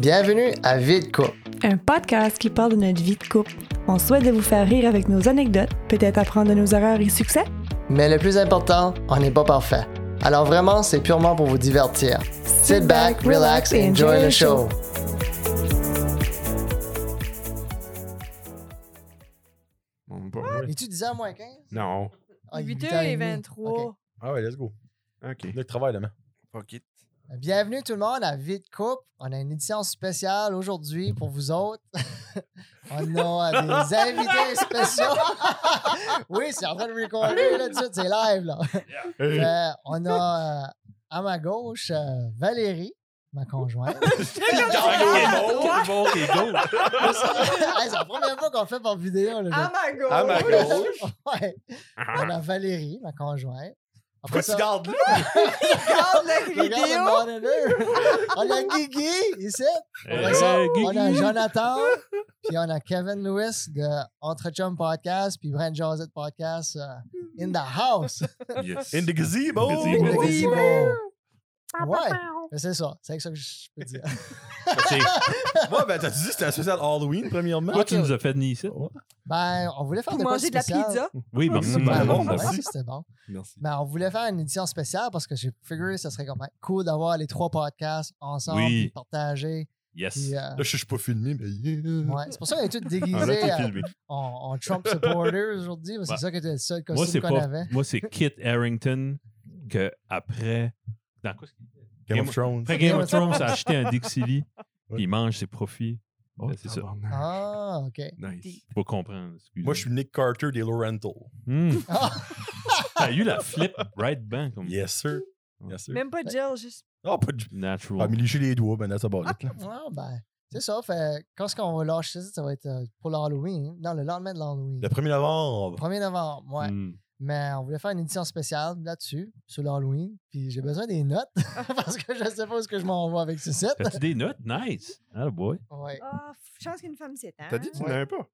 Bienvenue à Vie de couple. Un podcast qui parle de notre vie de couple. On souhaite de vous faire rire avec nos anecdotes, peut-être apprendre de nos erreurs et succès. Mais le plus important, on n'est pas parfait. Alors vraiment, c'est purement pour vous divertir. Sit back, relax et enjoy the show. On peut- oui. Es-tu 10 h moins 15? Non. Ah, 8 huit heures et et demie. 23. Ok. Ah ouais, let's go. OK. Là, le travail demain. OK. Bienvenue tout le monde à Vie de couple. On a une édition spéciale aujourd'hui pour vous autres. on a des invités spéciaux. oui, c'est en train de recorder là, tout de suite, c'est live là. Euh, on a euh, à ma gauche euh, Valérie, ma conjointe. Hey, Ah, c'est la première fois qu'on le fait par vidéo. Là, Ah my god! Ah, ma gauche. Ouais. On a Valérie, ma conjointe. Après ça, gardes là? Regarde la je regarde vidéo! le monitor. on a Guigui ici. Après ça, on a Jonathan. Puis on a Kevin Lewis de Entre Chum Podcast. Puis Brent Josette Podcast euh, in the house. Yes. In the gazebo! In the gazebo. gazebo. Ah, Ouais. Mais C'est ça. C'est ça que je peux dire. Moi, ben, t'as dit que c'était un spécial Halloween, premièrement. Pourquoi tu nous as fait venir ici? Ben, on voulait faire Vous de quoi mangez de la spécial. pizza? Oui, merci. c'est Ben, pas madame. bon, ouais, merci. ça, C'était bon. Merci. Mais Ben, on voulait faire une édition spéciale parce que j'ai figuré que ce serait quand même cool d'avoir les trois podcasts ensemble, Oui. puis partagés. Yes. Puis, euh, Là, je suis pas filmé, mais yeah. ouais. C'est pour ça qu'on est tous Ah, là, déguisés t'es euh, filmé. en, en Trump supporters aujourd'hui. parce que C'est ça que était le seul Bah, Moi, costume c'est qu'on pas. avait. Moi, c'est Kit Harrington que après. Dans quoi Game of Thrones. Après Game of Thrones, a acheté un Dixili. Ouais. puis Il mange ses profits. Oh, Ben, c'est ça. tabarnak. Ah, OK. Nice. Faut comprendre. excusez. Moi, je suis Nick Carter des Laurentals. Hmm. Ah, T'as eu la flip right back. Comme Yes, sir. Yes, sir. Même pas de gel, juste. Ah, pas de. Ah, Natural. mais lécher les doigts, ben, that's about it. là. ah, ben, c'est ça. Fait, quand est-ce qu'on va lâcher ça? Ça va être euh, pour l'Halloween. Non, le lendemain de l'Halloween. Le 1er novembre. 1er novembre, ouais. Hmm. Mais on voulait faire une édition spéciale là-dessus, sur l'Halloween. Puis j'ai besoin des notes parce que je sais pas où ce que je m'en vais avec ce site. T'as-tu des notes? Nice. Ah, boy. Ouais. Ah, f- chance qu'une femme hein. s'éteint. T'as dit que tu Ouais. n'avais pas.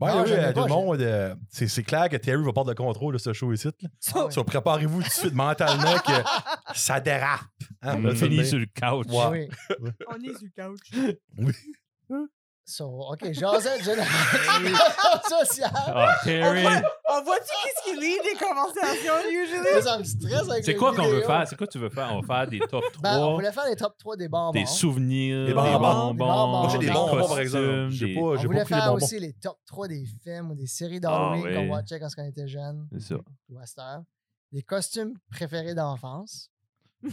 Ben, Non, là, j'en ai euh, pas, tout le monde, euh, c'est c'est clair que Terry va perdre le contrôle de ce show ici. là. Ah ouais. So, préparez-vous tout de suite mentalement que ça dérape. Hein, on On va a le faire Mm. fini bien. sur le couch. Ouais. Oui. On est du couch. So, OK, jasette Ben général social. Ah, Terry. On voit-tu qu'est-ce qui lit des conversations, usually? Là, Ça me stresse avec C'est les quoi qu'on veut vidéos. faire? C'est quoi tu veux faire? On va faire des top Ben, on 3. voulait faire les top 3 des bonbons. des souvenirs, Des des bonbons. bonbons, Des bonbons. Moi, j'ai des Des bonbons, par costumes, exemple. J'ai des- pas, On j'ai voulait pas pris les faire bonbons. aussi les top 3 des films ou des séries d'Halloween Ah, qu'on oui. watchait quand on était jeune C'est ça. ou à cette heure. Les costumes préférés d'enfance.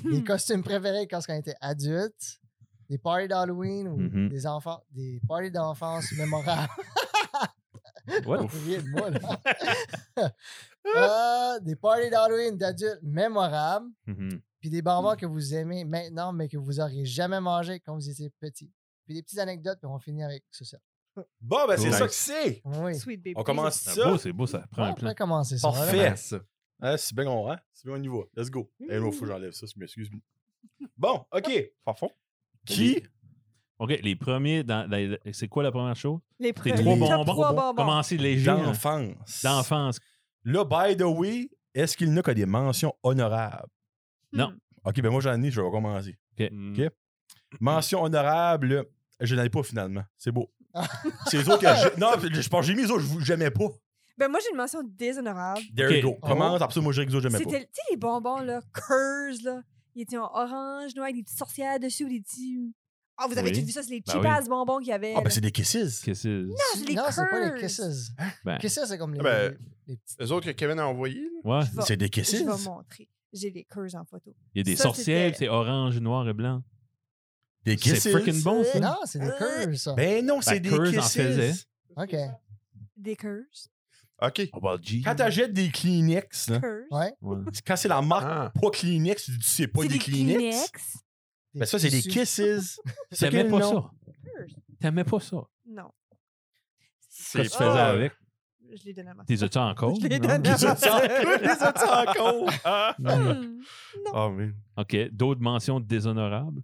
les costumes préférés quand on était adulte. Des parties d'Halloween ou Mhm. des enfants, des parties d'enfance mémorables. Ouais. Oubliez de Ah, moi, là. Euh, des parties d'Halloween d'adultes mémorables. Mhm. puis des bonbons que vous aimez maintenant, mais que vous auriez jamais mangé quand vous étiez petit. Puis des petites anecdotes, puis on finit avec tout ça. Bon, ben, c'est Cool. ça que c'est. Oui. Sweet baby. On commence C'est ça. Ah, beau, c'est beau, ça prend On un peut plan. commencer ça. voilà. Parfait. Hein, c'est bien qu'on hein? C'est bien on y va. Let's go. Eh, là, faut que j'enlève ça, je m'excuse. Bon, OK. Parfond. Qui? OK, les premiers, dans, dans- c'est quoi la première chose? Les C'est premiers. trois les bonbons. Top trois bonbons. Commencez léger. hein. D'enfance. D'enfance. Là, by the way, est-ce qu'il n'y a que des mentions honorables? Non. OK, ben moi, j'en ai, je vais commencer. OK. Hmm. OK. Mention honorable, je n'en ai pas finalement. C'est beau. c'est les autres que j'ai- Non, je pense que j'ai mis les autres, je vous- j'aimais pas. Ben, moi, j'ai une mention déshonorable. There you OK. go. Commence, après ça, moi, j'ai dit que les autres, j'aimais pas. C'était, tu sais, les bonbons, là, curves, là. Ils étaient en orange, noir, avec des petites sorcières dessus ou des petits. Ah, vous avez Oui. vu ça? C'est les Ben cheap oui. ass bonbons qu'il y avait. Ah, ben là. c'est des kisses. Qu'est-ce que Ah, les Non, c'est pas les curves. kisses. Ben. Kisses, c'est comme les, Ah ben. les- les petites. Les autres que Kevin a envoyés, là? c'est? Ouais. Je vais- C'est des Je kisses. vais montrer. J'ai les curves en photo. Il y a des Ça, sorcières, c'était- c'est orange, noir et blanc. Des C'est kisses. freaking bon, ça. Non, c'est des curves, ça. Ben non, c'est Ben, des Curse en kisses. faisait. OK. Des curves. OK. Oh, bah, G. Quand t'achètes des Kleenex, là, Curves. Ouais. Ouais. c'est quand c'est la marque Ah. pas Kleenex, tu dis c'est pas C'est des Kleenex. Des Ben ça, c'est des tissus. kisses. C'est T'aimais quel pas nom? ça. T'aimais pas ça. Non. Qu'est-ce que tu C'est faisais pas- avec? Je l'ai donné à ma T'es as-tu encore? Ah! Je l'ai Non? donné à Les autres encore, les autres encore. Non. Hmm. Oh, man. OK, d'autres mentions déshonorables?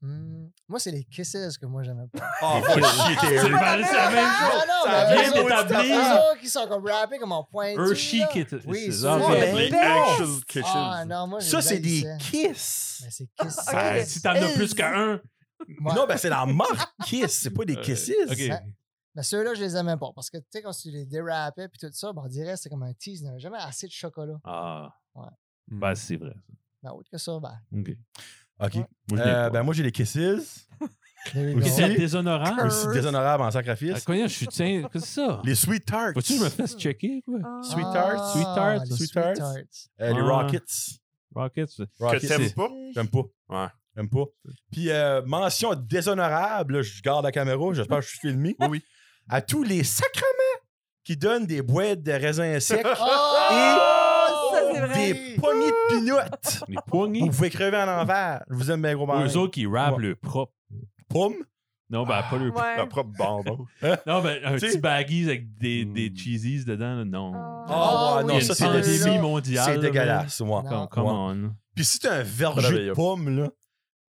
Hmm. Moi, c'est les kisses que moi, j'aimais pas. Ah, va chier, C'est Terry. la même chose. Ah, non, Ça mais vient eux autres, d'établir. c'est pas ça, qui sont comme rappés, comme en pointu. Hershey là. Kisses. Ben, Oui, C'est c'est ça. ça. Ben, Les ben. actual kitchens. Ah, non, moi, Ça, j'ai c'est des haïssais. kisses. Ben, c'est kisses. Ah, Si t'en as plus qu'un, Euh, Ouais. Non, ben c'est la marque Kiss, c'est pas des Kisses. OK. Mais ceux-là, je les aimais pas. Parce que, tu sais, quand tu les dérapais puis tout ça, ben, on dirait que c'est comme un tease. Il n'y avait jamais assez de chocolat. Ah. Ouais. Mm. Hmm. Ben, c'est vrai. Mais autre que ça, ben. OK. Ouais. OK. Moi, je Euh, viens ben moi j'ai les Kisses. there you Oui, go. c'est- C'est déshonorant. Un site déshonorable en Ah, sacrifice. cognons, je suis. Tiens, qu'est-ce que c'est ça? Les Sweet Tarts. Faut-tu que je me fasse checker, quoi? Ah. Sweetheart, Ah, Sweetheart, les Sweetheart. Sweethearts. Euh, Les Ah. Rockets. Ah. Rockets. c'est- Que Rockets. t'aimes c'est- pas? J'aime pas. Ouais. J'aime pas. Puis, euh, mention déshonorable, là, je garde la caméra, j'espère que je suis filmé. Oui, oui. À tous les sacrements qui donnent des boîtes de raisins secs Oh, ça, c'est et vrai. des poignées de pinottes. Les Vous poignées. pouvez crever à l'envers. Je vous aime bien, gros Ou bande. eux autres qui rappent Ouais. le propre. Poum. Non, ben, pas le propre. Ouais. La propre bonbon. Non, ben, un Tu sais- petit baggies avec des, Mm. des cheesies dedans, là, non. Ah, Ah ouais, oui, non, Il y a ça, une c'est celui-là. dégueulasse. pandémie mondiale. C'est là, dégueulasse, moi. man. Non. Comme- Come on. Puis, si t'as un verger de Travailleur. pommes, là,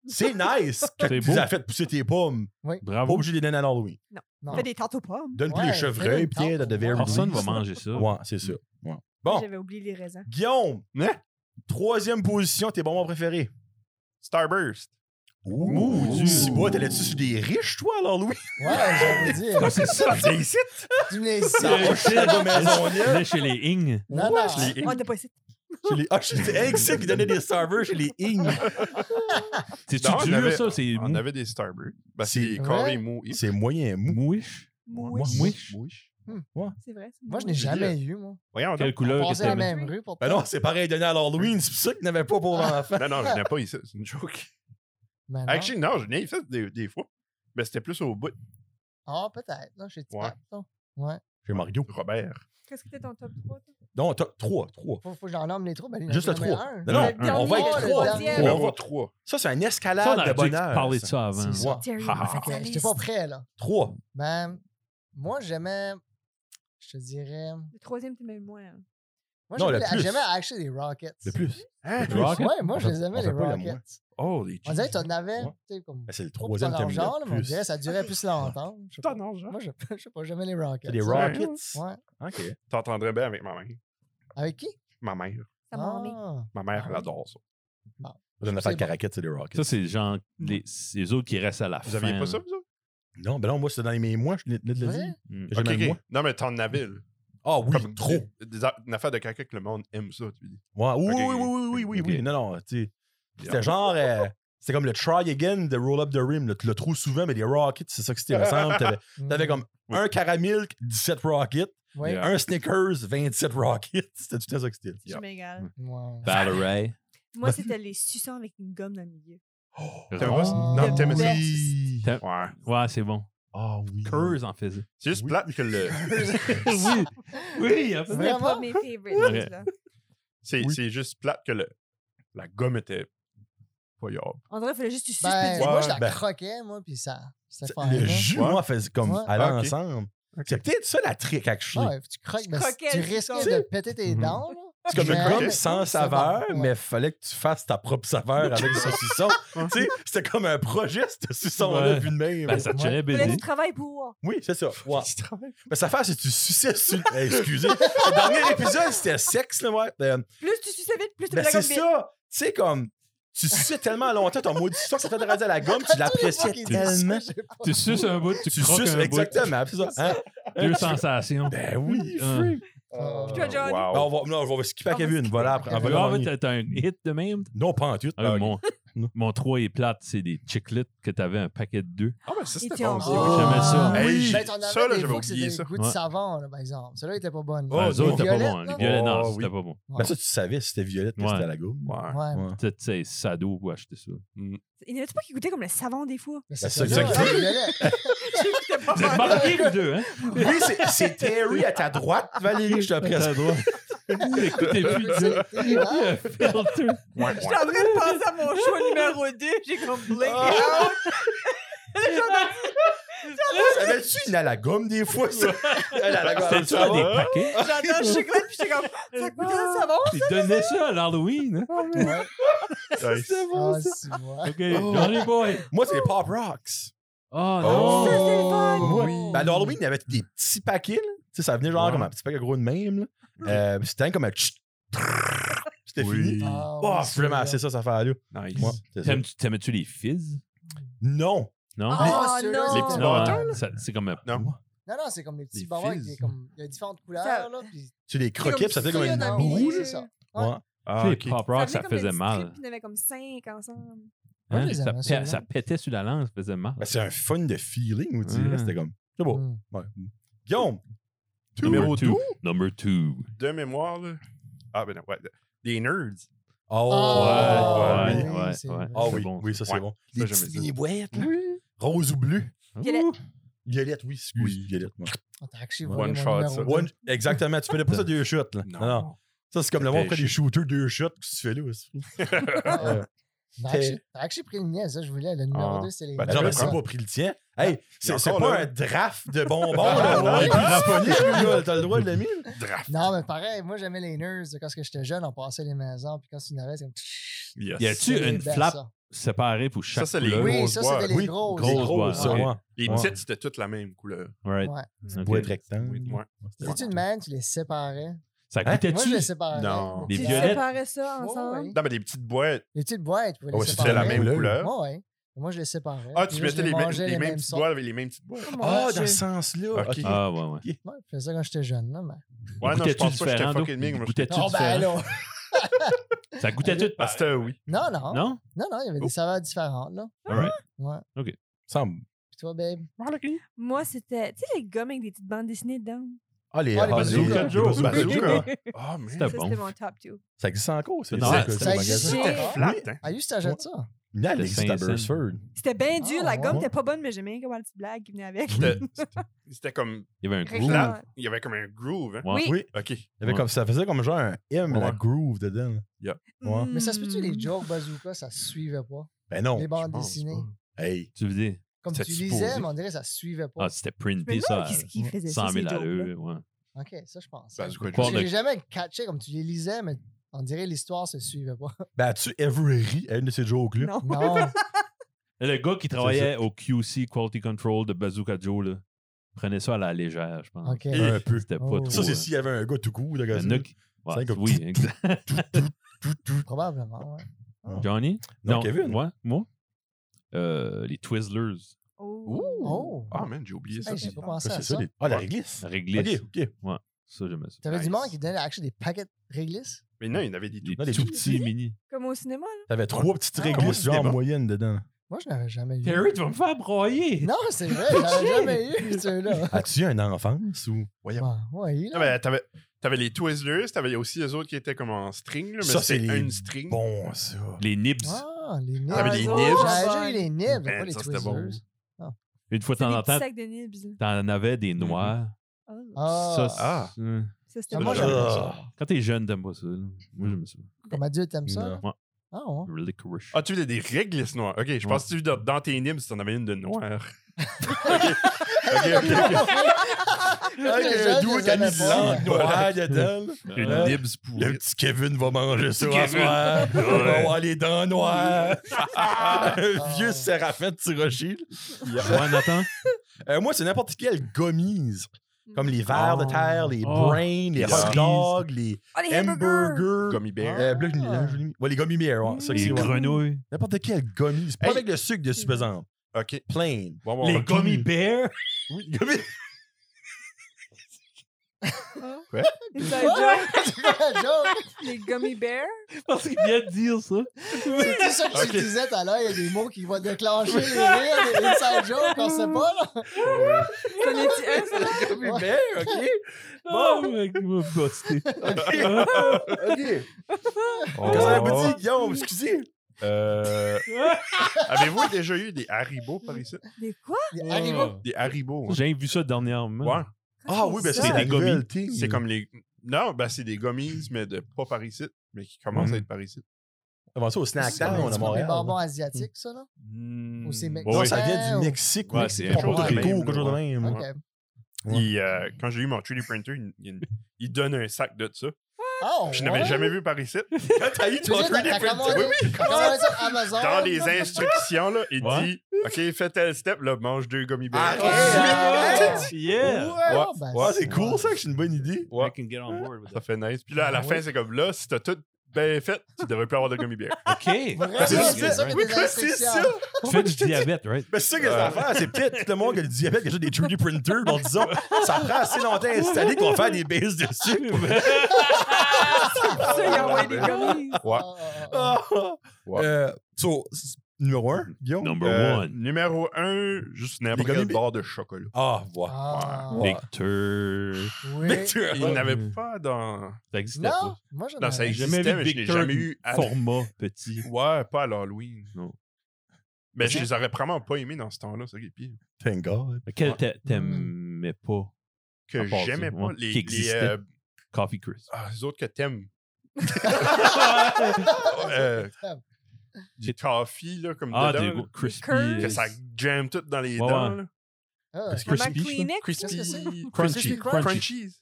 c'est nice que C'est tu beau. Ah as fait pousser tes pommes. Pas Bravo. obligé de les donner à Halloween. Non. Fais des tartes aux pommes. Donne plus Ouais, les fais-le chevreuils, une Pierre, de tarte. The Very Personne va Least. manger ça. Ouais, c'est ça. Ouais. Bon, J'avais oublié les raisins. Guillaume, Hein? troisième position, tes bonbons préférés. Starburst. Ouh, Ouh, Dieu. Dieu. Si bois, t'allais-tu sur des riches, toi, alors, Louis? Ouais, j'allais dire. c'est ça, c'est ici. Tu me les Ça va chez la maisonneuve. Là, chez les Ing. Non, Ouais, non. chez les Oh, Ing. t'as pas ici. Chez les- Ah, chez les Ing, c'est qui donnait des serveurs chez les Ing. C'est-tu Non, on dur, avait- ça? C'est On mou- avait des Starburst. Ben, C'est- c'est des Ouais. carrés mous. C'est moyen mou. mouiche? Mouiche. Mouiche. C'est vrai. c'est Moi, je mouiche. n'ai jamais eu, Euh, moi. Voyons donc. Quelle On couleur que passait la t'avais? même rue pour Ben non, c'est pareil, donné à l'Halloween, c'est pour ça qu'il n'avait pas pour enfants. Non, non, je n'ai pas ici. C'est une joke. Ah, Ben non. Actually, non, je n'ai fait des, des fois. Mais c'était plus au bout. Ah, peut-être. là, Chez Tipat, Ouais. là. Ouais. Chez Mario. Robert. Qu'est-ce que t'es ton top 3? toi? Non, t'as trois, trois. Faut, faut que j'en nomme les trois. Ben, il y en a Juste le quand même trois. un. Non, non, Le on va dernier, être le trois. dernier. On va On va- avoir trois. Ça, c'est un Ça, on escalade aurait de dû parler bonheur. de ça. ça avant. C'est ça. Ouais. Terry, Ah, ah, Fait que J'étais fataliste. pas prêt, là. Trois. Ben, moi, j'aimais. Je te dirais. Le troisième, t'aimais le moins. hein. Moi, Non, le j'aimais ah, plus. j'aimais acheter des Rockets. De plus. Hein? Le plus. Rocket? Ouais, moi, je On les fait- aimais, on les fait pas le moins. Rockets. Oh, les On dirait que t'en avais, Ouais. tu sais, comme. Ben, C'est le pas pour ton troisième thème. argent, là, mais on plus. Ah. dirait que ça durait plus longtemps. Je sais pas. Ton argent. Moi, je je sais pas, j'aimais les Rockets. C'est des Ouais. Rockets. Ouais. OK. T'entendrais bien avec ma mère. Avec qui? Ma mère. Ça m'en met. Ah. Ma mère, Ah elle oui. adore ça. Je ne C'est pas de bon. caraquette, c'est des Rockets. Ça, c'est genre les, les autres qui restent à la Vous fin. aviez là. pas ça, vous autres? Non, ben non, moi, c'était dans les mêmes mois, je venais de le Vrai? dire. Mm. J'ai Ok, même ok. moi. Non, mais t'en avais. là. Ah oui, Comme trop. Des, des a- une affaire de caca que le monde aime ça, tu dis. Ouais, oui, Ok, oui, ok. oui, oui, oui, oui, Ok. oui. Non, non, tu sais. C'était Yeah. genre. euh, c'était comme le try again de roll up the rim. Le, le trou souvent, mais les Rockets, c'est ça que c'était ensemble. T'avais, t'avais comme Oui. un caramel, 17 Rockets. Oui. Yeah. Un Snickers, 27 Rockets. C'était tout à ça que c'était. Je m'égale. Ouais. Valeray. Moi, c'était les suçons avec une gomme dans le milieu. T'aimes pas ça? Oh. Non, t'aimes ça. Oui. T'aimes- Ouais. Ouais, c'est bon. Ah oui. Curse en faisait. C'est juste Oui. plate que le. oui. Oui, il y a Vraiment? C'était pas mes favorites. Ouais. là. C'est Oui. c'est juste plate que le. La gomme était. Voyable. On dirait qu'il fallait juste que tu suces. Ben, puis tu- moi, je la ben- croquais, moi, puis ça. C'était fort. Le jus, Ouais. moi, faisait comme Ouais. aller Ah, ok. ensemble. C'est peut-être ça la trick, actually. Ouais, tu croques, Je mais croquais, tu je risquais croquais. de péter tes Mhm. dents. là. C'est comme Mais- une gomme mais- sans mais- saveur, ouais. mais fallait que tu fasses ta propre saveur avec le saucisson. tu sais, c'était comme un projet, ce saucisson-là, Ouais. vu de même. Ben, ça te tenait Fallait que baiser. tu travailles pour. Oui, c'est ça. Ouais. Mais ça fait, c'est que tu suçais sur... Eh, excusez. le dernier épisode, c'était sexe, là, ouais. Euh, Plus tu suces vite, plus tu ben, la c'est gomme vite. ça. Tu sais, comme... Tu suçais tellement longtemps ton maudit sucre, ça t'a rendu à la gomme, tu l'appréciais Tous les fois qu'il tellement. dit ça, j'ai pas- Tu suces un bout, tu Tu croques suces, un exactement. c'est ça. Hein? bout. Deux sensations. Ben oui, Hein. freak. Ah. Toi, Johnny. Ben, Wow. on va, non, on va skipper à On va Kevin. Voilà, après. skipper à on va Kevin. le Ah, ouais, renier. t'as- t'as un hit de même? Non, pas en tout. Ah, ben, Ah, mon, Non. mon 3 est plate, c'est des chiclets que t'avais un paquet de deux. Ah, ben ça, c'était tiens, bon. Ah. oui, j'aimais ça. Ben, Hey, t'en avais ça, des là, j'avais fois que oublié c'était ça. le goût de Ouais. savon, là, par exemple. Celui-là, il était pas bon. Oh, Ben, les les autres, c'était pas violettes, bon. Les là. violets, non, Oh, c'était oui. pas bon. Ben, ça, tu savais si c'était violette que Ouais. c'était à la gomme. Ouais. Ouais. Ouais. Tu sais, tu sais, sado ou acheter ça. Il n'y en avait pas qui goûtait comme le savon des fois? Mais c'est Ben, c'est ça, ça que- J'écoutais pas Vous êtes mal. marqués, vous deux, hein? Oui, c'est- c'est Terry à ta droite, Valérie, je te présente. Écoutez plus de là. filter. J'étais en train de penser à mon choix numéro 2. J'ai comme blink Ah. out. Le genre Savais-tu qu'il y en a à la gomme des fois, ça? Ah, Elle a la gomme, C'était-tu ça dans des hein? va? paquets? de- J'entends le chocolat puis j'étais comme, ça goûtait le savon? Ils donnaient ça à l'Halloween. hein? Ouais. Nice. Ah, c'est moi. OK, Johnny Boy. Moi, c'est les Pop Rocks. Oh Oh. Ça, non! c'est le fun. Moi, Oui. ben, à l'Halloween, il y avait des petits paquets, là. Tu sais, ça venait genre Ouais. comme un petit paquet gros de même, là. Euh, C'était comme un tchit, trrr, C'était Oui. fini. Ah, Oh, oui, vraiment, celui-là. c'est ça, cette affaire-là. Nice. Ouais, c'est ça. T'aimes-tu t'aimais-tu les fizz? Non. Non? Ah, Oh, ceux-là, non. c'est Les comme- petits non. bâtons, là? Ça- C'est comme. Non. Non, non, c'est comme les petits Des barons avec des, fils. comme, il y a différentes couleurs. Ça- là, puis- C'est des croquettes, puis ça fait comme Il y en une a une mille, boule. c'est ça. Ouais. Ah, Tu sais, ok. les pop rock, ça venait comme faisait une mal. strip, puis Il y en avait comme cinq ensemble. Moi, je Hein? les Ça, aimais, pè- ceux-là. ça pétait sur la langue, ça faisait mal. Ben, c'est un fun de feeling, on dirait. Mm. C'était comme. C'est beau. Mm. Ouais. Guillaume, Number numéro two. 2. Number two. De mémoire, là. Ah, ben non, ouais. Des nerds. Oh, Ah, ouais, ouais, oui. oui, ouais, c'est ouais. vrai. Ah C'est oui, bon, oui, ça c'est Ouais. bon. Ça, Les j'aimais petites ça. mini-boîtes, là. Oui. Rose ou bleu. Violette. Ouh. Violette, oui, excuse. Oui. Violette, moi. On t'a haché One voler mon shot, numéro ça. deux. One- exactement, tu fais pas ça deux shots, là. Non, non. Ça, c'est comme le monde après Pêché. des shooters deux shots. Qu'est-ce que tu fais là? aussi? Ouais. T'as T'es- haché- t'as haché pris le mien, ça, je voulais. Le numéro Ah. 2, c'est les. Ben, Genre, j'avais ben, c'est pas. pas pris le tien. Hey, c'est encore, c'est pas là. un draft de bonbons, là. On est cramponné, lui, là. T'as le droit de le mine. Draft. Non, mais pareil, moi j'aimais les nerds. Quand j'étais jeune, on passait les maisons, puis quand tu n'avais, c'est comme. Yes. Y a-tu C'est une belle, flappe ça. séparée pour chaque c'est les couleur? Oui, grosses ça boîtes. c'était les Oui, grosses. grosses Gros, boîtes, ça, ok. ouais. Les Ouais. Hmm. titres, c'était toutes la même couleur. Right. Ouais. Ok. Boîte rectangle. Oui, ouais. C'était une man, tu les séparais. Ça Hein? Moi goûtait-tu? je les séparais. Non. Des Tu violettes. séparais ça ensemble. Ouais, ouais. Non, mais des petites boîtes. Les petites boîtes, tu pouvais Ah ouais, les c'était séparer. C'était la même Couleur. couleur. Ouais, ouais. Moi je les séparais. Ah, puis tu là, je mettais les, mêmes- mangeais les mêmes petites sortes. boîtes avec les mêmes petites boîtes. Oh, Ah, Ouais, dans je- ce sens-là. Ok. OK. Ah, ouais, ouais. Ouais, je faisais ça quand j'étais jeune. Là, mais... Ouais, non, je Goûtais-tu pense pas que j'étais différent, d'eau? fucking big. moi, j'étais- Goûtais-tu Oh, ben, différent? là. Ça goûtait-tu? Ah, c'était un oui. Non, non. Non, Non? non, il y Oh. avait des saveurs différentes. Là. All right. Ouais. Semble. Puis toi, babe. Moi, c'était. Tu sais, les gommes avec des petites bandes dessinées dedans. Ah, les Ah, les bazookas. bazookas. Les bazookas. Ah, mais. C'était Ça, c'était bon. mon top two. Ça existe encore, c'est Non, ça Ça existe. existait. C'était Ah, flat, Oui. hein. Ah, juste t'achètes ça. Non, elle Le existe à Saint-Saëns. Burford. C'était bien dur. Ah, la gomme ouais. n'était pas bonne, mais j'aimais comment la petite blague qui venait avec. C'était- c'était- C'était comme. Il y avait un Réclame. groove. Flat. Il y avait comme un groove, hein. Ouais. Oui. Oui. OK. Il y avait Ouais. comme, ça faisait comme genre un M, la Ouais. groove dedans. Ouais. Mais ça se peut-tu, les Hmm. Mm. jokes bazooka, ça se suivait pas? Ben non. les bandes je pense dessinées. Hey. Tu veux dire? Comme tu C'était lisais, supposé. mais on dirait que ça se suivait pas. Ah, c'était Je me printé, ça. demande qui, qui faisait ça. 100 ces 000 à jokes-là. l'heure. Ouais. OK, ça, je pense. Bazooka Parce que Joe. je l'ai Bon, jamais catché comme tu les lisais, mais on dirait que l'histoire se suivait pas. Ben, as-tu ever ri à une de ces jokes-là? Non. Non. Le gars qui travaillait au QC Quality Control de Bazooka Joe, là, prenait ça à la légère, je pense. OK. Et- Un peu. C'était pas Oh. trop. Ça, euh, c'est s'il y avait un gars tout court, le gars. un nuc. Ouais, C'est comme- oui, exact. Tout, tout. Probablement, ouais. Johnny? Non, Kevin. Ouais, moi? Euh, les Twizzlers. Oh. Oh! Ah, man, j'ai oublié ça. Hey, j'ai pas Ah, pensé à c'est ça. ça, les- Ah, la réglisse. Réglisse. Ok, ok. Ça, j'aimais ça. T'avais du Nice. monde qui donnait acheter des paquets de réglisse? Mais non, il y en avait des Les Non, les tout tout petits mini. Comme au cinéma, T'avais trois petites Ah, comment réglisses, c'est genre débat? moyenne dedans. Moi, je n'avais jamais eu. tu vas me faire broyer! Non, c'est vrai, j'avais jamais eu ceux-là. As-tu eu une enfance ou. Voyons. Ouais, ouais, Non, là. mais t'avais, t'avais les Twizzlers, t'avais aussi les autres qui étaient comme en string, là, mais Ça, c'est c'était les une string. Bon, ça. Les Nibs. Ah, les nibs. T'avais Ah, les ça, nibs. j'avais- J'avais déjà eu les nibs, mais Ben, pas les ça, c'était bon. Twizzlers. Une fois de là. temps Des en petits temps, sacs de nibs. t'en avais des noirs. là. Oh. Ah, Ça, c'est- Hum. Ça, c'était Ah, bon. moi, j'aimais ça. Quand t'es jeune, t'aimes pas ça. là. Moi, j'aime ça. Comme adulte, t'aimes ça? Non. là? Ah, ouais. Licorice. Ah, tu voulais des réglisses noires. Ok, je pense que tu dans, dans tes nibs, t'en avais une de noire. ok, ok, ok. Moi, j'étais jeune, je les aimais pas, mais- noire dedans. Une Ouais. nibs pour. Le petit Kevin va manger ça Petit à Kevin. soir. Il va Ouais. avoir les dents noires. Un Ah. Vieux Séraphin de Tirochil. Ouais, Nathan? Euh, moi, c'est n'importe quelle gommise. Mm. Comme les verres de terre, les Oh. brains, les Les hot dogs, les Oh, les hamburgers. hamburgers. Gummy bear. Euh, là, je l'ai- là, je l'ai mis. ouais, les gummy bears. ouais, ça que Les c'est, ouais. grenouilles. N'importe quelle gommise. Pas Hey. avec le sucre dessus, par exemple. Ok. Plain. Bon, bon, Les ok. gummy bears. Oui, gummy. Oh. Inside joke, Joke. Les gummy bears. Parce qu'il vient de dire ça. C'est ça que tu Ok. disais tout à l'heure, il y a des mots qui vont déclencher les rires, des inside jokes, on sait pas, là. Ça en est un, ça? Les gummy bears, OK. Ah, Bon, Ah, mec, il m'a busté. Ah, OK. Qu'est-ce que ça veut dire, Guillaume? Excusez. Euh, ah. Avez-vous déjà eu des Haribo par ici? Des quoi? Les Haribo. Oh. Des Haribo. hein? J'ai vu ça dernièrement. Ouais. Ah oui, ben Ça, c'est c'est la des gummies. nouvelle thing. C'est comme les. Non, ben c'est des gummies, mais de pas par ici, mais qui commencent Mhm. à être par ici. Avant ça, au Snack C'est Town comme à des Montréal. bonbons asiatiques, ça, là? Hmm. Ou c'est Hmm. Ouais, mec- Non, ouais. ça vient Ouais, du Mexique ou ouais, Mexique, c'est quelque chose Porto de Rico, même, quelque chose de même. OK. Ah, Ouais. Il, euh, quand j'ai eu mon 3D printer, il, il- il donne un sac de ça. Oh, Je n'avais ouais. jamais vu par ici. Quand t'as eu Tu veux dire, ton t'as 3D t'as printer, commandé, oui, t'as commandé ça Amazon. dans les instructions, là, il Ouais. dit OK, fais tel step, là, mange deux gummy bears. Ah, Yeah. yeah. Ouais, Ouais, ben, ouais, c'est cool ça, que c'est une bonne idée. Ouais. I can get on board with Ça fait nice. Puis là, à la Ah fin, ouais. c'est comme là, si t'as tout bien fait, tu devrais plus avoir de gummy bear. OK. Vraiment, c'est c'est ça, ça. mais Oui, des quoi, c'est instructions. ça. Tu fais du diabète, right? Mais c'est ça que c'est l'affaire. C'est peut-être tout le monde qui a le diabète qui a juste des 3D printers. Donc, disons, ça prend assez longtemps à installer qu'on va faire des bases dessus. Ça, il a envoyé des gummies. Ouais. Ah, ah, ah. Ah, ah. Ouais. Euh, so, s- numéro un, Guillaume. Number Euh, one. Numéro 1, juste n'importe Les gummy quel bears. barre de chocolat. Ah, voilà. Ah, Ouais. Victor. oui. Mais tu- Il n'avait pas dans. Ça existait Non, pas. moi j'en Non, ça avais. existe. Jamais Existait, vu mais je l'ai Victor jamais eu à- format petit. Ouais, pas à l'Halloween. Non. Mais je les aurais vraiment pas aimés dans ce temps-là, ça qui est pire. Thank God. Quel Ouais. t'a- Hmm. t'aimais pas? Que À part ça, j'aimais pas. ouais, Les, qui les, existaient. euh, Coffee Chris. ah, les autres que t'aimes. Euh, Du toffee, là, comme Ah, des dedans. gros là, crispy. curls. que ça jamme tout dans les Ouais, dents. ouais. là. ah, Parce que- La marque Crispy, je crois. Kleenex. Qu'est-ce que c'est? Crispy. Crunchy. Crispy crunch. Crunchies.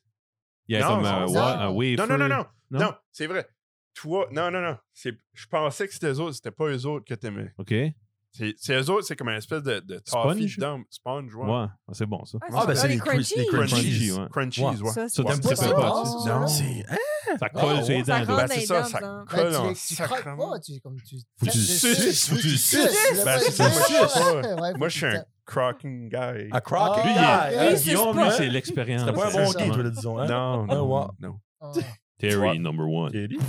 Il y a Non, comme un, non, ouais, non. un wafer. Non, non, non, non. Non? Non, c'est vrai. Toi, non, non, non. C'est- Je pensais que c'était eux autres, c'était pas eux autres que t'aimais. OK. Ouais. C'est c'est eux autres, c'est comme une espèce de, de toffee Sponge? dedans, sponge, ouais. Ah, c'est bon, ça. Ah, ben, c'est les les crunchies. crunchies. Les crunchies. Crunchies, Crunchies, ouais. crunchies, Ouais. ouais. Ça, Ça, c'est- t'aimes pas ça, ça, t'aimes pas non, ça. non, non. C'est. hein? Ça colle Ouais, sur ça les dents. rentre. Ben, dans les c'est ça, dents, ça hein. Ben, colle tu, en les- tu croques sacrement. pas, tu comme tu. Faut que tapes tu dessus. suces. Faut que tu Tu suces, suces. le Ben, fait c'est de ça, sucer. moi, je suce. Ouais, ouais, faut Moi, que je tu suis un tapes. crocking guy. À croc. Ah, Lui, il est- ah, Guy. ah, Lui, c'est- Guillaume, pas- lui, c'est l'expérience. C'était pas un c'est bon ça. guide, toi, là, disons. hein? Non, Ah, ouais. non, non. ah. Terry, number one. Kelly?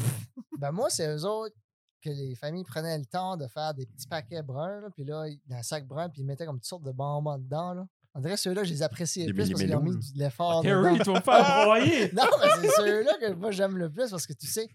Ben, moi, c'est eux autres que les familles prenaient le temps de faire des petits paquets bruns, là, puis là, ils- dans un sac brun, puis ils mettaient comme toutes sortes de bonbons dedans. Là. On dirait ceux-là, je les appréciais Des plus parce qu'ils ont millimélos, mis là. de l'effort. Terry, dedans. tu vas me faire broyer. Non, mais c'est ceux-là que moi j'aime le plus parce que tu sais,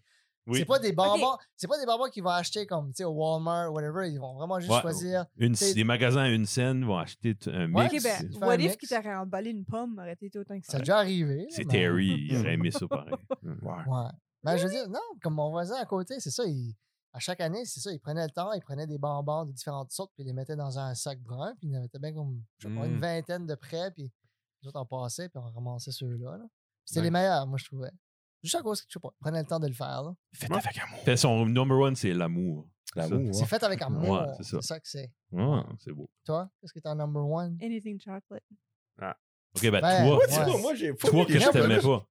Oui. c'est pas des bonbons, c'est pas des bonbons qu'ils vont acheter comme tu sais au Walmart, whatever. Ils vont vraiment juste Ouais. choisir. Une, C'est- des magasins à une scène vont acheter t- un Ouais. mix. Ok, ben, Tu fais un what if mix. qu'il t'aurait emballé une pomme, aurait été autant que Ça ça. a déjà arrivé. là, C'est mais- Terry, il aurait aimé ça pareil. Ouais. Ouais. Ben, je veux dire, non, comme mon voisin à côté, c'est ça, il- à chaque année, c'est ça, il prenait le temps, il prenait des bonbons de différentes sortes, puis il les mettait dans un sac brun, puis il en mettait bien comme, je sais pas, une Mmh. Mm. vingtaine de près, puis nous autres, on passait, puis on ramassait ceux-là. là. C'était les Nice. meilleurs, moi, je trouvais. Juste à cause que, je sais pas, il prenait le temps de le faire. là. Faites avec amour. Fait, son number one, c'est l'amour. L'amour. C'est ouais. fait avec amour, Ouais, c'est c'est ça. ça. que c'est. Ah, c'est beau. Toi, qu'est-ce que t'es en number one? Anything chocolate. OK, Ben, ben, toi, Moi, tu Ouais. vois, moi, j'ai. toi que je j'aime t'aimais le- pas.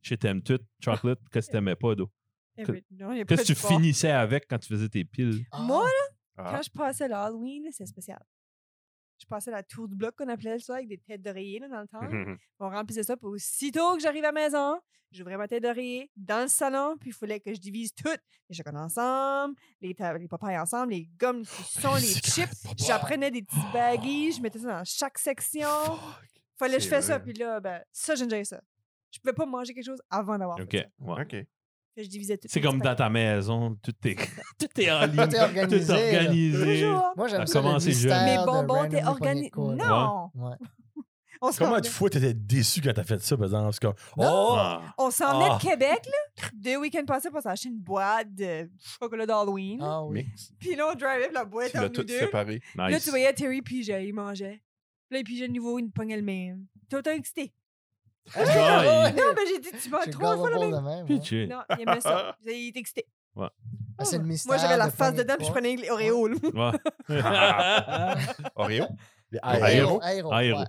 Je t'aime tout, chocolate, qu'est-ce que t'aimais pas, d'eau? Every- non, y a pas Qu'est-ce que de tu sport. finissais avec quand tu faisais tes piles? Moi, là, Ah. quand je passais l'Halloween, c'est spécial. Je passais la tour du bloc qu'on appelait ça avec des têtes d'oreiller là, dans Ah. le temps. Mmh Mhm, On remplissait ça, puis aussitôt que j'arrive à la maison, j'ouvrais ma tête d'oreiller dans le salon, puis il fallait que je divise toutes. Les chocolats ensemble, les, ta- les papayes ensemble, les gommes, les saucissons, les chips. J'apprenais des petits baggies, je mettais ça dans chaque section. fallait que je C'est fasse ça, vrai. puis là, ben, ça, j'aimais ça. Je pouvais pas manger quelque chose avant d'avoir OK. fait ça. ouais. Ok. Fait que Je divisais tout. C'est comme dans ta maison, tout est, tout est en ligne. Tout est organisé, Tout est là. organisé. Toujours. Moi, j'aime Ah, ça. le comment c'est jeune? mystère Mes de bonbons, random t'es et poignée organique. de coude. Non! Ouais. On s'en Comment venait- tu fous, t'étais déçu quand t'as fait ça, par exemple? C'est comme, oh! Ah. on s'en venait Ah. de Québec, là. Deux week-ends passés pour s'acheter une boîte de chocolat d'Halloween. Ah oui. Puis là, on drivait, puis la boîte Tu en l'as nous tout deux. séparé. Puis Là, Nice. tu voyais Terry pigeait, il mangeait. Puis Là, il pigeait de nouveau, il me pognait le même. T'es autant excité. Ah, Non, mais j'ai dit, tu manges J'ai trois gobble fois le pas même. de même, il- ouais. pitché. Non, il aimait ça. Il était excité. Ben, C'est le mystère. Moi, j'avais la de face poignée de dedans, puis je coude. prenais les Oreos. là. Ouais. Ah. Oreo? Les Aéro. aéros. Aéro. Aéro. ouais.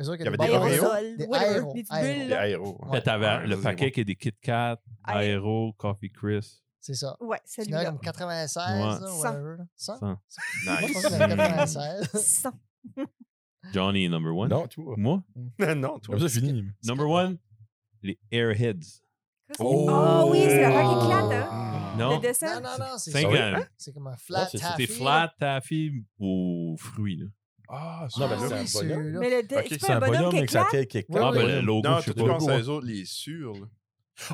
Eux autres, Il y avait des des bonbons- Aérosol, Des whatever, aéros. des petites aéros, bulles, Les aéros. Ouais. Fait, t'avais Ouais, le ça, paquet c'est bon. qui est des Kit Kat, Aero, Coffee Crisp. C'est ça. Ouais, Il y en a celui-là. comme 96, Ouais. là, Cent. whatever. là. Cent? Cent. Moi, je pense Nice. que c'est 96. Cent. Hmm. Johnny, number one. Non, toi. Moi, non, toi. Comme ça, fini. number one, les Airheads. Oh. Ah oui, c'est la Ah. rock qui éclate, hein? Non. Le dessin. Non, non, non, c'est Cinq ça. ans. C'est comme un flat c'est- taffy. C'était flat, taffy aux fruits. Là. Ah, Non, Non, ben ben, c'est un c'est bonhomme. un Mais le de- Ok, c'est C'est pas un bonhomme, qui mais que ça éclate. t'a quelque Ouais, part. Ah, ouais. ben le logo, Non, je sais tu pas. penses logo. à eux autres, les sûrs. là.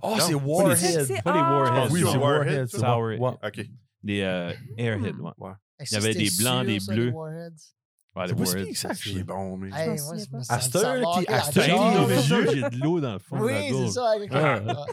Oh, Non. c'est C'est- Warhead. c'est- Pas les ah! Warheads. Oui, c'est c'est Warhead. Warhead, c'est ça. bon. Sour. Ouais. OK. Des euh, Airheads, ouais. Il avait des blancs, des bleus. Ouais, les C'est pas Warheads, si Ah. ça, sûr. c'est bon. Ah, bon, mais... Hey, Je m'en moi, souviens ça me- pas. ça me Aster semble qui- manquer à Aster, J'ai Genre. John. dans mes yeux, j'ai de l'eau dans le fond de la Oui, c'est gorge. ça. avec- Ah. Ah.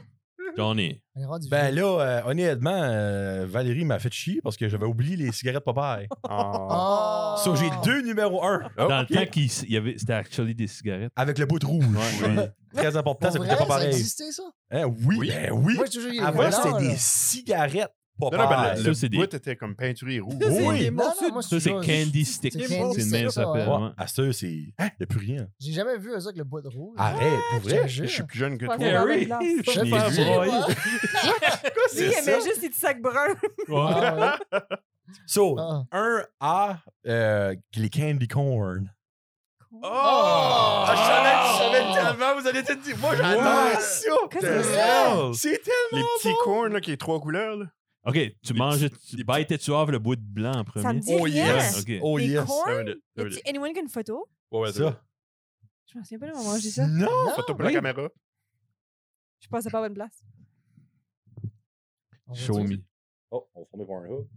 Johnny. On est rendu Ben vieux. là, euh, honnêtement, euh, Valérie m'a fait chier parce que j'avais oublié les cigarettes Popeye. Oh. Ah. Ah. So, j'ai deux numéro un. Dans ok. le temps qu'il s- il y avait, c'était actually des cigarettes. Avec le bout de rouge. Ouais, ouais. Très important, Pour ça vrai, coûtait pas ça pareil. existait, ça? Hein, oui, Oui. ben oui. Moi, j'ai toujours eu les Avant, blancs, c'était là. des cigarettes. Non, ben, non, Popeye. mais Ça, le, c'est le des- bout était comme peinture et rouge. C'est Oui. des Non, non, morceaux moi, de- Ça, c'est je- Candy Stick. c'est C'est Candy une même Stick, ça s'appelle. ouais. ouais. À ce, c'est. Hein, il n'y a plus rien. J'ai jamais vu eux autres avec le bout de rouge. Arrête, pour je te vrai. jure. Je suis plus jeune que Ouais, toi. c'est vrai. Harry, Je je l'ai pense vu. que- Ouais. Lui, il aimait juste les petits sacs bruns. Ouais. Ah, ouais. So, Ah. un A, euh, les candy corn. Oh! Ah, Ah, je savais- je savais tellement, vous allez te dire. Moi, j'adore ça. Qu'est-ce The que c'est? hell? Oh, C'est Les tellement petits cornes, là, qui est trois couleurs, là. Ok, tu manges, tu des bites et tu offres le bout de blanc en premier. Ça me dit bon. Oh rien. yes. Ok. Oh Des yes. corn? Deux minutes, deux Y a-t-il minutes. anyone qui a une photo? Ouais, ouais, deux minutes. Ça. Je me souviens pas de moment où j'ai ça. Non. Non, Photo pour la Oui. caméra. Je passais pas à bonne place. on va Show dire- me. Oh, on va former pour un hook.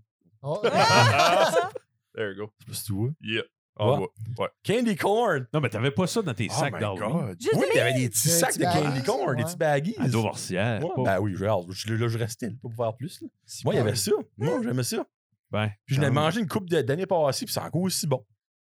Oh, Ah. There you go. Je sais pas si tu vois. Yeah. Ah, Ah, Ouais. On voit. Candy corn. Non, mais t'avais pas ça dans Oh tes sacs d'Halloween. Juste Oui, des- il y avait des petits Des sacs petits de candy baggies, corn, des ouais. petits baggies. À Dauversière. Ouais, pas- ben oui, genre, je, là, je restais, là, pas pour faire plus. Là. Moi, il y pas- avait ça. Moi, j'aimais ça. ben, Puis je l'ai quand même. mangé une coupe de- d'années passées, puis c'est encore aussi bon.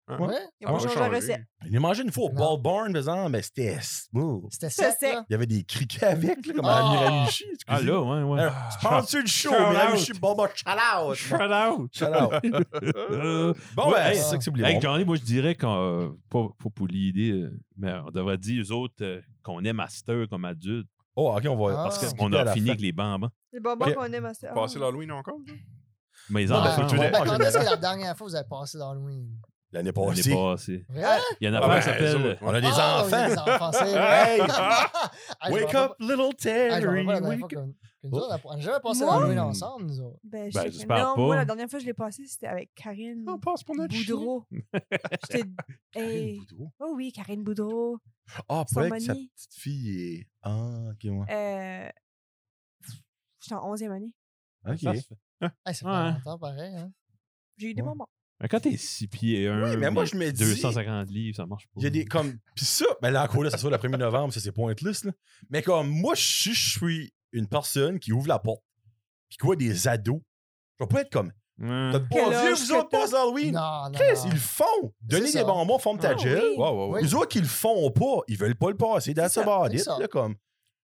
Ouais, Ils vont Ah, changer la recette. Je l'ai mangé une fois au Non. Ball Barn, faisant, mais c'était. ouh. c'était Ça, ça. c'est- Il y avait des criquets avec, là, comme Ah! à Miramichi. Ah là, ouais, ouais. Euh, Sponsor du show, Shout Miramichi Boba, shout out. Shut out! Shout Oh, out. Euh, Bon, ben, Ouais. c'est ça que c'est oublié. Hey, Johnny, moi, je dirais qu'on. euh, Pas, pas pour l'idée, euh, mais on devrait dire aux autres euh, qu'on est master comme adulte. Oh, ok, on va. Ah. parce que Parce On à a la fini fin. avec les bambins. Les bonbons Ok. qu'on aime à ça. Passer l'Halloween encore? là? Mais les Non, mais enfants, ben, tu ouais, voulais- Fait Quand est-ce général. que la dernière fois vous avez passé l'Halloween? L'année on est passée. passé. Vrai? Il y en a Ah, pas ben, qui les s'appelle. On a des Ah, oui, enfants. Des enfants, c'est vrai. Hey, Ah, je me wake rappelle up, little pas- ah, je me Terry. rappelle la dernière wake fois up. qu'on- que nous autres, on n'a jamais passé Moi? l'Halloween ensemble, nous autres. Ben, Ben, je sais j'espère pas. Non, moi, pas. la dernière fois que je l'ai passé, c'était avec Karine On passe Oh, pour notre chien. Boudreau. J'étais. Hey. Oh oui, Karine Boudreau. Ah, Son pas avec sa manie. petite fille est. Ah, ok, ouais. Euh, J'étais en 11e année. Ok. Ça se fait. Hey, ça fait Ouais. longtemps, pareil. Hein? J'ai eu des Ouais. bonbons. Mais quand t'es 6 pieds et 1, Oui, mais moi, je me dis- 250 livres, ça marche pas. Il y a des comme pis ça, ben là encore là, ça soit le 1er novembre, ça c'est pointless là. Mais comme moi je je suis une personne qui ouvre la porte puis quoi des ados, je vais pas être comme Ouais. t'as pas Hein? Quel vu âge vous que autres t'as? pas Halloween. Non, non. Chris, non. ils le font. Donner C'est des ça. bonbons, forme ta Ah, gel. oui. Ouais, ouais, ouais. Oui. Les autres qui le font pas, ils veulent pas le passer. That's C'est ça, about c'est it, ça. là, comme.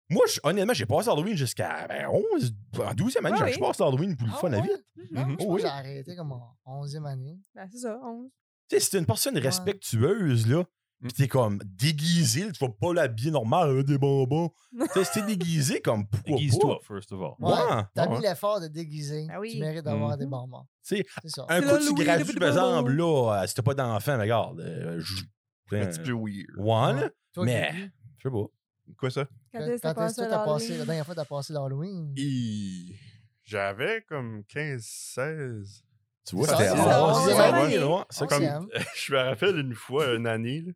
Moi, je- honnêtement, j'ai passé Halloween jusqu'à ben, 11, en 12e année. Ouais, j'ai- oui. Je passe Halloween pour le Ah, fun à ouais? vie. Non, je Mhm. Oh, pense que oui. j'ai arrêté comme en 11e année. Ben, c'est ça, 11. Tu sais, si t'es une personne respectueuse, là, pis t'es comme déguisé, là, tu vas pas l'habiller normal, hein, des bonbons. tu sais, si t'es déguisé, comme pourquoi Déguise-toi, pas? first of all. Ouais, T'as ouais, Mhm. mis ouais. l'effort de déguiser. Ben oui. Tu mérites d'avoir des bonbons. Tu sais, C'est ça. un C'est coup de l'Halloween, gratuit, des par exemple, bonbons. là, euh, si t'as pas d'enfant, mais regarde, euh, je. Un petit peu weird. One, Ouais. Toi, Ah, mais- Guigui, je sais pas. Quoi ça? Quand Quand est-ce que t'as passé que t'as passé, l'Halloween? la dernière fois que t'as passé l'Halloween? Et J'avais comme 15, 16. Tu vois, Ça, c'était c'est en ça, on 11e s'en année, allait. ouais, Ah, c'est comme. Onzième. Je me rappelle une fois, une année, là,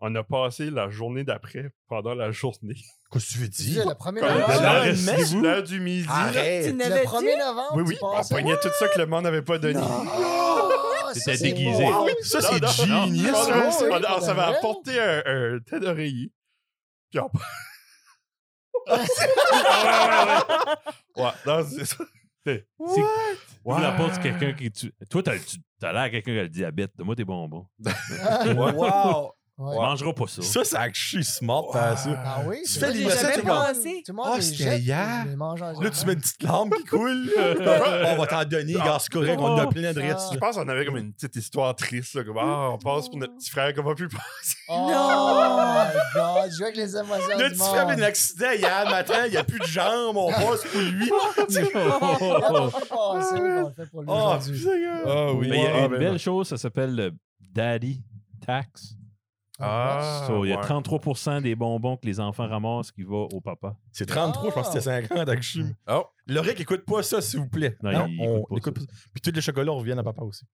on a passé la journée d'après pendant la journée. Qu'est-ce que tu veux Tu dire? sais, le 1er Comme- novembre. Ah, L'heure mais vous- l'heure du midi. là. Arrête! Tu Le n'avais 1er novembre, Oui, oui, tu on passais- pognait tout ça que le monde n'avait pas donné. Ah, C'était ça, c'est déguisé. bon. Wow, ça, Non, c'est non, genius! non, ça, oui, oui, non, on- on pour s'avait de vrai. apporté un, un tête d'oreiller. Puis on. Ah, ouais, ouais, ouais, ouais. Ouais, non, c'est ça. C'est- Ouvre la Wow. porte, c'est quelqu'un qui. Tu... Toi, t'as, tu- t'as l'air à quelqu'un qui a le diabète. Donne-moi tes bonbons. Wow! Ouais. Tu mangeras pas ça. Ça, ça, je suis smart, par ça. Ah oui? Tu c'est fais vrai. les J'ai recettes, jamais tu vois. pensé. Tout le monde Ah, les c'était jette, hier. je les mange en Là, général. tu mets une petite lampe qui coule. on va t'en donner, gars, c'est correct, on en a plein de Ah. restes. Je pense qu'on avait comme une petite histoire triste, là, comme ah, on passe pour notre petit frère qu'on va plus Ah passer. Oh Non! my god, je joue avec les émotions Là, du tu monde. fais un accident hier matin, il n'y a plus de jambes, on passe pour lui. Regarde, on fait pas ça, on le fait pour lui Oh, aujourd'hui. putain, gars. Ah Mais il y ben, a une belle chose, ça s'appelle le Daddy Tax. Ah, So, il y a ouais. 33 des bonbons que les enfants ramassent qui va au papa. C'est 33, je pense que c'était 50 avec Chim. Oh. Loric, écoute pas ça, s'il vous plaît. Non, il on écoute pas n'écoute pas ça. ça. Puis tous les chocolats reviennent à papa aussi.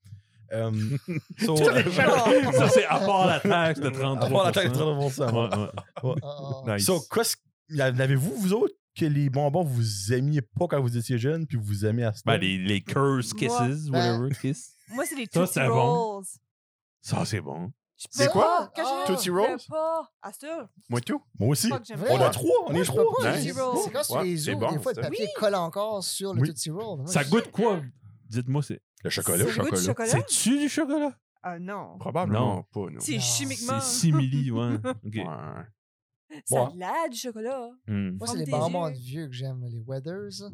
Euh, so, ça, c'est à part la taxe de 33 à part la tête, 33%. ouais. Ouais, ouais. Ah, ah. Nice. So, qu'est-ce avez-vous, vous autres, que les bonbons vous aimiez pas quand vous étiez jeune, puis vous aimez à ce Ben, les, les curse kisses, Moi, ben- whatever kiss. Moi, c'est les Ça, Tootsie c'est bon. Rolls. Ça, c'est bon. Je C'est peux quoi? pas, quand je- Tootsie je peux Rolls? pas. Ah, ça, Moi tout. Moi aussi. fuck, j'aime Vrai? On a pas. trois, on est Je peux trois. pas, Hein? Nice. C'est c'est quand tu Ouais, les c'est ouvres, bon, des fois, le ça. papier colle encore sur le Oui. Tootsie Roll. Moi, Ça je- goûte quoi? Dites-moi, c'est. Le C'est chocolat. le goût du chocolat? C'est-tu du chocolat? Ah non. Probablement pas, non. C'est Non, chimiquement. C'est simili, ouais. OK. Ouais. Ça Ouais. a de l'air du chocolat. Hmm. Moi, c'est les Ferme tes bonbons yeux. de vieux que j'aime, là, les Weathers.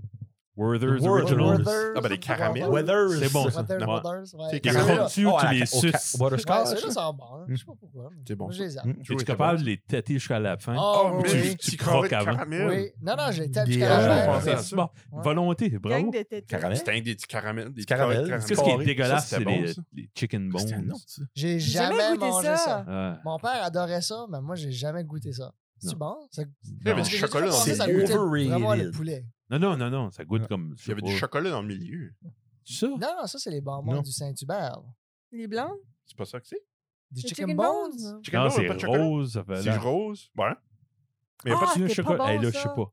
Werther's Werther's. Original. Werther's. Ah, ben, les caramels. Weathers. C'est bon, ça. Waters, Ouais. Waters, ouais. C'est Les Caramel. croques-tu, Oh, à tu la- les au ca- suces. Ouais, Butterscotch. ceux-là, ça en bon. hein. Je sais pas pourquoi. mais C'est bon, Moi, je ça. les aime. Mm. Es-tu capable de les tâter jusqu'à la fin? Oh, Oh, oui. mais oui. tu- Tu tu croques croques avant. caramel. Oui. Non, non, j'ai tapé Des, jusqu'à euh, la je fin. pensais à ça. c'est bon. Volonté, bravo. Gang de têtes. Caramel. C'est un des petits caramels. Des Du caramel. petits Qu'est-ce qui est Carré. dégueulasse, Ça, c'est c'était bon, les, ça. les chicken bones. C'était un nom, ça. J'ai J'ai jamais goûté mangé ça. ça. Ah. Mon père adorait ça, mais moi, j'ai jamais goûté ça. Non. C'est bon? Ça- mais Non. du j'ai chocolat, toujours pensé c'est que ça goûtait overrated. Vraiment le poulet. non, non, non, non, ça goûte Ouais. comme. Il y avait du chocolat dans le milieu. Ça? Non, non, ça, c'est les bonbons Non. du Saint-Hubert. Les blancs? C'est pas ça que c'est? Des Les chicken, bones? Chicken Non, ball, c'est pas de chocolat? rose. Ça fait C'est du rose. Ouais. Mais y a Ah, pas Pas c'était de pas chocolat. bon, Hey, là, je sais ça. pas.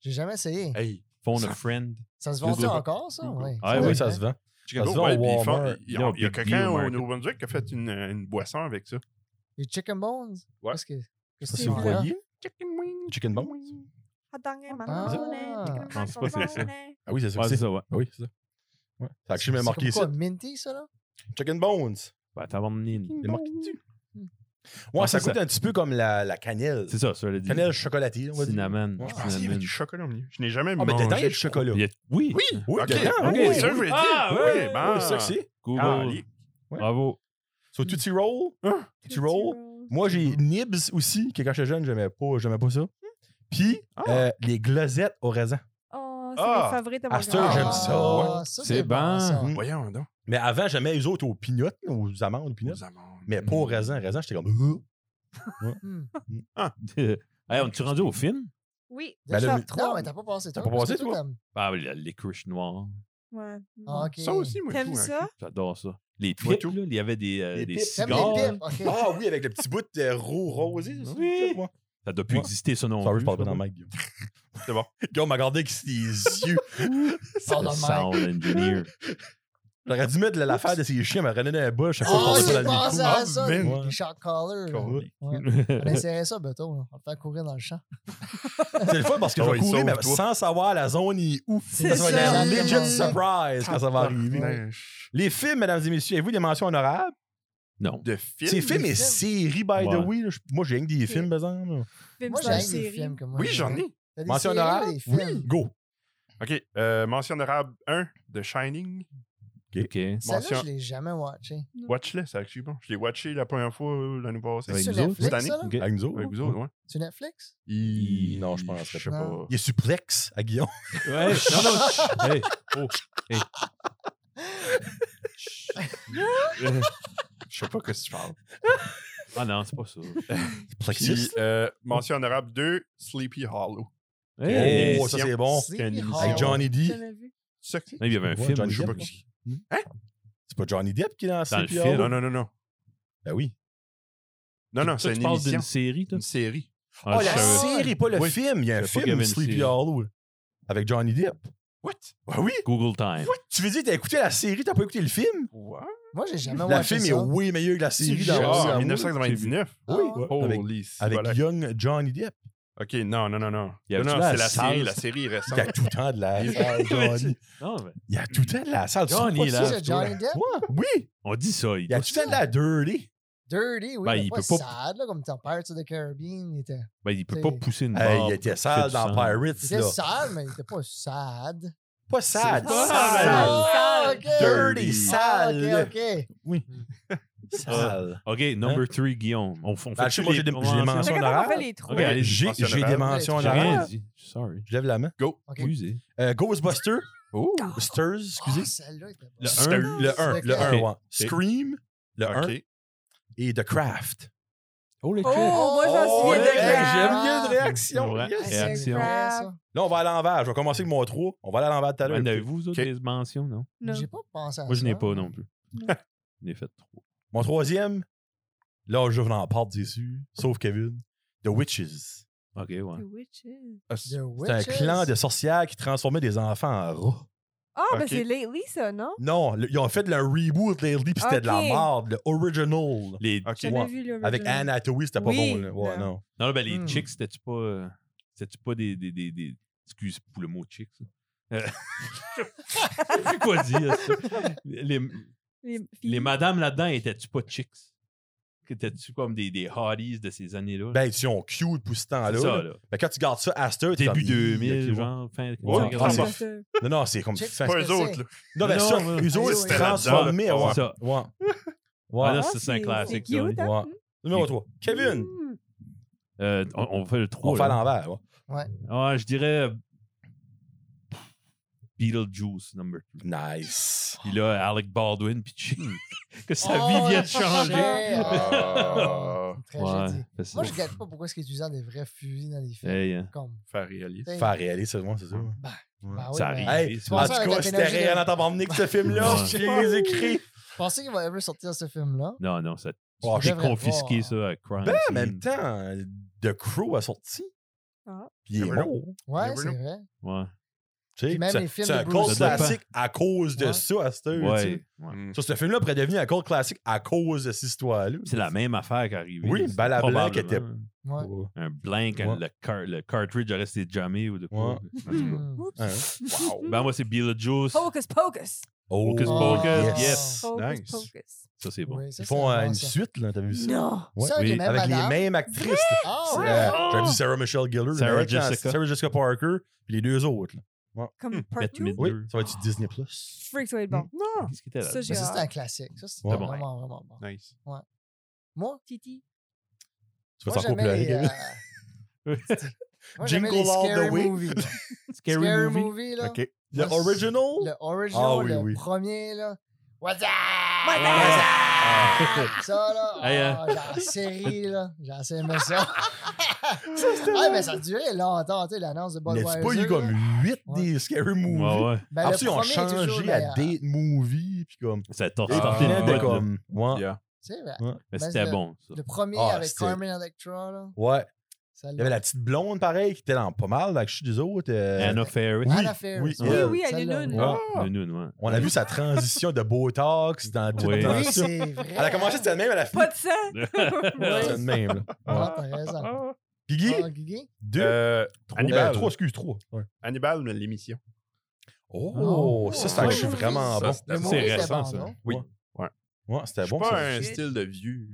J'ai jamais essayé. de. Hey, Phone Ça- a friend. Ça se vend-tu Google. encore, ça? Google. Ouais. Ah Ça oui, doit ça être se vend. Chicken Ça se dough, vend ouais, au puis ils font- Walmart. ils ont- Il y a Big Deal quelqu'un au Market. Nouveau-Brunswick qui a fait une, une boisson avec ça. Les chicken bones? Ouais. Qu'est-ce que qu'est-ce Si que vous c'est, là? voyez. Chicken wing. Chicken bon. Hot dog and Ah. banana, chicken and Je pense pas que c'est ça. banana. Ah oui, c'est ça. Ouais, que c'est c'est ça, ouais. Ah oui, c'est ça. Ouais. Ça a C'est actually même marqué comme ici. quoi, minty, ça, là? Chicken Bones. Bah, t'as emmené une. Il est marqué dessus. Ouais, ça c'est goûte ça. un petit peu comme la, la cannelle. C'est ça, ça, le dit. Cannelle chocolatée, on va dire. Cinnamon. Ouais. Je pensais qu'il Ah, y avait du chocolat au milieu. Je n'ai jamais Ah, mais mangé. dedans, il y a de du chocolat. Il y a- Oui. Oui, Oui, ok, dedans, ok, oui, ça oui. je l'ai dit. Ah, oui, oui, Ah, ben. oui, c'est ça que c'est. Google. Ouais. Bravo. So, Tootsie Roll. Tootsie Roll. Moi, j'ai Nibs aussi, que quand j'étais jeune, j'aimais pas, j'aimais pas ça. Puis, Ah. euh, les glazettes au raisin. Oh, c'est Ah. mes favorites à Ah, mon ça, grand. j'aime ça. Ah, ça, C'est c'est bon, bon. ça. Mm. Voyons donc. Mais avant, j'aimais les autres aux peanuts, aux amandes, aux peanuts. Aux amandes. Mais pas au raisin. Raisin, j'étais comme. euh. Hmm. hey, on est rendu au film? Oui. Ben là, Top mais- Non, trois. mais t'as pas passé, toi. T'as pas parce passé, que toi? t'aimes- Ah, la licorice noire. Ouais. Ah, ok. Ça aussi, moi, je T'aimes trouve, hein. ça? J'adore ça. Les Vois pipes, tout. là, il y avait des, euh, Les des pipes. T'aimes cigares. les pipes, ok. Ah oui, avec le petit bout de roux rosé. ça, c'est Oui. ça, moi. Ça doit plus Ouais. exister, ça non Sorry, plus. je parle pas dans le mic, Guillaume. C'est bon. Guillaume m'a regardé avec ses yeux. Parle dans Le le mic. sound engineer. J'aurais dû mettre l'affaire de ses chiens, mais René dans la bouche. à chaque fois qu'on Oh, parlait j'ai pas dans le pensé micro. à ça, Ah, man. les les shock collars. là. Ouais. Ouais. On essaierait ça, bientôt. là. On va te faire courir dans le champ. C'est le fun parce que Ah je vais ouais, courir, sauve, mais toi. sans savoir la zone est où. C'est Ça Ah, va être ça. un legit Exactement. surprise quand ça va arriver. Tabarnèche. Les films, mesdames et messieurs, avez-vous des mentions honorables? Non. De film. C'est films films. et séries, by Ouais. the way. là. Je- Moi, j'ai rien que des films, par exemple. Film Moi, slash j'ai des série. films comme moi. Oui, j'en ai. T'as des Mention séries, honorable? des Oui. films. Go. OK. euh, mention honorable 1, The Shining. OK. Celle-là, Mention- je l'ai jamais watché. Watch-le, c'est actually bon. Je l'ai watché la première fois euh, l'année passée. C'est Avec sur nous autres, Netflix, cette année? ça, là? OK. Avec nous autres. Avec vous autres, ouais. Sur Netflix? Il- Non, je penserais Je sais pas. pas. Il est suplex à Guillaume. Ouais, non, non. chut. Hey, oh, hey. Chut. Euh, Je sais pas que tu parles. ah non, c'est pas ça. Puis, Oh, Suplexiste. euh, mention honorable 2, Sleepy Hollow. Hey, Oh, ça, c'est bon. Sleepy Avec Hollow. Avec Johnny Je D. l'ai vu. Ça, c'est- Non, Il y avait un Ouais, film. Johnny je sais Depp, pas là. qui- C'est pas Johnny Depp qui est dans Dans le CPR? film. hein. Non, non, non, non. Ben oui. Non, non, Toi, c'est tu une parles émission. d'une série, toi? Une série. Ah, oh, je la savais- sais. série, pas le Oui. film. Il y a Je un savais pas qu'il y film, avait une Sleepy série. Hollow, avec Johnny Depp. What? Ben oui. Google Time. Tu veux dire, t'as écouté la série, t'as pas écouté le film? What? Moi, j'ai jamais La watché ça. film est way meilleur que la série dans Ah, dans- 1999. Ah, Oui. ouais. Avec- Holy Avec cibolac. Young Johnny Depp. Ok, non, non, non, non. Y Non, avait-tu non, la c'est la salle, série. ça? La série est Il y récente. a tout le temps de la Il- salle, Johnny. Non, mais Il y a tout le temps de la salle. tu trouves Johnny, pas là. ça? C'est Johnny Depp? Ouais, Oui. on dit ça. Il Hein? y a tout le temps de la dirty. Dirty, oui. Ben, mais il pas peut pas- sad, là, comme ton Pirates of the Caribbean. Il était, Ben, il peut C'est- pas pousser une Hey, barbe il était pour sale toucher du dans sang. Pirates, il était là. sad, mais il était pas sad. Pas sale. pas Sale. Ah, ok. Dirty, Ah, sale. ok, ok. Sale. OK, number 3, Guillaume. On, on fait Ben, je sais pas, j'ai des- j'ai des mentions. Fait Son que comment on horaire? fait les trois? Ok, allez, J'ai mention j'ai des honorable. mentions J'ai rien honorables. dit. Sorry. Je lève la main. Go. Ok. Musée. Euh, Ghostbusters. Oh. Stirs, Ah, excusez. celle-là était bonne. Le Stirs. un. Le 1. Le 1, Ok. ouais. Scream. Le 1. Ok. Et The Craft. Oh, le Oh, moi, je m'en Oh, souviens hey, de J'aime Grave. bien une réaction. Ouais. Yes. Ah, c'est Action. vrai, ça. Là, on va à l'envers. Je vais commencer avec mon 3. On va aller à l'envers tout à l'heure. Ah, En avez-vous, Ben, vous autres, Ok. des mentions, non? Non. J'ai pas pensé à Moi, je ça. n'ai pas non plus. Non. J'en ai fait trois. Mon troisième, là, je vous en parle dessus, sauf Kevin. The Witches. OK, ouais. The Witches. The C'est un Witches. clan de sorcières qui transformait des enfants en rats. Ah, ben Ok. c'est Lately, ça, non? Non, le- ils ont fait le reboot lately, puis c'était de la Ok. merde, le original. Les... Ok. J'avais Ouais. vu le Avec original. Anne Hathaway, c'était pas Oui, bon. là. Ouais, non. non. Non, ben, les Hmm. chicks, c'était-tu pas... euh, C'était-tu pas des, des, des, des- Excuse pour le mot chicks. ça. Euh, Je sais quoi dire. ça. Les, Les, filles. les madames là-dedans, étaient-tu pas chicks? T'étais-tu comme des, des hotties de ces années-là? Ben, tu on cute pour ce c'est temps-là. ça, là. là. Ben, quand tu gardes ça, Aster, t'es Début comme, Ih, 2000, ok, genre, fin. Ouais, fin- ah, fin- c'est- Parce que- Non, non, c'est comme. Check fin- ce Pas que eux autres, là. Non, ben, Non, ça, mais- eux autres, ils se C'était là-dedans, transformaient. là. Ouais. C'est ça. Ouais. Ah, Ouais. là, ça, c'est un classique, C'est cute, ça, hein? ouais. Numéro 3. Kevin, Hmm. Euh, on, on fait le 3. on fait à l'envers. ouais. Ouais, je dirais euh, Beetlejuice number 2. Nice. Puis là, Alec Baldwin, puis Ching. que sa Oh, vie vient de shit. changer. Ah, Très gentil. c'est ça. Moi, je ne gâte pas pourquoi est-ce qu'ils utilisent des vrais fusils dans les films. Hey, hein. Comme, Faire réaliser. t'sais, Faire réaliser, c'est moi, c'est ça. ouais. Ben, Ouais. ben oui, ça mais- arrive. Hey, c'est pour en ça, tout avec cas, la c'était technologie rien de- à t'emmener que ce film-là. Ouais. Je les écrit. Pensez qu'il va ever sortir ce film-là. Non, non, ça Oh, j'ai devrais confisqué voir. ça à Crime. Ben, en Scene. même temps, The Crow a sorti. Ah. Puis il est Never mort. Ouais, Never c'est know. vrai. Ouais. Tu sais, Puis même c'est- les films C'est de un Bruce cult Lee. classique à cause de Ouais. ça, à cette heure. tu sais. Ouais. ouais. Mm. Ça, ce film-là pourrait devenir un cult classique à cause de cette histoire-là. C'est la même affaire qui est arrivée. Oui, une balle à blanc qui Probablement. Ouais. Un blank, Ouais. le, car- le cartridge aurait été jammé ou de Ouais. quoi. En tout cas. Hmm. Hein? Wow. Ben, moi, c'est Beetlejuice. Focus, focus. Oh, Hocus Oh. Pocus, Yes. yes. Focus, Nice. focus. Ça, c'est bon. Oui, ça, c'est Ils font euh, bon, une ça. suite, là, t'as vu ça? Non. Ouais. Ça, avec les Oui, mêmes Avec les madames. mêmes actrices. là. Ah, C'est, ouais. euh, Ah. J'avais vu Sarah Michelle Gellar, Sarah mais avec la- Jessica. Sarah Jessica Parker, puis les deux autres. là. Comme part Bette 2. Midler. Oui, ça va être sur Disney+. Plus. Freak, ça va être bon. Non. Qu'est-ce qui était là? Ça, j'ai Mais ça, c'est un hâte. classique. Ça, c'est Ouais. vraiment, vraiment bon. Nice. Moi, Titi. Tu vas moi t'en j'aimais pleurer, les... Kevin. euh, moi, j'aimais Jingle les All the Scary Way. Movie. Scary Movie. là. OK. Le Moi, c'est- original? Le original, Ah oui, le oui. premier, là. What's up? What's up? Ça, là. Hey, ah, hein. j'ai la série, là. J'ai assez aimé ça. ah, mais ça a duré longtemps, tu sais, l'annonce de Mais Budweiser. tu pas eu là. comme 8 Ouais. des Scary Movies? Ouais, ouais. Ben, Après, le ça, ils ont premier est changé toujours à meilleur. Date Movie, puis comme... Ça a torté Et Ah, plein de ouais. comme... Ah. Ouais. Yeah. C'est vrai. Mais Ben, c'était le- bon, ça. Le premier Ah, avec c'était- Carmen Electra, là. ouais. Il y Celle-là. avait la petite blonde, pareil, qui était dans pas mal, là, que je suis des autres. euh, Anna Faris. Anna Faris. oui, Oui, oui, elle est Celle-là, oui. lune. Ah. Le noun, ouais. On a vu sa transition de Botox dans tout Oui. dans Oui, ça. c'est vrai. Elle a commencé, c'était le même, elle a fini, Pas de sang. c'était le même. Ah, là. t'as raison. Ah. Puis Guy, Ah, Guigui? deux, Euh, euh, Hannibal. trois, excuse, trois. Ouais. Hannibal, mais l'émission. Oh, ça, c'est Ouais. je suis vraiment Ça, bon. c'était- Le c'est movie, c'était récent, bon, ça. non? Oui. Ouais, c'était C'est Ben bon. pas ça. un Shit. style de vieux.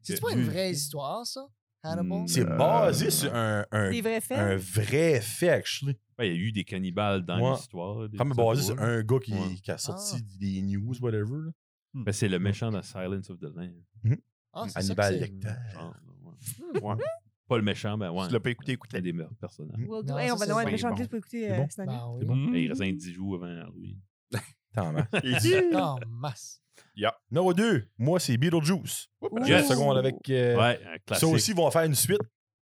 C'est Que pas une vu. vraie histoire, ça? Hannibal? Mm. C'est Euh, basé sur un, un, Des vrais faits. un vrai fait, actually. Ouais, il y a eu des cannibales dans Ouais. l'histoire. des Vraiment trucs basé de sur même. un gars qui, Ouais. qui a sorti des news, whatever. là. Mais Ben, c'est le méchant dans Silence of the Lambs. Ah, c'est ça que Hannibal c'est. Lecter. Genre, ouais. Ouais. Pas le méchant, ben ouais. Tu l'as pas écouté, écoute-la. C'est des meilleurs personnages. Mm. We'll do- Non, Hey, ça, on va c'est donner un bon. méchant C'est plus bon. pour écouter C'est euh, bon. cette année. Ben C'est oui. bon. Et il restait 10 jours avant Halloween. Tant mieux. En masse. Numéro 2, moi, c'est Beetlejuice. Ouh. J'ai un second avec. euh, Ouais, un Ça classique. aussi, ils vont faire une suite.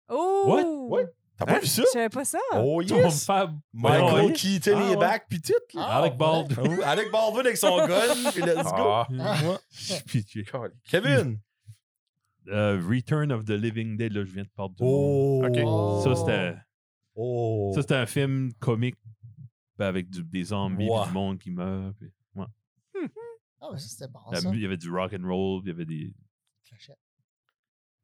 Oh! What? What? T'as pas Hein? vu ça? Je savais pas ça. Oh Ils vont me yes! faire- Michael Ouais. Keaton Ah, est ouais. back, pis tout. là. Ah, Alec ouais. Baldwin. Oh, Alec Baldwin avec son gun, puis let's go. Ah. Oh. Ouais. Puis tu- Kevin! Euh, Return of the Living Dead, là, je viens de parler de Oh! Ok. Ça, c'était. Oh! Ça, c'était un film comique ben, avec du- des zombies, puis Ouais. du monde qui meurt. puis Ah, mais ça, c'était bon, la ça. mu- il y avait du rock and roll, puis il y avait des Clachette.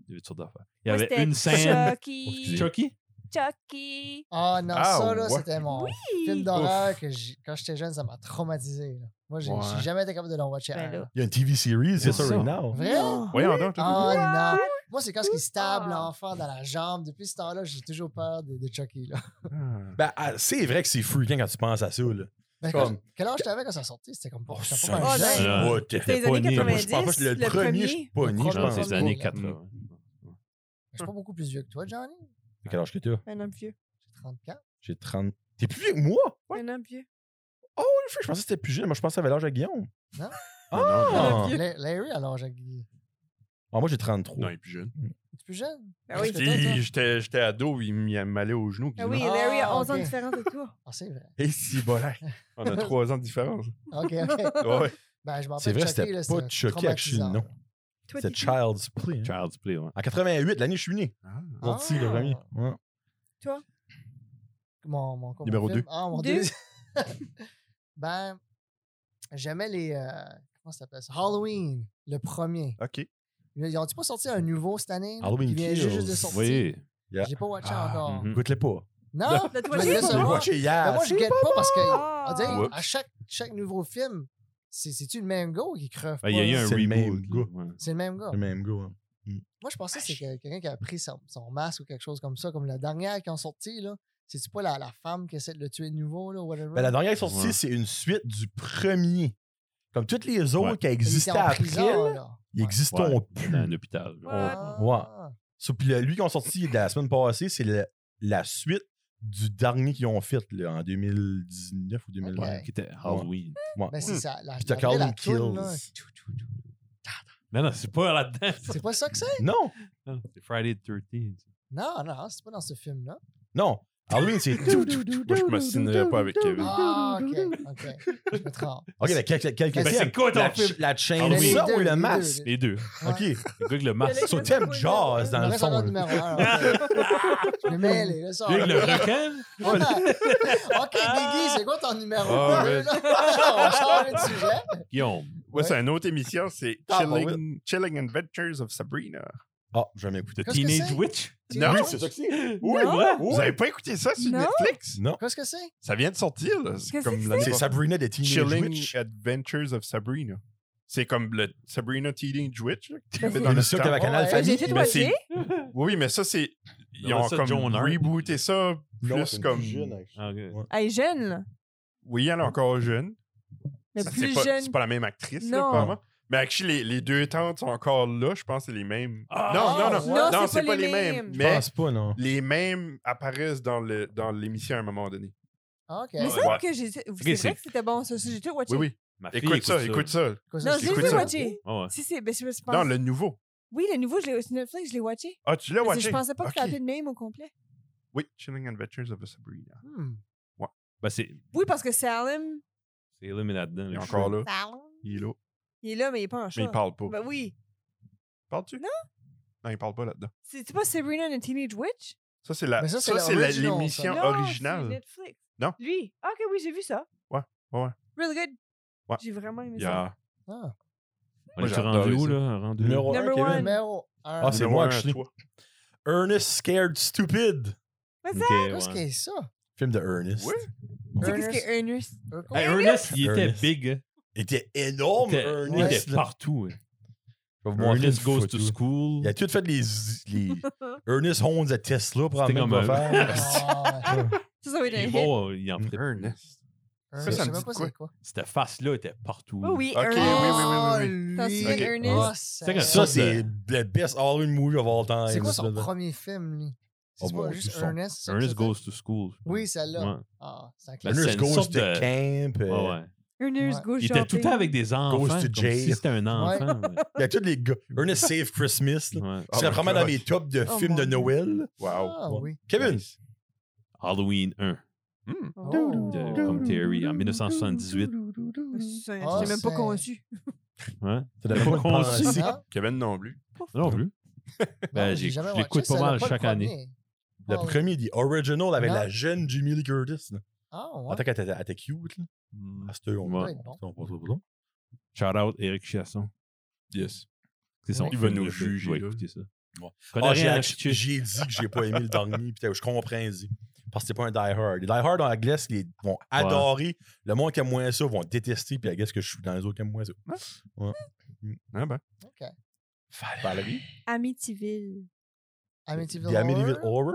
il y avait toutes sortes d'affaires. Il y Moi, avait c'était une scène. Chucky. Chucky? Chucky. Ah non, Ah, ça, là, ouais. c'était mon Oui. film d'horreur que j'ai- quand j'étais jeune, ça m'a traumatisé. là. Moi, j'ai Ouais. j'ai jamais été capable de le watcher. Ben un, là. là. Il y a une TV series, c'est C'est ça, ça. right now. Vrai? Voyons donc. Oh t'as- non! Moi, c'est quand il stab Ah. l'enfant dans la jambe. Depuis ce temps-là, j'ai toujours peur de, de Chucky. Là. Ben, ah, c'est vrai que c'est freaking quand tu penses à ça, là. Ben, Comme- quand je- quel âge t'avais quand ça sortait? C'était comme pas. Oh, j'étais ça, pas mal un jeune. jeune. là. Ouais, t'es C'est les pas années né, moi, 90, je pense pas que le, le premier, je suis pas premier. né, Le je premier. Genre, pense. c'est les Ouais. années 80. Mm. Je suis pas beaucoup plus vieux que toi, Johnny. Quel âge que t'as? Un homme vieux. J'ai 34. J'ai 30. T'es plus vieux que moi? Ouais. Un homme vieux. Oh, le feu, je pensais que t'étais plus jeune. Moi, je pensais que t'avais l'âge à Guillaume. Non. Ah! Non, non, La- Larry, alors, Jacques Guy. Ah, moi, j'ai 33. Non, il est plus jeune. Tu es plus jeune? Ah oui. Qu'est-ce que t'as, toi? J'étais- J'étais j'étais ado, il m- m'allait aux genoux. Ah oui, Ah, Larry a 11 ans ok. de différence de toi. Ah, c'est vrai. Et si, voilà. On a trois ans de différence. Ok, ok. Ah Ouais. Ben, je m'en C'est rappelle Chucky, vrai, c'était là, pas c'était Chucky, actually, non. traumatisant. Toi, C'était Titi. Child's Play. hein. Child's Play, ouais. En 88, l'année où je suis né. Sorti, le Ah. premier. Ouais. Mon, mon, mon Numéro film. deux. Ah, mon Deux. deuxième. ben, j'aimais les. euh, comment ça s'appelle ça? Halloween, le premier. OK. Ils ont-ils pas sorti un nouveau cette année? là, Halloween qui vient Kills. juste de sortir. Oui. Yeah. J'ai pas watché Ah, encore. mhm. Écoute-les pas. Non! Là, toi, Mais j'ai là, pas. c'est J'ai bon. watché Ben, hier. moi, je guette pas parce que. Ah. Oh, on dirait, Oups. à chaque, chaque nouveau film, c'est- c'est-tu le même gars qui creve Ben, Il y a eu pas, là? un C'est le même reboot. là, ouais. C'est le même gars. le même gars. hein. Mm. Moi, je pensais que c'est que- quelqu'un qui a pris son, son masque ou quelque chose comme ça, comme la dernière qui ont sorti, là. C'est-tu pas la, la femme qui essaie de le tuer de nouveau, là, whatever? Ben, la dernière qui est sortie, Ouais. c'est une suite du premier. Comme toutes les autres Ouais. qui Il était existaient en après, prison, là, là. ils Ouais. existeront Ouais. plus. dans un hôpital. Ouais. Ah. Ouais. Ça, puis le- lui qui ont sorti de la semaine passée, c'est le- la suite du dernier qu'ils ont fait là, en 2019 ou 2020. Ouais. Qui était Halloween. Ouais. Ben, c'est ça. La, Hmm. Puis t'as la vraie, la Calvin toune, là. Kills. Tout, tout, tout. Non, non, c'est pas là-dedans. ça. C'est pas ça que c'est? Non, Non, C'est Friday the 13th. Non, non, c'est pas dans ce film-là. non. Halloween, c'est tout, tout, tout. Moi, je me signerais pas avec Kevin. Ah, ok, ok. Je me trompe. Ok, mais quel, quel, Ben, quel- quel- c'est quoi ton la, film? ch- la chaîne Halloween. ça Les ou deux, le les masque? Les deux. Ok. Le gars avec le masque. So, t'aimes jazz dans On le reste en fond. là. numéro un. ok. Je me mêle, là, ça. Le gars avec le requin. Ah, ben, Ok, Guigui, c'est quoi ton numéro Ah, 2? ouais. On change de sujet. Guillaume. Ouais, c'est une autre émission, c'est Ah, bah Chilling, Chilling Adventures of Sabrina. Ah, je vais m'écouter. The Qu'est-ce que Teenage c'est? Witch. Non, Oui, c'est ça que c'est. Oui, Non. vrai. Vous avez pas écouté ça sur Non. Netflix? Non. Qu'est-ce que c'est? Ça vient de sortir, là. C'est Qu'est-ce comme que l'année C'est passée. Sabrina des Teenage Chilling Witch. Adventures of Sabrina. C'est comme le Sabrina Teenage Witch. là, que tu avais dans le L'émission temps. qu'il y avait à Canal Ouais. J'ai Famille. été Ah, Ben, mais c'est- droitier. Oui, mais ça, c'est. Ils Non, ont ça, comme John Hurt. rebooté ça Non, plus c'est une comme. plus jeune, avec- Ah, ok. Ouais. Elle est jeune, là. Oui, elle est encore jeune. Mais Ça, plus c'est, pas, jeune. c'est pas la même actrice, là, Non. apparemment. Mais actually, les, les deux tantes sont encore là. Je pense que c'est les mêmes. Ah! non, non, non. Non, non, c'est, pas, les mêmes. Je mais pense pas, non. les mêmes apparaissent dans, le, dans l'émission à un moment donné. Ah, Ok. Mais Ouais. ça, Ouais. que j'ai. C'est c'est- vrai que c'était bon, ça. ça, J'ai tout watché. Oui, oui. Ma fille Écoute, ça, écoute ça. Qu'est-ce que Non, c'est? je l'ai Écoute tout ça. watché. Ah ouais. Si, c'est. Ben, je je pense. Non, le nouveau. Oui, le nouveau, je l'ai- sur Netflix, je l'ai watché. Ah, tu l'as Parce que watché? Je pensais pas que Ok. tu avais le même au complet. Oui, Chilling Adventures of Sabrina. Hmm. Ben, c'est Oui, parce que Salem. c'est là, mais là-dedans. Il est le encore cheveu. là. Salem. Il est là. Il est là, mais il est pas en Mais chat. il parle pas. Ben oui. Parles-tu? Non. Non, il parle pas là-dedans. C'est pas Sabrina and the Teenage Witch? Ça, c'est la, Mais ça, ça, c'est c'est la- l'original, ça. l'émission Non, c'est originale. Netflix. Non? Lui. Ah, ok, oui, j'ai vu ça. Ouais, ouais, ouais. Really good. Ouais. J'ai vraiment aimé ça. Yeah. Ah. On est Moi, rendu j'adore où, ça. là? Rendu Numéro Number 1, Kevin. one. Numéro 1. Ah, c'est Numéro moi, un, actually. toi. Ernest Scared Stupid. What's Ok, up? Qu'est-ce ouais. que c'est ça? Film de Ernest. Oui. Tu sais qu'est-ce Ernest- que Ernest? Euh, quoi? Hey, Ernest, il était Ernest. big. hein. Il était Il énorme, était, il Ernest. était là. partout. hein. Je vais vous montrer Ernest une goes photo. to school. Il a tout fait les, les Ernest Holmes à Tesla, comme probablement. un- faire. Ah, ouais. Ça, ça va être Il un est hit. bon, il en fait. Ernest. Ernest, ça Je me sais dit même pas quoi? c'est quoi. Cette face-là était partout. Oh oui, Ok, oui, oui, Ernest. oui, oui, oui. T'en lui. souviens Ok. Ernest? Ah, C'est que Ça, c'est le best Halloween movie of all time. C'est quoi ça, son là. premier film, lui? Oh, C'est mon pas Dieu, juste son- Ernest? c'est ça que Ernest ça fait? goes to school. Oui, celle-là. Ouais. Ah, c'est un classique. c'est Ernest une Goes sorte to de- Camp. euh, Ouais, ouais. Ernest Ouais. Go Il était tout le temps avec des enfants. to Comme jail. si c'était un enfant. Il y a tous les gars. Ernest Save Christmas. là. ouais. C'est Oh my vraiment dans God. mes tops de Oh films de mon Dieu. Noël. là. Ah, Wow. oui. Kevin. Halloween 1, Hmm. Oh. de- comme Terry, en 1978. C'est Ah, même pas c'est- conçu. Ouais. Ça devait pas Pas conçu. penser. Non, Kevin non plus. Non plus. Ben, non, j'ai- Ah, j'ai jamais je watché l'écoute pas celle-là, mal le chaque premier. année. Le Ah, ouais. premier, The Original, avec Non. la jeune Jimmy Lee Curtis. là. Ah, En ouais. tant qu'elle était- elle était cute. Là. Ah, À cette heure, on Ouais. va. Ouais, bon. on passe au boulot. Mmh. Shout out Eric Chiasson. Yes. C'est son Il film va nous de- juger, Ouais, là. écoutez ça. Ouais. Connais Ah, j'ai, rien à actu- chier. j'ai dit que j'ai pas aimé le dernier, puis je comprends, dis. Parce que c'est pas un Die Hard. Les Die Hard dans la glace, ils vont adorer. Le monde qui aime moins ça vont détester, puis la glace que je suis dans les autres qui aiment moins ça. Ah ben. OK. Valérie. Amityville. Amityville The Amityville Horror, Horror.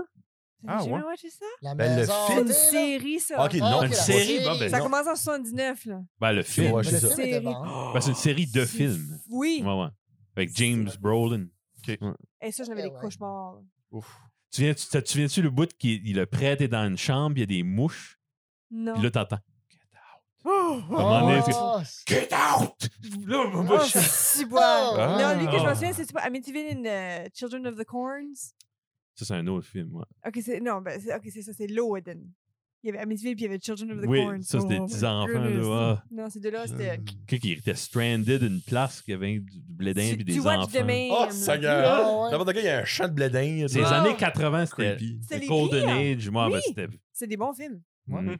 T'as Ah, jamais ouais. watché ça? La Ben, le maison film- C'est une hantée, là. série, ça. Ok, Ah, non, ok, une la série, série. bah, ben Ça non. commence en 79, là. Ben, le film. Ouais, Mais c'est le ça. film était Série. bon. hein. Ben, c'est une série de films. Oui. Ouais, ouais. Avec James Brolin. Et ça, j'avais Eh des ouais. cauchemars. là. Ouf. Tu viens- tu- tu viens-tu le bout qu'il il le prêtre est dans une chambre, il y a des mouches, Non. puis là, t'entends. Oh, moment donné, c'est- Get out! Là, moi, Oh, je- si bois. Ah. Non, lui que je Ah. me souviens, c'est pas Amityville and euh, Children of the Corns. Ça, c'est un autre film, ouais. Ok, c'est non, ben, c'est ok, c'est ça, c'est Loden. Il y avait Amityville puis il y avait Children of the Oui, Corns. Oh, ça, c'était my des enfants, là, goodness. ah. Non, ces deux-là, Euh, c'était. Quelqu'un qui était stranded d'une place, qui avait du du blédin Tu, puis tu des watches enfants. demain. Oh, Seigneur! Ah, ouais. N'importe quoi, il y a un champ de blé d'Inde. C'est les Ah! années 80, c'était Creepy. C'est le les Golden pires. Age. Moi, ben, Oui. c'était. C'est des bons films. Ouais. Mm.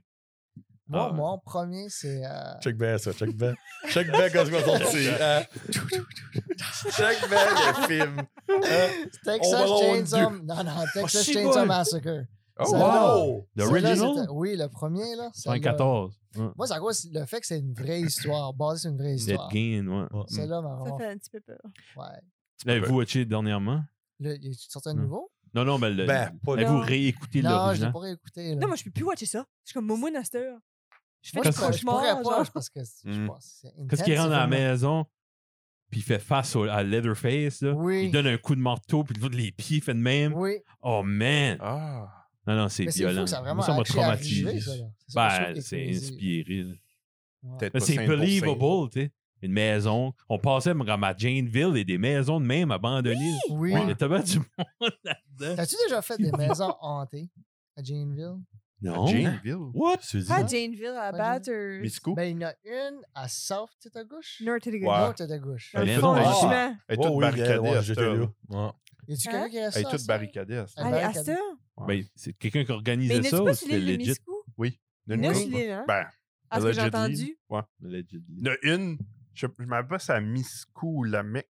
Moi, Ah. mon premier, c'est... euh, Check bien ça, check bien. Check bien quand il va sortir. Hein? Check bien le film. Hein? Texas Home Alone Chainsaw... deux. Non, non, Texas c'est Chainsaw bon. Massacre. Oh, Ça- wow. Wow! Ah, The Celle-là, original? c'était- Oui, le premier, là. celle-là. 114. Ouais. Moi, c'est à cause le fait que c'est une vraie histoire, basée sur une vraie Dead histoire. Gain, ouais. Mm. Ouais. Celle-là m'a Ça vraiment... fait un petit peu peur. Ah. Ouais. L'avez-vous watché dernièrement? Là, il est sorti un Non. nouveau? Non, non, mais le- Ben, pas de. Non. avez-vous réécouté Non, je l'ai Hmm. l'original? pas réécouté. là. Non, moi, je peux plus watcher ça. Je suis comme Momo Naster. Je fais Moi, je, pourrais- du je cauchemar. pourrais pas, genre. je- parce que c'est- je Mm. pense que c'est Quand il intense, rentre ce dans la film-là. maison, puis il fait face au- à Leatherface, là, Oui. il donne un coup de marteau, puis les pieds fait de même. Oui, Oh man! Ah. Non, non, c'est mais c'est violent. fou, ça a Moi, vraiment ça m'a actually arrivé, traumatisé. ça, là. C'est ça que je trouve Ben, qui est c'est crazy. inspiré. là. Peut-être Mais pas C'est 5%. believable, tu sais. Une maison. On passait à Janeville et des maisons de même abandonnées. Oui. Il y a tellement du monde là-dedans. T'as-tu déjà fait des maisons hantées à Janeville? Non. Janeville. What? Pas à Janeville, à Pas Batters. Misco. Ben, il y en a une à South à gauche. North Hilligan. Ouais. North à gauche. Dans le Ben, fond non, du ah. chemin. Elle est toute Ouais, Oh, oui, elle, barricadée ouais, à j'étais là. Stone. Ouais. Y a-tu Hein? quelqu'un qui reste Elle est toute barricadée à Stone. Ah, Allez, à barricade. ça. Ben, c'est quelqu'un qui Mais organisait il n'est ça ou pas sur c'était l'île de legit? Miscou? Oui. Il n'est une- pas sur l'île, hein? Ben, À ce que j'ai allegedly. entendu. Ouais. Il y Allegedly. en a une, je, je m'appelle pas ça Miscou ou la Mecque.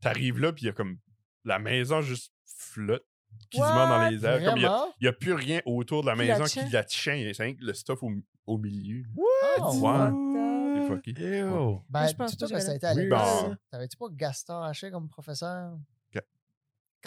T'arrives là, puis il y a comme la maison juste flotte quasiment dans les airs. Comme il y a- Vraiment? il n'y a, plus rien autour de la Qui la maison tient. qui la tient. C'est rien que le stuff au, au milieu. Ah, Ouais. ouais. What C'est fucké. Ew. Ben, Je pense tout pas que que ça a j'allais- été à Oui, l'école. ben- ça. T'avais-tu pas Gaston Haché comme professeur? the-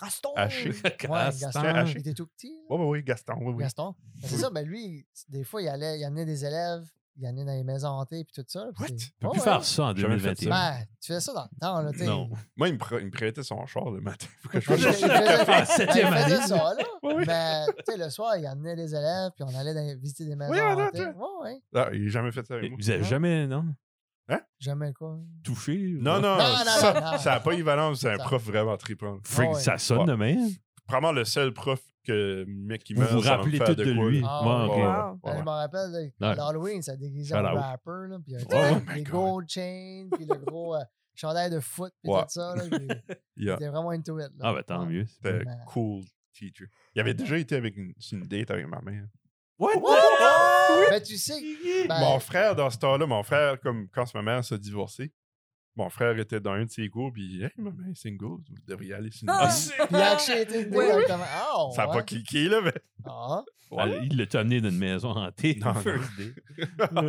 Gaston! Haché. Ouais, Gaston. Gaston. Haché. Il était tout petit. là. Oui, oui, oui, Gaston. Oui, oui. Gaston. Ben, c'est Oui. ça, ben lui, des fois, il allait, il amenait des élèves, il amenait dans les maisons hantées, puis tout ça. puis What? c'est- Tu peux Ouais, plus ouais. faire ça en J'avais fait 2021. Ben, tu fais ça dans le temps, là, tu sais. Non. Moi, il me, pre- il me prêtait son char le matin. Faut que je Il me faisait- cherche. il faisait- En septième ben, il faisait année. ça, là. Oui, oui. Mais, tu sais, le soir, il amenait les élèves, puis on allait dans les- visiter des maisons Oui, on a- hantées. Ouais, ouais. Ah, il n'a jamais fait ça avec moi. Vous avez Non. jamais, non? Jamais quoi. Touché? Non, Non, non, non, ça non, non. n'a pas équivalent. C'est un Ça- prof vraiment trippant. Freak, Ah ouais. ça sonne Ouais. de même. Probablement le seul prof que mec qui Vous meurt, vous ça va me rappelez faire tout de quoi, lui. là. Ah, Ouais, Ouais, ok. ouais, Wow. ouais, Ben, je me rappelle, là, Ouais. l'Halloween, ça déguisait Shout en out. rapper, là, puis il y Ouais, avait ouais. les My God. gold chains, puis le gros euh, chandail de foot, puis Ouais. tout ça. Là, puis, Yeah. C'était vraiment into it. Là. Ah, ben tant Ouais. mieux. C'était Ouais. cool teacher. Il avait déjà été avec une, sur une date avec ma mère. What? Ah, Mais tu sais, que- ben, Mon frère, dans ce temps-là, mon frère, comme quand ma mère s'est divorcée, mon frère était dans un de ses cours, puis Hey, ma mère est single, vous devriez aller sur une Ah, date. c'est- puis il a acheté été Oui, oui. comme. Ah, Ça n'a ouais. pas cliqué, là, mais. Ah, Ah, Il l'a amené d'une maison hantée. Non, non. First day.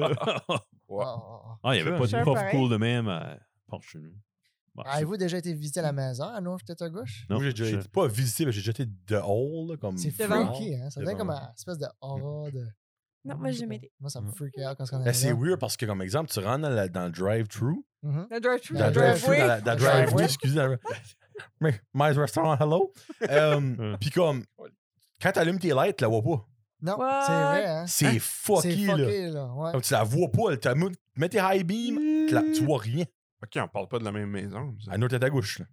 ah, ah, ah. ah, il n'y avait pas de Sure, prof pareil. cool de même à Port chez nous. Bon, Avez-vous déjà été visiter la maison à North à gauche? non, Moi, j'ai je- déjà été, pas visité, mais j'ai déjà été dehors, là, comme. C'est Devant. freaky, hein? Ça Mm, Devant. donne comme une espèce de aura de. Non, moi, j'ai jamais été. Moi, ça me freak out quand on Ben, c'est weird parce que, comme exemple, tu rentres dans, la- dans le drive-thru. Mhm. Le drive-thru, Le Dans le le drive-thru, driveway. dans la- dans le Le drive-thru, driveway. excusez. dans le- Mais, My restaurant, hello. Um, Puis comme, quand t'allumes tes lights, tu la vois pas. Non, What? c'est vrai, hein? C'est C'est fucky, là. fucké, là. Ouais. Comme tu la vois pas, là. T'as- tu mets tes high beams, tu la- tu vois rien. Ok, on parle pas de la même maison. ça. À notre tête à gauche, là.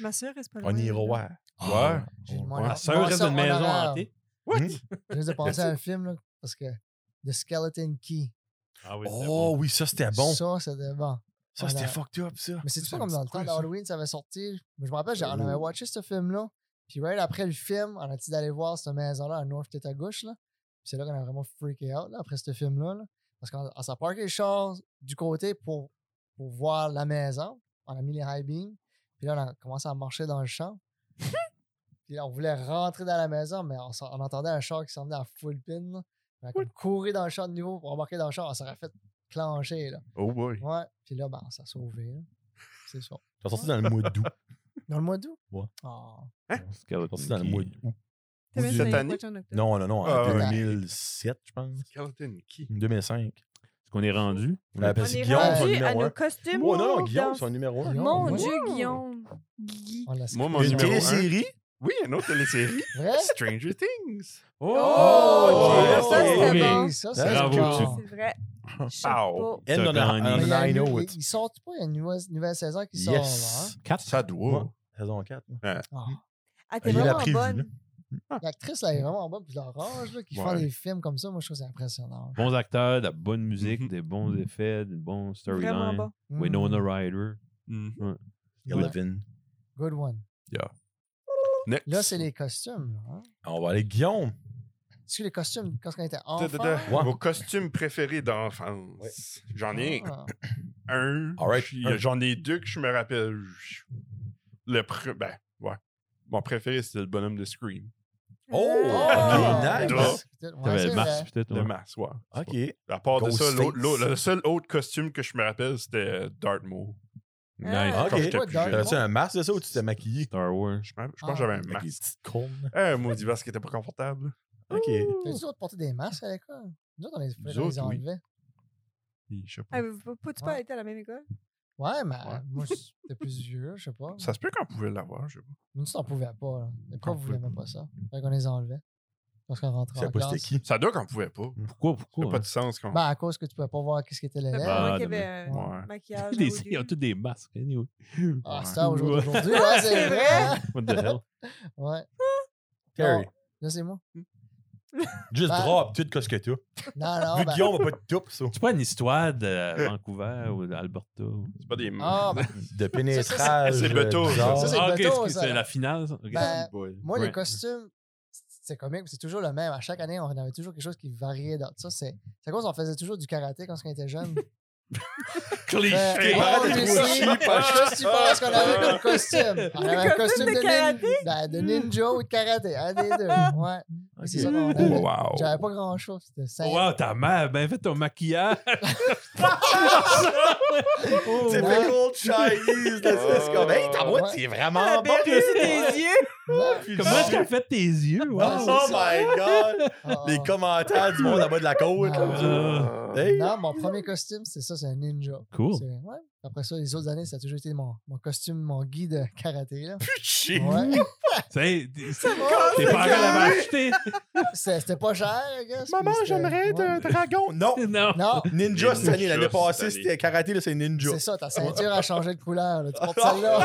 Ma soeur, c'est pas loin. On ira là. voir. Ouais. Ah, J'ai Ouais. demandé- Ma Bon, soeur reste ça, d'une on maison a- hantée. Hmm? Je viens de penser à un film, là, parce que The Skeleton Key. Ah oui, c'était Oh oui, ça c'était bon. Ça, c'était bon. Ça c'était voilà. fucked up, ça. Mais c'est pas Ça, comme dans le quoi, temps ça? d'Halloween, ça avait sorti. Mais je me rappelle, j'ai- on avait Oh. watché ce film-là. Puis right après le film, on a dit d'aller voir cette maison-là à North Tête à gauche. Là. Puis c'est là qu'on a vraiment freaké out là, après ce film-là. là. Parce qu'on on s'est parké les chars du côté pour, pour voir la maison. On a mis les high beams. Puis là, on a commencé à marcher dans le champ. puis on voulait rentrer dans la maison, mais on, s'en- on entendait un char qui s'en venait à full pin. là. On a comme couru dans le champ de nouveau pour embarquer dans le char. On s'aurait fait clencher. Là. Oh boy. Ouais. Puis là, ben, on s'est sauvé. là. C'est ça. T'as sorti dans le mois d'août. Dans le mois d'août? Ouais. Ah. Skeleton Sorti dans le mois d'août. T'as même Cette pas année? été en octobre. Non, non, non, en Ah, ouais. 2007, je pense. Skeleton Key. 2005. Est-ce qu'on est rendu? On appelle On ça est Guillaume, son rendu à numéro nos 1. costumes. Oh non, non, dans- Guillaume, son numéro 1. Guillaume. Mon Ouais. Dieu, Guillaume. Guy. On ah, l'a Moi, mon skippé. Une numéro un. télésérie? Oui, une autre télésérie. Vrai? Stranger Things. Oh, ça, c'était ok. bon. Ça, Bravo, c'est bon. C'est vrai. Ow. Chapeau. Elle en T'as a Mais gagné. il y un a une- Ironwood. Ils sortent pas, il y a une nouvelle, nouvelle saison qui sort. Yes. Quatre. Ça doit. Saison 4. là, hein? Ah, t'es Il l'a vraiment prévu, là. bonne. Ah. L'actrice, là, elle est vraiment bonne, puis l'orange, là, qui Ouais. font des films comme ça, moi, je trouve que c'est impressionnant. Bons acteurs, de la bonne musique, Mhm. des bons effets, des bons Vraiment storylines. bon. Winona Mm, Mm-hmm. Ryder. Mhm. Ouais. Eleven. Good one. Next. Là, c'est les costumes. là, hein? On va aller Guillaume. Est-ce que les costumes, quand on était Da, enfant? da, da. Ouais. Vos costumes préférés d'enfance. Ouais. J'en ai Ah. un. All right. Puis, euh, J'en ai deux que je me rappelle. Je- Le pre- ben, ouais. Mon préféré, c'était le bonhomme de Scream. Oh, Ah, ok, ouais, nice. c'est- ouais, T'avais c'est le masque, vrai. peut-être. Le ouais. masque, ouais. OK. À part de ça, Ghostface. l'autre- l'autre- le seul autre costume que je me rappelle, c'était euh, Dartmoor. Nice. Ah, ok. Quand j'étais Ouais, plus dans- jeune. T'avais-tu un masque de ça ou tu t'es maquillé? Star Wars. Je pense je Ah, pense que j'avais un Avec masque. les petites cônes. Un maudit masque qui était pas confortable. Ok. T'as toujours porté des masques à l'école? Nous autres, on les, Nous on les autres, oui. enlevait. Je Ah sais pas. Avez-vous Ah, pas- pas- tu pas Ouais. été à la même école? Ouais, mais Ouais. moi, j'étais plus vieux, je sais pas. Ça se peut qu'on pouvait l'avoir, je sais pas. Nous, on pouvait pas. Là. Les profs On voulaient pouvait même pas ça. Fait qu'on les enlevait. Parce qu'on Je rentrait sais en pas c'était classe. qui. Ça doit qu'on pouvait pas. Pourquoi? Ça n'a hein? Pourquoi? pas de sens Bah, qu'on. Ben, à cause que tu pouvais pas voir qu'est-ce qui était Peut-être l'élève. Ah, moi qui demain. avait un Ouais. maquillage. Des- au Ils ont début. tous des masques, anyway. Ah, Ouais. c'est ça, aujourd'hui, Ouais. aujourd'hui, ouais, c'est C'est vrai. vrai. hein? What the hell? Ouais. Carrie, Non, Là, c'est moi. juste Ben- drop tout ce que t'as. Non, non, Vu ben... Guillaume va pas de toupe, ça. C'est pas une histoire de Vancouver ou d'Alberta. C'est pas des. Ah, ben, De pénétrage. c'est Beto, euh, ça. bizarre. Ça, c'est Ah, ok, bateau, est-ce que ça, c'est là. la finale, ça? Ok. Ben, Boy. moi, les Ouais. costumes, c'est- c'est comique, mais c'est toujours le même. À chaque année, on avait toujours quelque chose qui variait. Dans... Ça, c'est c'est à cause qu'on faisait toujours du karaté quand on était jeune. Ben, Cliché! on Arrête de réussit. trop chier, pas Qu'est-ce que tu penses qu'on avait comme costume? On avait un costume costume de de, nin- karaté? ben, de ninja ou de karaté. Un des deux. Ouais. Ok. C'est ça qu'on avait. Oh, Wow. J'avais pas grand chose. C'était simple. Wow, ta mère, ben fait ton maquillage! Oh, ouais. C'est fait old Chinese, là, c'est- c'est comme, hey, ta boîte, c'est Elle vraiment a Ah, bon. perdu des yeux. Non. Comment est-ce qu'elle fait tes yeux? Oh Wow. Ouais, c'est ça. my god! Ah, Les commentaires du monde en bas de la côte. Ah. comme ça. Euh, Hey, Non, mon premier costume, c'est ça, c'est un ninja. Cool. C'est- ouais. Après ça, les autres années, ça a toujours été mon, mon costume, mon guide de karaté. Là. shit. Ouais. C'est- Tes Ouais. tes parents l'avaient acheté! C'est- C'était pas cher, I guess, Maman, puis c'était- j'aimerais être ouais. un dragon. Non! Non! Non, Ninja cette année, l'année Ninja passée, cette année. c'était karaté, là, c'est ninja. c'est ça, ta ceinture a changé de couleur. là. Tu portes celle-là.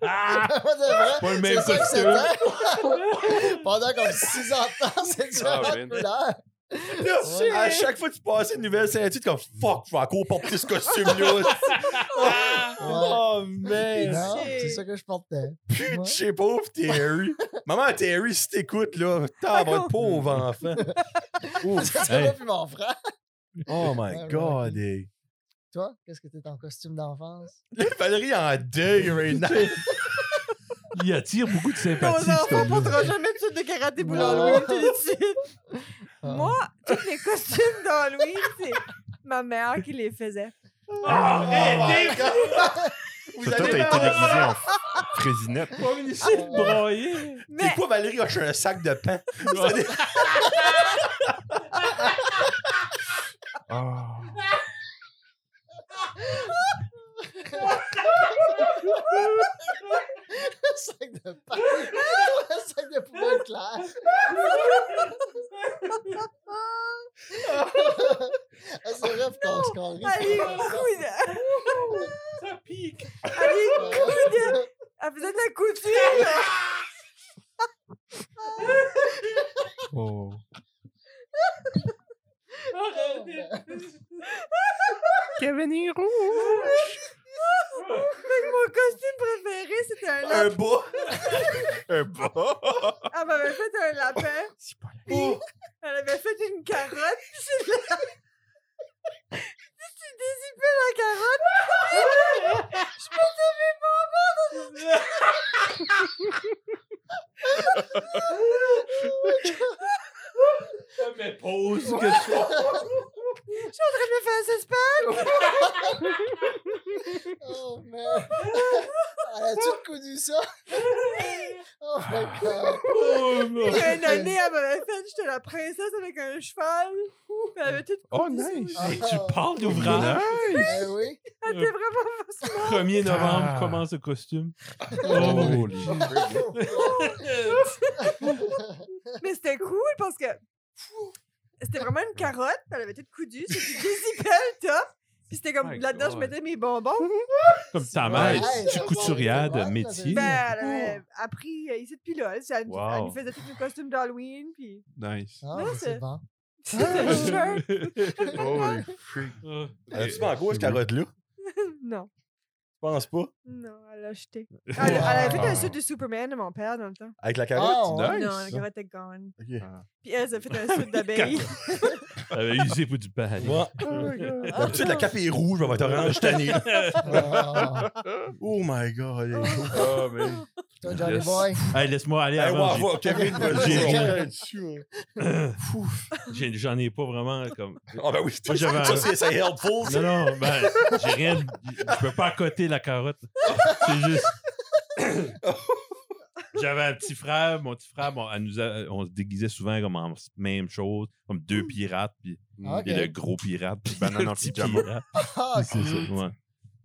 Pas de vrai. Pas le C'est même ça que costume! c'était. Pendant comme 6 ans de temps, c'est toujours Ah, la man. couleur. Là, à chaque fois que tu passais une nouvelle ceinture, t'es comme fuck, je vais encore porter ce costume-là. Oh man! Non, c'est- c'est ça que je portais. Putain, je sais pas, pauvre Terry. Maman, Terry, si t'écoutes, là, t'as votre pauvre enfant. Ouf. C'est Hey. moi puis mon frère. Oh Ouais, my god, eh. hey. Toi, qu'est-ce que t'es en costume d'enfance? Valérie en deuil right now. Il attire beaucoup de Nos sympathie, ce enfants homme-là. porteront jamais de suite de karaté pour Non. l'Halloween, tout de suite. Ah. Moi, tous les costumes d'Halloween, c'est ma mère qui les faisait. Ah, Oh my god! Vous Toi, t'as allez été voir. déguisé en frésinette. Pas venu ici te broyer! C'est Mais quoi, Valérie? Ah, Je suis un sac de pain. Ah. Un sac de pain. Un sac de poubelle clair. Ah, c'est vrai, puis qu'on se corrige. elle est coude. Ça pique! Elle est coude. Elle faisait de la couture. Oh. Oh, Fait que mon costume préféré, c'était un Un lapin. bas. Un bas. Elle m'avait fait un lapin. Oh, Elle avait fait une carotte. Puis c'est de la... Tu dézippais la carotte. Je mettais mes bonbons dans une Mais pose Oh, que tu sois! Je suis en train de me faire un suspect. Oh, man. Elle a-tu connu ça? Oh, my God. Oh, non. Il y a une année, elle m'avait fait, j'étais la princesse avec un cheval. Puis Elle avait tout Oh, cousu. nice. Ah, Hey, tu parles d'ouvrage! Eh oui. Elle était vraiment fascinante. 1er novembre, Ah. commence le costume. Oh, Mais c'était cool parce que c'était vraiment une carotte. puis Elle avait tout coudu. C'était du dézippel, top. Puis c'était comme My là-dedans, je God. mettais mes bonbons. Comme ta mère, Ouais, tu ça, couturière c'est de bon, métier. Ben, elle avait appris euh, ici depuis là. Elle, elle nous- elle Wow. nous faisait tous nos costumes d'Halloween. Puis Nice. Ah, Non, mais c'est- c'est bon. c'était le shirt. Holy freak. Euh, As-tu pas encore cette carotte-là? Je Non. pense pas. Non, elle l'a acheté. Elle, elle avait fait un Ah. suit de Superman de mon père dans le temps. Avec la carotte? Ah, ouais. Oh, Non, la carotte était gone. Ok. Puis elle s'est fait un suit d'abeille. Elle avait usé pour du pain. Ouais. D'habitude, la cape est rouge, elle va être orange cette année. Ah. Oh my god. elle est Oh, man. Toi, Johnny Yes. Boy. Hey, laisse-moi aller Hey, avant. Ben, ouais, j'ai- ouais, Kevin, j'ai- vas-y. j'ai- J'en ai pas vraiment comme. Ah, ben oui, Moi, j'avais un- ça, c'est- c'est helpful. Non, ça. non, ben, j'ai rien. Je peux pas accoter la carotte. C'est juste. J'avais un petit frère, mon petit frère, bon, elle nous a- on se déguisait souvent comme en s- même chose, comme deux pirates, puis Ah, ok. puis le gros pirate, puis ben, Banane en le petit pyjama. pirate. Ah, C'est ça, ouais.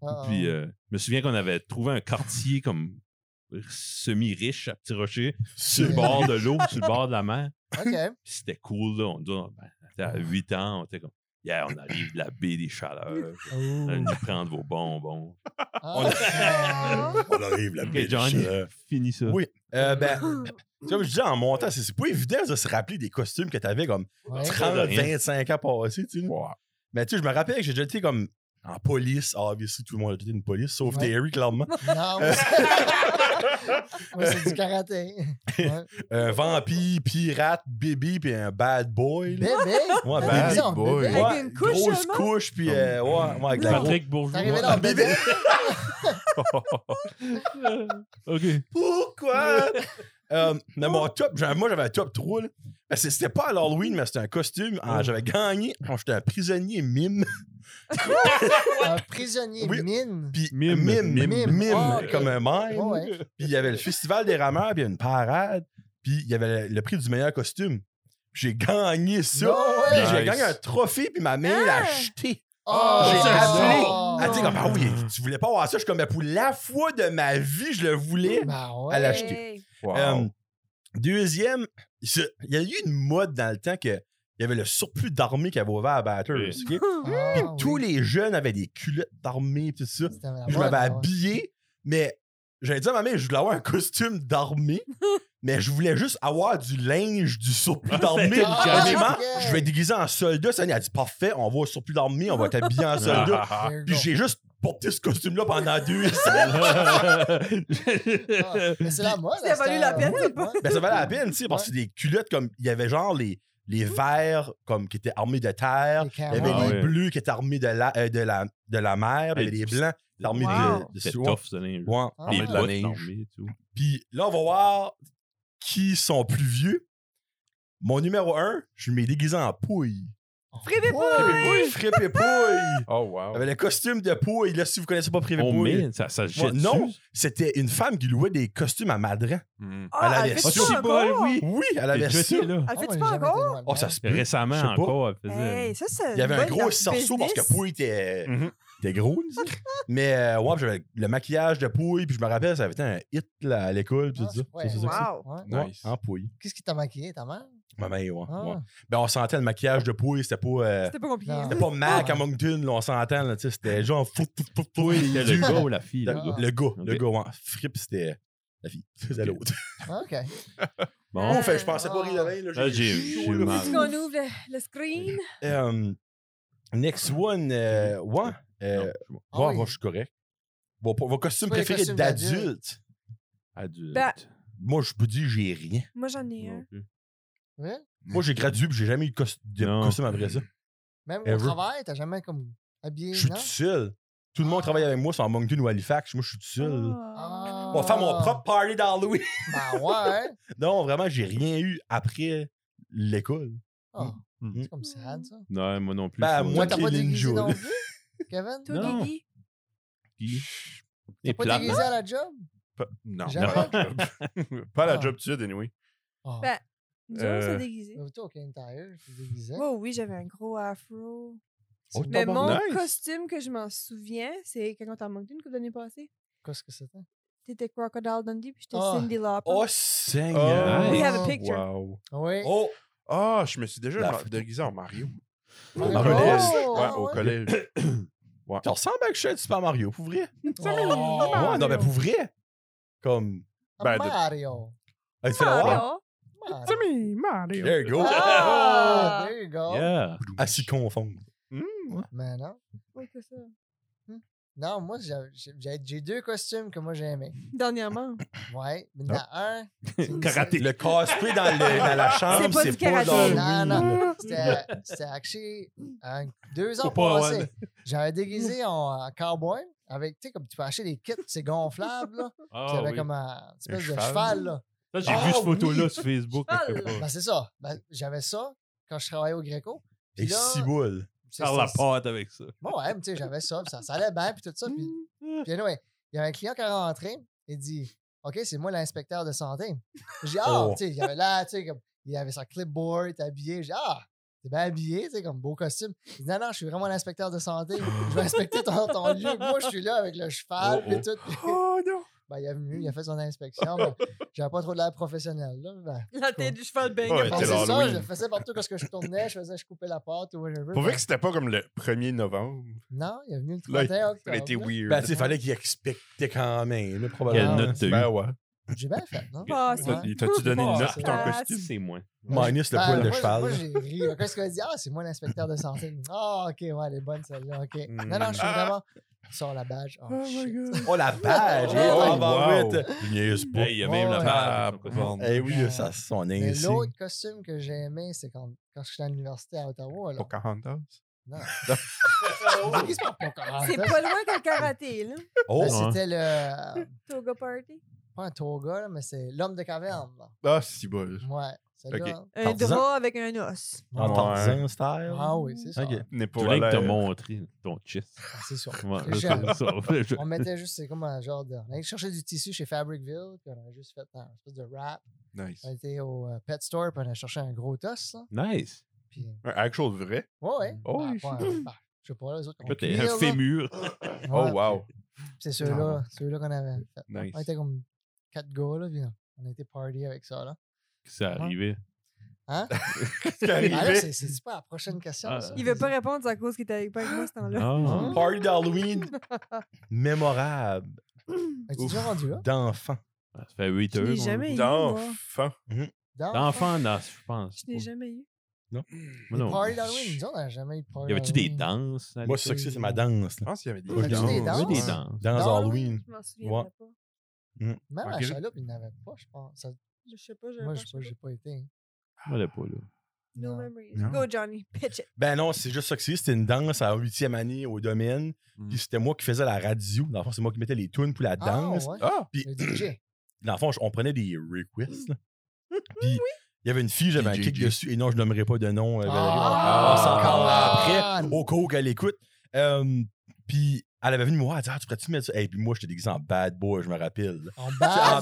ah, Puis euh, je me souviens qu'on avait trouvé un quartier comme semi-riche à Petit Rocher, sur le bord de l'eau, sur le bord de la mer. OK. Puis c'était cool, là. On doit, ben, t'sais, à 8 ans, on était comme, yeah, on arrive de la baie des chaleurs. Allez nous prendre vos bonbons. Ah, On ah. On arrive, la Ok, bitch. Johnny, euh. finis ça. Oui. Euh, ben, Oh! tu sais, comme je disais en montant, c'est c'est pas évident de se rappeler des costumes que t'avais comme Ouais. 30, de rien. 25 ans passés, tu sais. là. Mais tu sais, je me rappelle que j'ai déjà été comme en police. Ah, obviously, tout le monde a été une police, sauf Ouais. Derry, clairement. Non, moi, c'est- moi, c'est du karaté. Ouais. Un vampire, pirate, bébé, puis un bad boy. là. Bébé. T'as Ouais, Ah, bad dit en boy. bébé. Ben, Avec une couche grosse seulement? couche, puis euh, ouais, ouais, avec la grosse. Patrick Bourgeois. T'arrivais dans le bébé. bébé. OK. Pourquoi? Euh, mais mon top, j'avais- moi j'avais un top 3. Là. Ben, c'est- c'était pas à l'Halloween, mais c'était un costume. Mm. Ah, J'avais gagné quand j'étais un prisonnier mime. Un prisonnier Oui. mine. Puis Mime. mime, Mime. mime, Ah, ok. comme un mime. Ouais, ouais. Puis il y avait le festival des rameurs, puis il y avait une parade, puis il y avait le, le prix du meilleur costume. J'ai gagné ça. Non, Puis Ah, ouais. j'ai Nice. gagné un trophée, puis ma mère l'a acheté. Ah, J'ai ah, appelé. ah. Elle dit comme, ah oui, tu voulais pas avoir ça. Je suis comme, mais pour la fois de ma vie, je le voulais. Ben Elle a- ouais. l'acheter. Wow. Euh, deuxième, ce- il y a eu une mode dans le temps que il y avait le surplus d'armée qui avait ouvert à Batters. Oui. ok? Ah, Puis oui. tous les jeunes avaient des culottes d'armée, tout ça. C'était la Je mode, m'avais ouais. habillé, mais j'avais dit à ma mère, je voulais avoir un costume d'armée, mais je voulais juste avoir du linge, du surplus d'armée. c'était Ah, intelligent. vraiment, Ah, ok. Je vais déguiser en soldat. Ça, elle a dit, parfait, on va au surplus d'armée, on va t'habiller en soldat. Ah, There you Puis go. j'ai juste porté ce costume-là pendant deux ans. Ah, mais c'est la mode. Ça a valu c'est la peine, c'est pas- ouais. Ben, ça valait la peine, tu sais, parce que c'est des culottes comme. Il y avait genre les, les verts comme, qui étaient armés de terre. Les Il y avait camels. Ah les ouais. bleus qui étaient armés de la, euh, de la, de la mer. puis Il y avait Hey, les blancs armés Wow. de, de C'est soie. tough, ce linge. Ouais, Ah. armés Les de la bottes neige. armées, tout. Puis là, on va voir qui sont plus vieux. Mon numéro 1, je m'ai déguisé en pouille. Frébé Ouais. Pouille, Frippe et pouille. Oh, wow. Avec le costume de pouille. Là, si vous connaissez pas Frippe et On pouille, met, ça, ça se Ouais, jette non. dessus. c'était une femme qui louait des costumes à Madran. Hmm. Elle Ah, avait elle fait Ah, ça si, encore? oui. Oui, elle avait J'ai ça. jeté, là. Elle Ah, fait moi, tu j'ai pas jamais été encore? loin de Oh, ça même. se peut. Récemment Je sais pas. encore, elle faisait. Hey, ça, c'est Il y avait un bonne dans gros le cerceau parce que business. Pouille était, Mm-hmm. Mhm. était gros. là. Mais euh, ouais, puis j'avais le maquillage de Pouille, puis je me rappelle, ça avait été un hit là, à l'école. puis Ah, tout ça. ouais. Ça, c'est ça Wow. Ouais. que c'est. Ouais, Nice. En Pouille. Qu'est-ce qui t'a maquillé, ta mère? Ma mère, ouais, Ah. ouais. Ben, on sentait le maquillage de Pouille, c'était pas. euh, C'était pas compliqué. Non. hein. C'était pas Mac Ah. à Moncton, là, on s'entend, là, tu sais, c'était genre fou, fou, fou, fou, C'était le du- gars ou la fille? Le, le gars? le gars, le Ok. gars, ouais. Fripp, c'était la fille, c'était Ok. l'autre. Ah, OK. Bon. Bon, fait, je pensais pas rire la veille, là, Là, j'ai- chaud, j'ai là. mal. Est-ce qu'on ouvre le, le screen? Euh, Next one, euh, ouais, euh, ouais, Ah oui. ouais, je suis correct. Vos, vos costumes Pas les préférés costumes d'adulte, Adulte. Ben- moi, je peux dire, j'ai rien. Moi, j'en ai un. Non plus. Ouais. Moi, j'ai gradué, puis j'ai jamais eu de, cos- de Mm. Non. costume après ça. Même au Ever. travail, t'as jamais comme habillé, Je suis Mm. non? tout seul. Tout le monde travaille avec moi, c'est en Moncton ou Halifax, moi, je suis tout seul. Oh. là. Ah. On va faire mon propre party d'Halloween. Ben ouais. Non, vraiment, j'ai rien eu après l'école. Ah, Mm. C'est comme sad, ça. Non, moi non plus. Ben, ça va. moi, Toi, t'as qui pas ai déguisé ninja, non là. plus, Kevin? Toi, Non. Guigui? Qui? T'as Et pas plate, hein. déguisé à la job? Pas- Non. Jamais. Pas la job. Pas la Ah. job tu as, anyway. Ah. Ben, Nous, on s'est Euh, déguisés. Mais toi, au Kintyre, tu te déguisais. Oh oui, j'avais un gros afro. Oh, Hein? C'est Mais bon. mon Nice. costume que je m'en souviens, c'est quand on t'a manqué une couple d'années passées. Qu'est-ce que c'était? T'étais Crocodile Dundee, puis j'étais Ah. Cindy Lauper. Oh, Oh, Ah, Seigneur! We have a picture. Wow. Oui. Oh, Ah, je me suis déjà La ma- photo. déguisé en Mario. Oh Mario Au Bros. collège. Ah, Ouais, au ouais. collège. Ouais. tu ressembles à que je suis à du Super Mario, pour vrai? Oh, Ouais, non, mais pour vrai! Comme. Ben, de- Mario. Ah, tu fais la voir? Mario. Mario. There you go! Ah, there you go. Yeah. À s'y confondre. Mais non. Oui, c'est ça. Non, moi, j'a- j'ai j'ai- j'ai deux costumes que moi j'ai aimés. Dernièrement. Ouais, mais dans un. c'est une- Karaté. Le cosplay dans, le- dans la chambre, C'est pas c'est du pas, karaté. Non, genre. non. C'était c'était actually hein, deux ans Faut pas, passés. ouais. J'avais déguisé en euh, cowboy avec, tu sais, comme tu peux acheter des kits, c'est gonflable, là. Ah, J'avais oui. comme un une espèce Un de cheval. cheval, là. Ça, j'ai Ah, vu cette photo-là oui. sur Facebook. Ah, je sais là. pas. Ben, c'est ça. Ben, j'avais ça quand je travaillais au Greco. Puis Et là, six boules. c'est- Faire la c'est- pâte avec ça. Bon, ouais, mais tu sais, j'avais ça, puis ça, ça allait bien, puis tout ça. Puis, Mmh. puis anyway, il y avait un client qui est rentré et dit OK, c'est moi l'inspecteur de santé. J'ai dit Ah, Oh. tu sais, il y avait là, tu sais, comme, il avait son clipboard, il était habillé. J'ai dit Ah, t'es bien habillé, tu sais, comme beau costume. Il dit Non, non, je suis vraiment l'inspecteur de santé. Je vais inspecter ton, ton lieu. Puis Moi, je suis là avec le cheval, Oh, puis oh. tout. Puis, Oh non! ben, il est venu, il a fait son inspection. Ben, j'avais pas trop de l'air professionnel, là. Ben, La tête du cheval baigne. Ouais, à ben, part t'es c'est ça. là. ça, l'Halloween. je le faisais partout parce que je tournais, je faisais, je coupais la pâte ou whatever. Pour Ben, vrai que c'était pas comme le 1er novembre. Non, il est venu le Là, 31 octobre. Ça a été là. weird. Ben, tu sais, il fallait qu'il expectait quand même, là, Quelle probablement. note t'as eu? ben ouais. J'ai bien fait, non? Ah, Ouais. ça- T'as- T'as-tu donné une note pour ton Ah, costume? C'est moins. Minus le Ben, poil de moi, j'ai- cheval. Moi, là. j'ai ri. là. Qu'est-ce qu'il a dit? Ah, c'est moi l'inspecteur de santé. Ah, ok, ouais, elle est bonne celle-là. Ok. Non, non, je suis vraiment. Sors la badge. Oh, shit. Mm. Oh, la badge! Oh, eh, oh, ah, bah, wow. oui, t'as- Il niaise pas. Hey, il y a même Ouais. la Ah, barbe. bon. Eh oui, Ouais. ça, son Mais ainsi. l'autre costume que j'ai aimé, c'est quand, quand je suis à l'université à Ottawa. Là. Pocahontas? Je déguise pas Pocahontas. C'est pas loin qu'un karaté, là. Oh, Ben, C'était le. Toga Party. Pas un toga, là, mais c'est l'homme de caverne. là. Ah, si bol. Ouais, celui-là. Un Partisan. drap avec un os. en Ouais. partisan style. Ah oui, c'est ça. Ok. N'est Tu voulais que t'as montré ton chest. Ah, C'est sûr. Ouais, C'est ça, cher. ça, je- On mettait juste, c'est comme un genre de. On allait chercher du tissu chez Fabricville, puis on a juste fait un espèce de wrap. Nice. On était au euh, pet store, puis on a cherché un gros toss, là. Nice. Puis, Un actual vrai? ouais, ouais. Oh, Bah, oui. pas un- bah, je sais pas, là, les autres. qu'on Là, t'es cuire, là. un fémur. Ouais, Oh, wow. C'est ceux-là, ceux-là qu'on avait fait. Nice. On était comme quatre gars, là, puis on a été party avec ça, là. C'est arrivé. Hein? Qu'est-ce qui est Ah, là, arrivé? c'est- c'est pas la prochaine question, Ah. ça. Il veut pas répondre c'est à cause qu'il était avec pas avec moi ce temps-là. Ah. Party d'Halloween mémorable Es-tu déjà rendu là? d'enfant. Ça fait 8 Je heures. n'ai qu'on- jamais eu. moi. D'enfant. Dans- D'enfant, non, je pense. Je n'ai jamais eu. Moi non. Party d'Halloween, nous, on n'a jamais eu de party Y avait-tu des d'Halloween. danses? à Moi, c'est ça que c'est, c'est ma danse. Je là. pense qu'il y avait des Moi, je T'as-tu danse. des l'école? danses? Oui, des danses. Danse Dans Halloween. Je m'en souviens Ouais. pas. Même à Ok. Chaloupe, ils n'avaient pas, je pense. Ça- Je sais pas, j'avais moi, je pas, sais je pas, sais j'ai pas été. Je m'allais pas, là. pas. No Non. memories. Non. Go, Johnny. Pitch it. Ben non, c'est juste ça que c'est. C'était une danse à huitième année au domaine. Mm. Puis c'était moi qui faisais la radio. Dans le fond, c'est moi qui mettais les tunes pour la danse. Ah, ouais. Ah! Puis Le DJ. dans le fond, on prenait des requests. là. Puis il y avait une fille, j'avais un DJ. kick dessus. Et non, je nommerai pas de nom. euh, Valérie. Ah, on s'en parlera come après, on. au cas où qu'elle écoute. Euh, puis elle avait venu me voir, elle dit Ah, tu pourrais-tu mettre ça Et puis moi, j'étais déguisé en bad boy, je me rappelle. En Ah,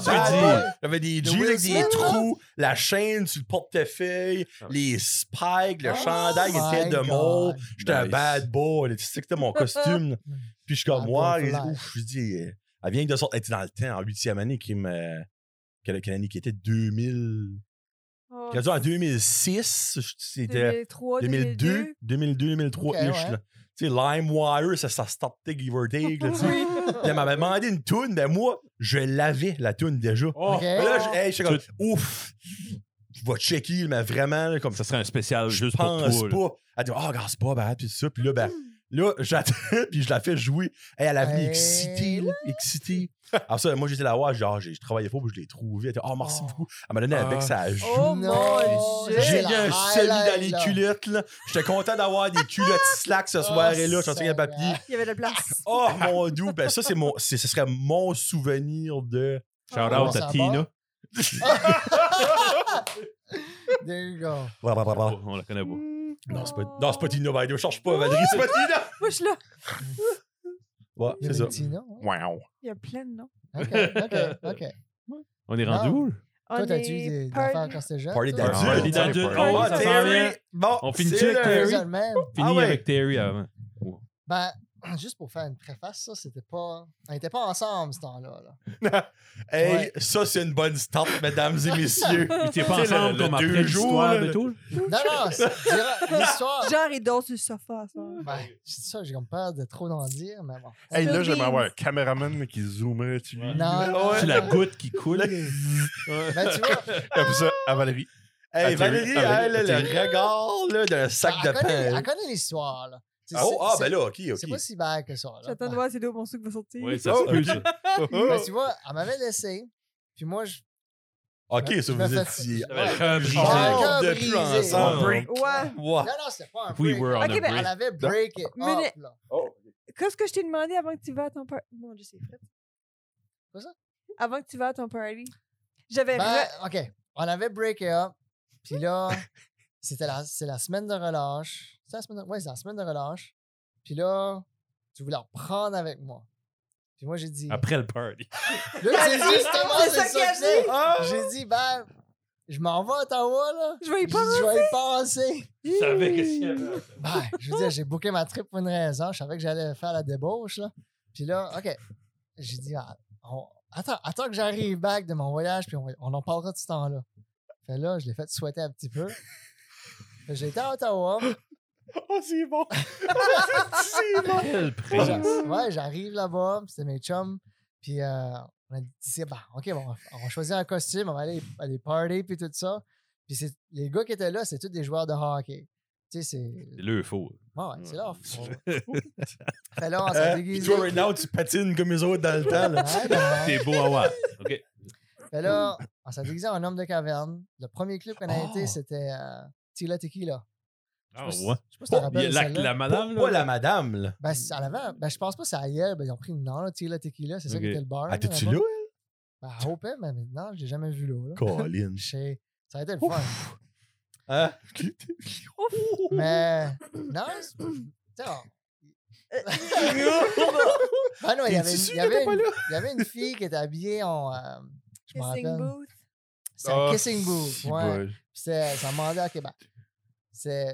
bas. bad boy. J'avais des De jeans Will avec Smith, des là? trous, la chaîne sur le portefeuille, Ah. les spikes, le Oh chandail était my de God. mauve. J'étais un Nice. bad boy. là. Tu sais que c'était mon costume. là. Puis je suis comme, Bad moi, boy for life. ouf, je dis, euh, elle vient de sortir. Elle était dans le temps, en huitième année, qui me. Quelle, quelle année qui était 2000. Oh, Qu'elle a dit en 2006, je- c'était 2003, 2002, 2002, 2003 Ok, ish. ouais. là. Tu sais, LimeWire, ça, ça startait give or take. Là, tu sais. Oui. Puis elle m'avait demandé une toune, mais moi, je l'avais, la toune déjà. Oh, Ok. Mais là, je hey, j'étais comme, Tu- ouf, je vais checker, mais vraiment, là, comme Ça serait un spécial je Ah, juste pour pense toi. là. pas. Elle dit, oh, regarde, c'est pas bad, puis ça. Puis là, ben, Hmm. là, j'attends, puis je la fais jouer. Hey, elle a venu Hey. excitée, là, excitée. Alors ça, moi, j'étais là, ouais, genre, j'ai travaillé fort, puis je l'ai trouvée. Elle était, oh, merci Oh. beaucoup. Elle m'a donné Ah. avec sa joue. Oh mon Non, dieu. J'ai c'est eu la un salut dans les highlight, là. culottes, là. J'étais content d'avoir des culottes slack ce soir et là. Je suis en train de Seigneur. papier. Il y avait de la place. Oh mon dieu, ben ça, c'est mon, c'est- ce serait mon souvenir de. Shout Ah, out ça à Tina. There you go. Oh, On la connaît pas. Hmm. Non, c'est pas, non, c'est pas Tina, by the way. Cherche pas, Valérie, c'est pas Tina. Moi, je suis là. Ouais, Il y c'est avait ça. Tina, ouais. Wow. Il y a plein de noms. OK, OK, OK. On est rendu Non. où? là? Toi, On t'as-tu est eu des, des party- affaires quand c'était jeune? Party toi? d'adulte. Party d'adulte. Oh, Oh, ouais, ça s'en vient. Terry! Bon, On finit-tu c'est avec le- Party Terry? d'adulte même. Fini Ah ouais. avec Terry avant. Ben, juste pour faire une préface, ça, c'était pas... On était pas ensemble, ce temps-là. là. Hey, Ouais. ça, c'est une bonne start, mesdames et messieurs. Ils étaient Tu pas sais, le- ensemble le comme deux après jours, l'histoire là, et tout. Non, non, c'est- dira- l'histoire... Genre, il dort sur le sofa. Ça. Ben, c'est ça, j'ai comme peur de trop en dire, mais bon. Hey, là, Philippines. j'aimerais avoir un caméraman là, qui zoomerait dessus. Ouais. Non, non, Ouais. C'est la goutte qui coule. Ben, tu vois, Après ça, à Valérie. Ah, Hey, Terry, Valérie, ah, Valérie, elle, le regard là, d'un sac Ah, elle de connaît- pain. hein. Elle connaît l'histoire, là. C'est- Ah, oh, c'est- ah, c'est- ben là, ok, ok. C'est pas si bad que ça. là. J'attends de voir si deux mon qui va sortir. Oui, ça se peut, ça. Ben, tu vois, elle m'avait laissé. Puis moi, je. Ok, ça Je me vous fais- étiez. Ouais. Cœur brisé. Ah, hors cœur de brisé. plus ensemble. On break. Ouais. Ouais. Non, non, c'était pas un We break. were on Ok, a ben, break. Elle avait break it. Mais up, les- là. Qu'est-ce que je t'ai demandé avant que tu vas à ton party? Mon Dieu, c'est frais. Quoi ça? Avant que tu vas à ton party. J'avais. Ben, re- OK. On avait break it up. Puis là, c'était la, c'est la semaine de relâche. C'est la semaine de, ouais, c'est la semaine de relâche. Puis là, tu voulais reprendre avec moi. Puis moi, j'ai Ah, dit. Après le party. Ah, Là, c'est justement C'est ça c'est ça qu'elle que c'est. J'ai dit, ben, je m'en vais à Ottawa, là. Je vais y J'ai dit, pas. Je vais y passer. Je savais que s'il y avait. Ben, je veux dire, j'ai booké ma trip pour une raison. Je savais que j'allais faire la débauche, là. Puis là, OK. J'ai dit, ah, on- attends, attends que j'arrive back de mon voyage, puis on, va- on en parlera de ce temps-là. Fait là, je l'ai fait souhaiter un petit peu. Fait J'ai été à Ottawa. Oh, c'est bon. Quelle Puis prise. j'a- Ouais, j'arrive là-bas, puis c'était mes chums. Puis euh, on a dit, c'est bon, OK, bon, on va- on va choisir un costume, on va aller à des parties, puis tout ça. Puis c'est- les gars qui étaient là, c'est tous des joueurs de hockey. Tu sais, c'est. C'est le faux. Ouais, ouais, Ah, c'est là. Ouais. Fait là, on s'est Mm. Hein? Puis déguisé. toi, right now, tu patines comme les autres dans le temps. Là. Ouais, ben, T'es beau à voir. OK. Fait là, on s'est déguisé en homme de caverne. Le premier club qu'on a Oh. été, c'était euh, Tila Tequila. Ah, Je sais ouais. pas si- Je sais pas si tu te Il y a rappelles. la, celle-là. la madame, là. Pas la madame, là. Ben, c'est- elle avait un- ben, je pense pas que c'est à Yale. Ben, ils ont pris une nom, là, Tila Tequila. C'est ça Ok. qui était le bar. Ah, t'es-tu là-bas. là? Ben, à Hope, mais maintenant, je l'ai jamais vu là. là. Colin. Chez- Ça a été le fun. Hein? Mais non, c'est- t'sais, on- Ah non, il Ah, y T'es avait, sûr il y que t'es avait pas une, là? il y avait une fille qui était habillée en. euh, je m'en Kissing rappelle. booth. C'est un Ah, kissing booth. si Ouais. bol. Puis c'est- ça me demandait, ok, ben. C'est.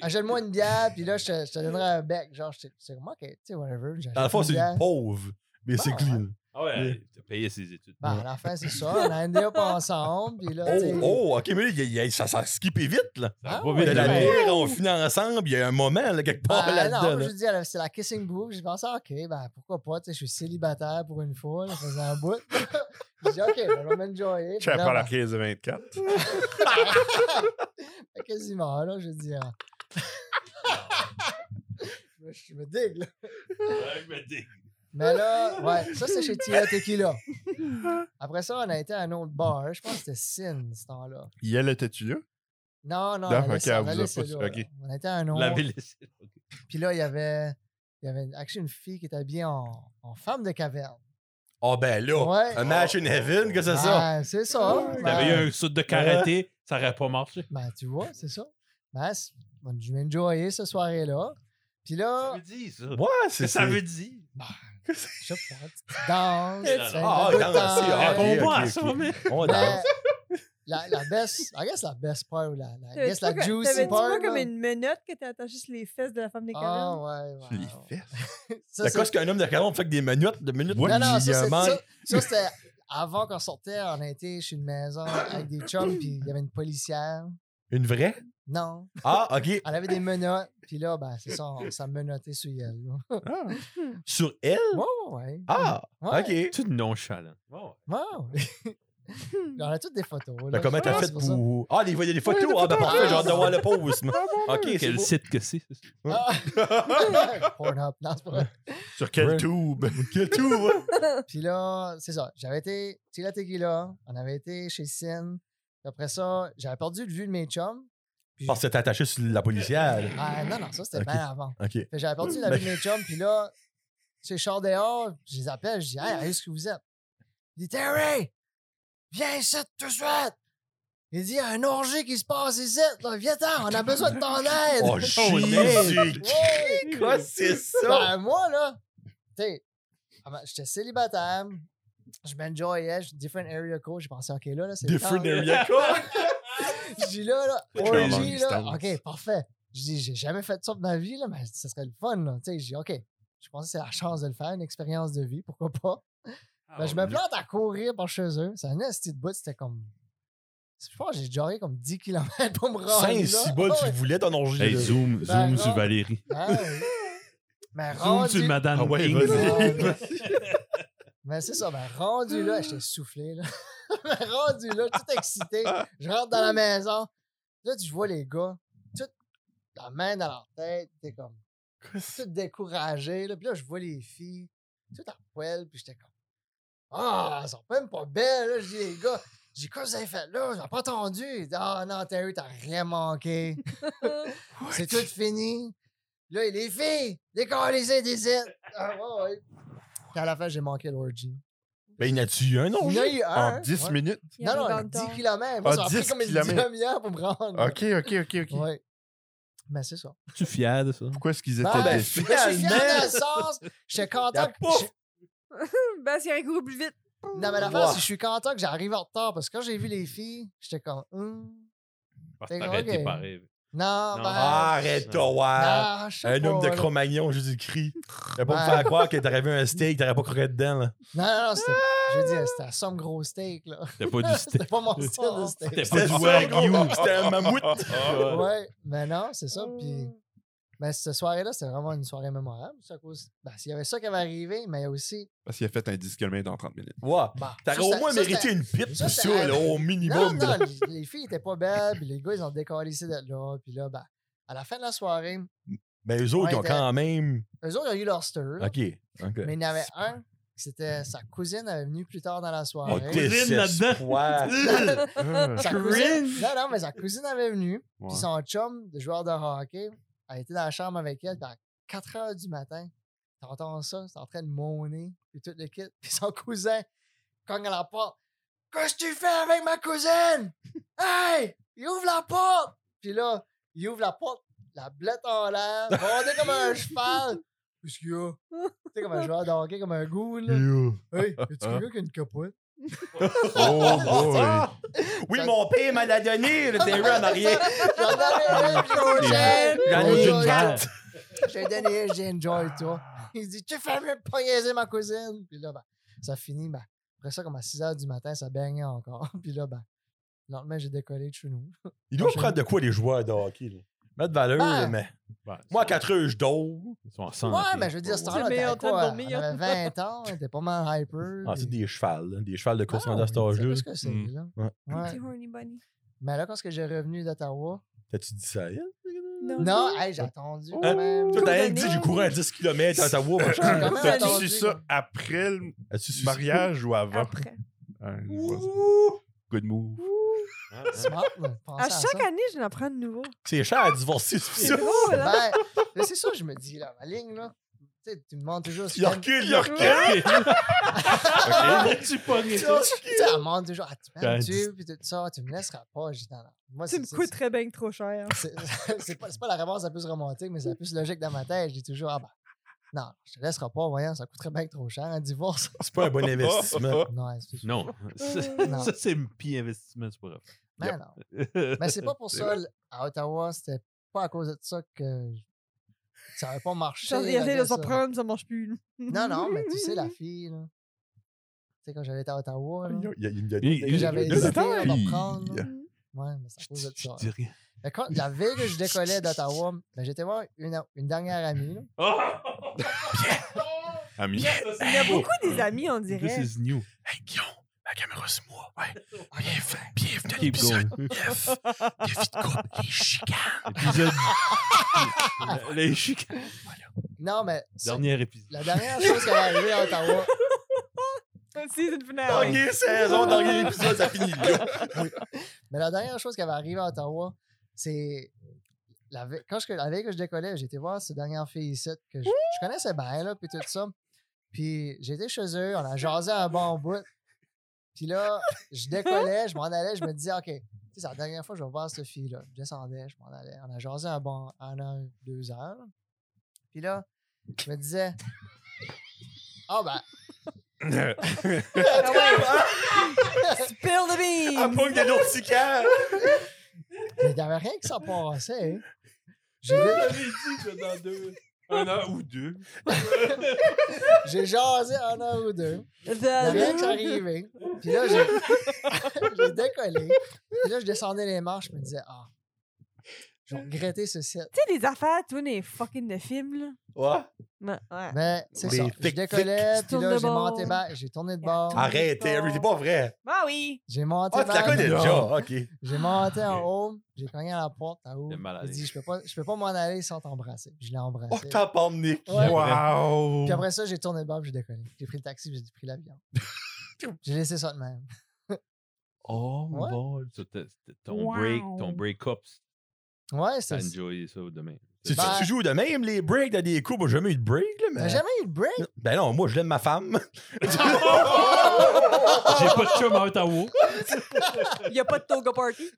Achète-moi une bière, puis là, je te, je te donnerai un bec. Genre, je te- c'est comme, ok, tu sais, whatever. Dans le fond, c'est j'achète une bière. pauvre, mais c'est Bon, clean. Ah ouais, t'as payé ses études. Ben, à la fin, c'est ça. On a endé up ensemble, puis là, tu sais. Oh, oh, ok, mais là, il y a- il y a- ça, ça a skippé vite, là. Ça va Ah pas ouais, De vite, la ben- là. bière, on finit ensemble, il y a un moment, là, quelque part Ben, là-dedans. non, là. je dis, elle- c'est la kissing booth. J'ai pensé, OK, ben pourquoi pas, tu sais, je suis célibataire pour une fois, là, ça faisait un bout. J'ai dit, OK, ben, je vais m'enjoyer. Tu Puis as là, pas la ben, crise de 24. ben, Quasiment, là, je dis, ah. je, me- je me digue, là. Ouais, mais t'es- Mais là, ouais, ça, c'est chez Tila Tequila. Après ça, on a été à un autre bar. Je pense que c'était Sin, ce temps-là. Yel était-tu là? Non, non, on Non, a laissé- ok, on vous a a laissé pas- là, ok. là. On a été à un autre. La ville est- Puis là, il y avait, il y avait actually une fille qui était habillée en, en femme de caverne. Ah, ben là, Ouais. un match in heaven, que c'est ça? Ben, c'est ça. T'avais eu Ben, un saut de karaté, ça aurait pas marché. ben, tu vois, c'est ça. Ben, c'est- on a enjoyé cette soirée-là. Puis Ça là, veut dire ça. Ouais, c'est Ça ça. veut dire. je sais pas, tu danses, tu Ah, fais ah, un peu de danse, temps. c'est Ah, ok, Réponds ok, pas à ok. ça, mais. On Ben, danse. la, la best, I guess la best part, ou la, la, I T'avais-tu guess la pas- juicy T'avais-tu part. pas comme là. une menotte que t'as attaché sur les fesses de la femme des Ah, cavernes? ouais, ouais. Les ouais. fesses. Ça, C'est c'est- quoi ce qu'un homme de canon fait que des minutes, de minutes, Non, non, ça, il y a un c'est- man- ça- ça, c'était avant qu'on sortait, on a été chez une maison avec des chums, puis il y avait une policière. Une vraie? Non. Ah, ok. Elle avait des menottes, puis là, ben, c'est ça, on s'est menotté sur elle. là. Sur elle? Ouais, ouais. Ah, Ouais. ok. Tu es nonchalant. Wow. Wow. on a toutes des photos. là. Ben, comment Je t'as pense fait pour ça. pour. Ah, il y a des photos. Ah, ben parfait, j'ai hâte de voir le pause. moi. Ok, c'est Quel beau. site que c'est? Ah. Pornhub, non, c'est pas vrai. Sur quel Ouais. tube? Quel tout, ouais. Puis là, c'est ça. J'avais été chez la tequila, on avait été chez Sin. Puis après ça, j'avais perdu de vue de mes chums. Puis Parce que t'es attaché sur la policière. Ah, non, non, ça, c'était Ok. bien avant. Ok. Fait que j'avais perdu Ben la vue de mes chums, puis là, je sors dehors, je les appelle, je dis, hey, où est-ce que vous êtes? Il dit, Terry, viens ici tout de suite! Il dit, il y a un orgie qui se passe ici, là, viens-t'en, on a besoin de ton aide! Oh, Ouais. Jésus! Quoi, c'est ça? Ben, moi, là, tu sais, ah ben, j'étais célibataire, je m'enjoyais, je- different area code, j'ai pensé, OK, là, là c'est le Different temps. area code. Je dis, là, là, Très orgy, longue là, distance. OK, parfait. Je dis, j'ai jamais fait ça de ma vie, là, mais ça serait le fun, là. Tu sais, je dis, OK, je pensais que c'est la chance de le faire, une expérience de vie, pourquoi pas. Ah Ben, je me plante à courir par chez eux. C'est un esti de bout, c'était comme... Je pense que j'ai joggé comme 10 km pour me rendre Saint là. Cibolle, Ah tu ouais. voulais ton orgie. Hey, là. zoom, Ben, zoom sur non. Valérie. Ah oui. Mais Zoom sur rendu- Madame Ah ouais, King. vas-y. Ouais. Mais c'est ça, ben rendu là, j'étais soufflé, là. Ben, rendu là, tout excité. Je rentre dans la maison. Là, tu vois les gars, toute la main dans leur tête, t'es comme, tout découragé. Là. Puis là, je vois les filles, tout en poêle, puis j'étais comme Ah, elles sont même pas belles. Là. Je dis, les gars, j'ai quoi vous avez fait là? Je l'ai pas entendu. Ils disent, Ah non, Terry, t'as rien manqué. C'est tout fini. Là, les filles, décollez des ailes. Ah, ouais, ouais. Puis à la fin, j'ai manqué l'orgie. Ben, il y en a-tu eu un, non? Il y en a eu un. En 10 ouais. minutes. Il y en Non, a non, dans le 10 temps. km. Moi, Ah, ça a pris 10 comme une kilomètres. demi-heure pour me rendre. Ok, ok, ok, ok. Ouais. Mais c'est ça. Tu fier de ça? Pourquoi est-ce qu'ils étaient Ben, des... Mais je suis fier dans le sens, j'étais content. que- pouf! je- Ben, c'est un coup plus vite. Non, mais la Wow. face, je suis content que j'arrive en retard parce que quand j'ai vu les filles, j'étais comme, Hum, Parce T'es que t'arrêtais ok. par rêve. non, Non. ben. Arrête-toi, ouais. non, je sais Un homme pas, de là. Cro-Magnon, Jésus-Christ. T'as pas me Ouais. faire croire que t'aurais vu un steak, t'aurais pas couru dedans, là. Non, non, non, c'était. Je veux dire, c'était un somme gros steak, là. T'as pas du steak. C'était pas mon style de steak. C'était pas du ça, wagyu. gros. C'était un mammouth. Ah, Ouais, mais non, c'est Oh, ça. Puis, Mmh. mais cette soirée-là, c'était vraiment une soirée mémorable. c'est à cause. Ben, s'il y avait ça qui avait arrivé, mais il y a aussi. Parce qu'il a fait un 10 km en 30 minutes. Ouais. Bah, T'aurais ça, au c'était- moins ça, c'était- mérité une pipe ça, pour c'était- ça, là, au Non, minimum. non, là. les- les filles étaient pas belles, puis les gars, ils ont décollé ici de là, puis là, ben, à la fin de la soirée, Mais eux autres, Ouais, ils ont t'as- quand même. eux autres, ils ont eu leur stir, là, OK. OK. mais il y en avait un, c'était sa cousine, elle est venue plus tard dans la Oh, soirée. cousine désespoir. Ah. sa cousine, non, non, mais sa cousine avait venu, Ouais. puis son chum, de joueur de hockey, a été dans la chambre avec elle, puis à 4 heures du matin, t'entends ça, c'est en train de moaner, puis toute l'équipe, puis son cousin cogne à la porte. Qu'est-ce que tu fais avec ma cousine? Hey! Il ouvre la porte! Puis là, il ouvre la porte, la blette en l'air, bondé comme un cheval. Qu'est-ce qu'il y a? Tu sais, comme un joueur de hockey, comme un goût, là. You. Hey, y'a-tu quelqu'un qui a une capote? Oh boy! Ah! Oui, mon père m'en a donné, le Terry en arrière. J'en avais une, Georgette! J'en ai Bonjour, une carte. J'ai donné, j'ai enjoy, toi. Il dit, tu fais mieux de pas niaiser ma cousine. Puis là, ben, ça finit, ben, après ça, comme à 6 h du matin, ça baignait encore. Puis là, ben, le lendemain, j'ai décollé de chez nous. Ils doivent prendre de quoi les joueurs de hockey, là? Mettre de valeur, Ben, là, mais. Moi, à 4 heures, je dors. Bah, Ils sont Ouais, ensemble. mais je veux dire, ce Ah, C'est le temps-là, meilleur t'avais temps de quoi? dormir. On avait 20 ans, t'étais pas mal hyper. Ah, c'est puis- des chevals, là, des chevals de course Hmm. Ah, rendu à cet âge-là. Hmm. C'est ce que c'est, Mm. là. Ouais. Ouais. Petit horny bunny. Mais là, quand est-ce que j'ai revenu d'Ottawa, T'as-tu dit ça à elle? non, hey, j'ai attendu quand Hein? même. Toi, Couple t'as elle dit d'années. j'ai couru un 10 km à Ottawa. J'ai quand même T'as-tu Ah, attendu. su ça après le As-tu su ça? mariage ou avant? Après. Ah, je vois ça. Ouh! Good move. Smart, là, penser À ça. chaque année, j'en apprends de nouveau. C'est cher à divorcer, c'est C'est ça. drôle, hein? Ben, mais c'est ça que je me dis, là, ma ligne, là. Tu sais, tu me demandes toujours... si Il j'aime- recule, il recule. Ok. Tu pognes Tu ça. sais, elle me demande toujours, ah, tu Ben, m'aimes-tu, puis tout ça, tu me laisseras pas. J'ai dit, non, non. Moi, Tu c'est- me c'est- coûterais bien que trop cher. c'est- C'est pas, c'est pas la réponse la plus romantique, mais c'est la plus logique dans ma tête. J'ai toujours, ah ben, non, je te laisserai pas, voyons, ça coûterait bien que trop cher, un divorce. C'est pas un bon investissement. non, c'est Non. Non. Oh. Ça, ça, c'est un pire investissement, c'est pas grave. mais Yep. non. Mais c'est pas pour C'est ça, à Ottawa, c'était pas à cause de ça que ça avait pas marché. J'en ai la essayé de gosse, s'en là. prendre, ça marche plus. Non, non, mais tu sais, la fille, là. Tu sais, quand j'avais été à Ottawa, là, Il y a- il y a- Il- que il- j'avais il- hésité à il- me il- prendre. là. Mhm. Ouais, mais c'est à Je cause de je ça. dis rien. Mais quand- la veille que je décollais d'Ottawa, ben, j'étais voir une, une dernière amie. là. Ami. Il y a beaucoup des amis, on This dirait. is new. Hey, Guillaume, ma caméra, c'est moi. Ouais. bienvenue à Keep l'épisode going. 9 de Vie de couple, les chicanes. Épisode. Les chic. Non, mais c'est- Dernier épisode. la dernière chose qui est arrivée à Ottawa, C'est une Ah finale. Dernière saison, dernier épisode, ça finit le gars. mais la dernière chose qui avait arrivé à Ottawa, c'est la veille, quand je, la veille que je décollais, j'étais voir cette dernière fille ici que je, je connaissais bien là, puis tout ça. Puis j'étais chez eux, on a jasé un bon bout. Puis là, je décollais, je m'en allais, je me disais, OK, tu sais, c'est la dernière fois que je vais voir cette fille-là. Je descendais, je m'en allais. On a jasé un bon un heure, deux heures. Puis là, je me disais, ah ben, Ah ouais. Spill the Ah, Un beans. pogne de l'urticaire. il n'y avait rien qui s'en passait. hein. J'ai vite- dans deux. Un an ou deux. J'ai jasé un an ou deux. Ah, Il y a rien qui est The arrivé. Puis là, j'ai j'ai décollé. Puis là, je descendais les marches. Je me disais, ah, Je vais regretter ce set. Tu sais, des affaires, tout les fucking de films, là. Ouais. Ouais, ouais. Mais c'est Les ça. Je thick, décollais, thick. puis Tourne là, de j'ai bord. monté bas. J'ai tourné de bord. Ah. Arrête, Terry, c'est pas vrai. Bah oui! J'ai monté Ah, tu la bas. connais déjà. OK. J'ai monté en haut. J'ai cogné à la porte. En haut. T'es mal à J'ai dit, l'aise. je peux pas, je peux pas m'en aller sans t'embrasser. Puis Je l'ai embrassé. Oh, t'as pas Nick. Ouais. Wow. Puis après ça, j'ai tourné le bord, puis j'ai décollé. J'ai pris le taxi, puis j'ai pris l'avion. j'ai laissé ça de même. Oh, Ouais. bon. Ça, t'as- t'as- Ton break, ton break-up, Ouais, t'as c'est. enjoyé ça demain. C'est Ben- tu joues de même les breaks dans des coups. Moi, j'ai jamais eu de break, là, T'as mais. jamais eu de break? Ben non, moi, je l'aime ma femme. Oh! J'ai pas de chum à Ottawa. Il n'y a pas de toga party.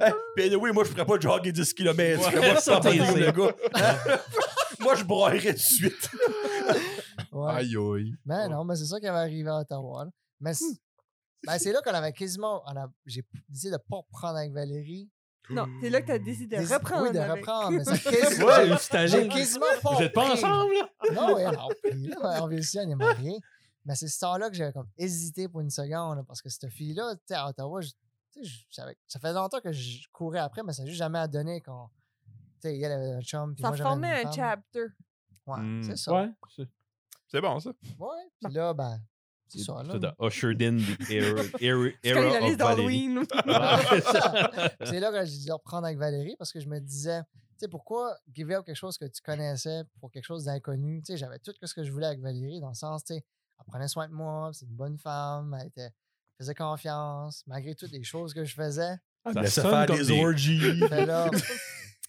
Hey, ben oui, moi, je ferais pas de jogger 10 km. Je ferais pas Ouais, de ça, 100 t'es livres, le sûr. gars. moi, je broyerais de suite. Ouais. Aïe, aïe. Mais non, mais c'est ça qui avait arrivé à Ottawa. là. Mmh. Mais c'est ben, c'est là qu'on avait quasiment. on a- J'ai décidé de ne pas reprendre avec Valérie. Non, c'est là que t'as décidé de Dési- reprendre. Oui, de avec- reprendre. Mais ça quasi- Ouais, j'ai- une petite année. J'ai quasiment pas. Vous êtes pas repris. ensemble? Non, oui, alors, puis là, ben, on vient ici, on est mariés. Mais c'est ce temps-là que j'avais comme hésité pour une seconde, là, parce que cette fille-là, tu sais, à Ottawa, je, tu sais, je savais- ça fait longtemps que je courais après, mais ça n'a juste jamais donné quand. Tu sais, elle avait un chum. Puis Ça moi, j'avais formait une un femme. chapter. Ouais, Hmm. c'est ça. Ouais. Ouais. c'est- C'est bon, ça. Puis là, ben, c'est ça. Ça Là, t'a ushered in the era, era, C'est comme era la of liste Valérie. d'Halloween. Ah, c'est ça. Puis c'est là que j'ai dû le reprendre avec Valérie parce que je me disais, tu sais, pourquoi give up quelque chose que tu connaissais pour quelque chose d'inconnu? Tu sais, j'avais tout ce que je voulais avec Valérie dans le sens, tu sais, elle prenait soin de moi, c'est une bonne femme, elle était, elle faisait confiance, malgré toutes les choses que je faisais. Ça Laisse sonne faire comme des, des- orgies. Mais là,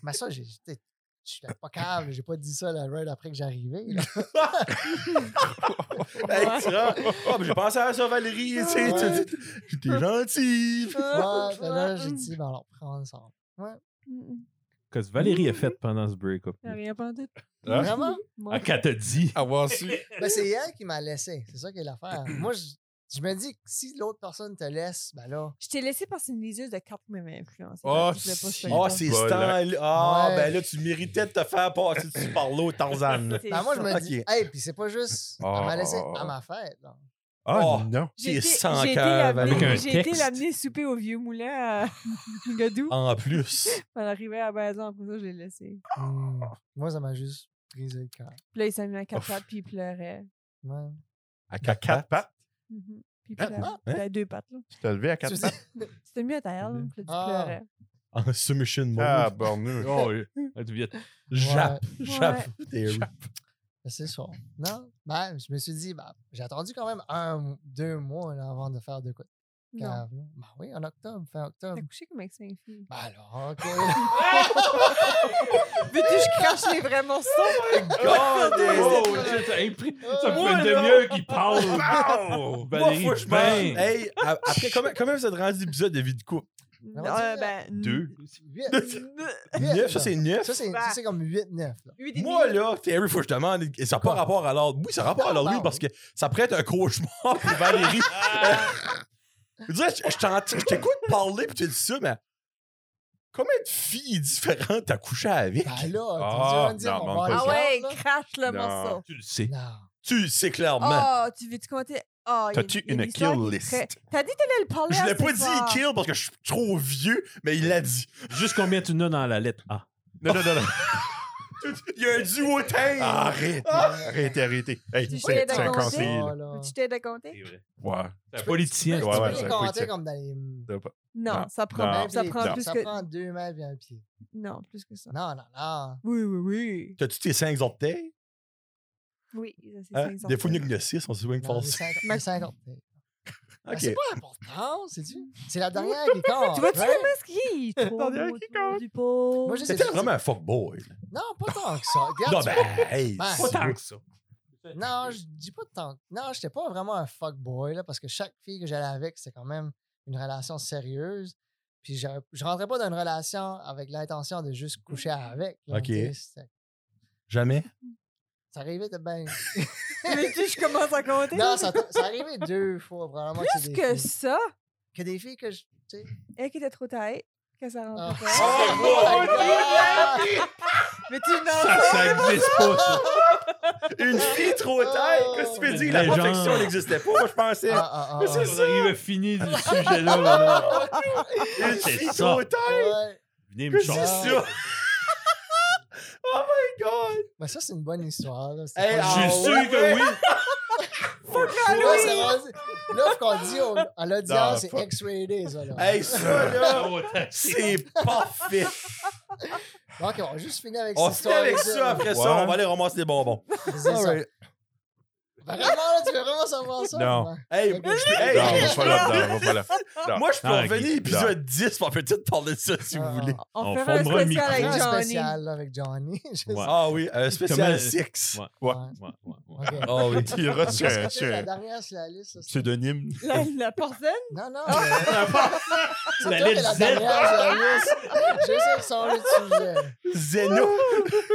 mais ça, j'ai, tu sais, je suis pas câble, j'ai pas dit ça la ride après que j'arrivais. là. Hey, tu vois, oh, ben, j'ai pensé à ça, Valérie. Tu sais, Ouais. tu- tu- t'es gentil. Ouais, fait là, j'ai dit, ben alors, prends ensemble. Que Valérie a fait pendant ce break-up. T'as rien pas en tout. Hein? Vraiment? Moi. Ah, qu'elle t'a dit. Avoir su. Ben, c'est elle qui m'a laissé, c'est ça qui est l'affaire. Moi, je, je me dis que si l'autre personne te laisse, ben là, Je t'ai laissé parce que c'est une liseuse de cartes qui m'avait influencé. Oh, je voulais pas si. ce Ah, temps. c'est Voilà. Stan. Ah, Ouais. ben là, tu méritais de te faire passer dessus par l'eau, Tarzan. C'est Ben, moi, je me ça. dis, Ok. hey, puis c'est pas juste à m'a laissé Ah. à ma fête. là. Oh. non. J'ai C'est été- sans j'ai été cœur, l'amener- avec un J'ai été texte. l'amener souper au vieux moulin à Gadou. En plus. Quand elle arrivait à la maison, après ça, je l'ai laissé. Mm. Moi, ça m'a juste brisé le cœur. Puis là, il s'est mis à quatre pattes, puis il pleurait. Ouais. À caca. Mhm. Puis il Hein? pleurait. Il a deux pattes, là. Tu t'es levé à Tu 4 sais- C'était mis à terre, là, puis là, Ah. tu pleurais. En submission mode. Ah, borneux. Oh, oui. Ah, tu viens de- Jappe. Jappe. Terry. Ben, c'est ça. Non, ben, je me suis dit, ben, j'ai attendu quand même un, deux mois là, avant de faire de quoi de Non. cave, là. Ben oui, en octobre, fin octobre. T'as couché comme avec cinq filles. Ben alors, ok. Veux-tu que je crache les vrais morceaux? God, Oh, shit, ça a pris- ça fait Moi, une là. demi-heure qu'il parle. Valérie, Moi, franchement, ben, hey, a- après, comment, comment vous êtes rendu l'épisode de vie de couple? Non, Comment ça? ben... deux. Huit. Huit, Neuf, ça là. c'est neuf. Ça, c'est Bah. ça, c'est comme 8-9. Huit et Moi, demi. là, Terry, faut que je te demande, et ça n'a pas Quoi? rapport à l'ordre. Oui, ça a rapport à Non, l'ordre, oui, ben parce que oui. ça pourrait être un cauchemar pour Valérie. Euh, je dirais, je, je t'entends- je t'écoute parler, puis tu dis ça, mais combien de filles différentes t'as couché avec? Ben là, Ah, tu vas me dire, non, on va manque pas Ah en ça. ouais, cave, crache le Non. morceau. tu le sais. là. Tu le sais clairement. Oh, tu veux-tu commenter? Oh, il y a- T'as-tu il y a une des histoires kill qui est list? très- T'as dit que t'allais le parler je à l'ai ce pas soir. dit kill parce que je suis trop vieux, mais il l'a dit. Juste combien tu n'as dans la lettre Ah. A. Non, non, non, non. Il y a un duotame. Arrête. Ah, Arrêtez, arrêtez. Hey, Tu c'est sais, c'est un dans conseil. Non. là. Ah, là. Tu t'aides à compter? vrai. Ouais. C'est un politicien. Tu Ouais, peux ouais, les c'est un compter quick comme dans les. T'as pas- Non, Non. ça prend, Ah. Non. ça prend Non. plus ça que... prend deux mains et un pied. Non, plus que ça. Non, non, non. Oui, oui, oui. T'as-tu tes cinq orteils? Oui, ça, c'est Hein? cinq Des fois, il y orteils. en a que six, on sait bien que non false. c'est 50. Ben, Ok. C'est pas important, c'est-tu? C'est la dernière qui compte. Tu vois-tu right? comment est-ce qu'il est? Trop dirait beau, qu'il trop compte. du pot. Moi, je sais C'était pas. vraiment un fuckboy. là. Non, pas tant que ça. Regarde, Non, tu ben, hey, Ben, c'est- tant que ça. vois- non, je dis pas tant. que- Non, j'étais pas vraiment un fuckboy, là, parce que chaque fille que j'allais avec, c'était quand même une relation sérieuse. Puis je, je rentrais pas dans une relation avec l'intention de juste coucher avec. là, Ok. tu sais, c'était- jamais. Ça arrivait de bien. Mais tu je commence à compter. non, ça, ça arrivait deux fois, probablement. que c'est Plus des que filles. ça, que des filles que je. Tu sais. elle qui était trop taille, que ça Ah. rentre pas. Oh, mon my God! oh, Mais tu Ça, n'en ça existe pas, ça. Une fille trop taille, Oh. qu'est-ce que tu veux dire? Une La légende. protection n'existait pas, moi je pensais. Ah, ah, ah, oh, Mais c'est ah. On arrive à finir du sujet là. Une c'est fille ça. trop taille, Ouais. Venez me qu'est-ce que c'est chercher. ça? Oh my god! Mais ça, c'est une bonne histoire. Là. C'est Hey, pas- Je suis Ah ouais? sûr que oui. Ouais, c'est rendu- Là, faut qu'on dit au- à Non, l'audience, c'est pas- X-rated, ça. Là. Hey, ça Ah, là, On va taxer. c'est parfait! Donc, on va juste finir avec On cette se histoire. avec ça après ça, Ouais. on va aller ramasser des bonbons. C'est ça. Alright. Vraiment, là, tu veux vraiment savoir ça? Non. Ouais. Hey, Ok. je- Non, hey, on va pas là-dedans. on va pas là-dedans. Non. moi je peux Non, revenir Guy, épisode 10, on peut peut-être parler de ça si vous Ah, voulez. On, On fera un formera un spécial avec Fais micro. Johnny. un spécial là, avec Johnny. Je sais Ouais. Ah oui, un spécial Comment- 6. Ouais. Ouais. pas. hein. Ouais, ouais, ouais. Ok. Ah oui. Il y aura Est-ce sur que un- c'est sur la un dernière sur la liste. ça, c'est- pseudonyme. La, la porcelaine? Non, non. Ah, euh, C'est toi qui La es la lettre Z. dernière sur la liste. Je sais que sont le sujet. Zeno!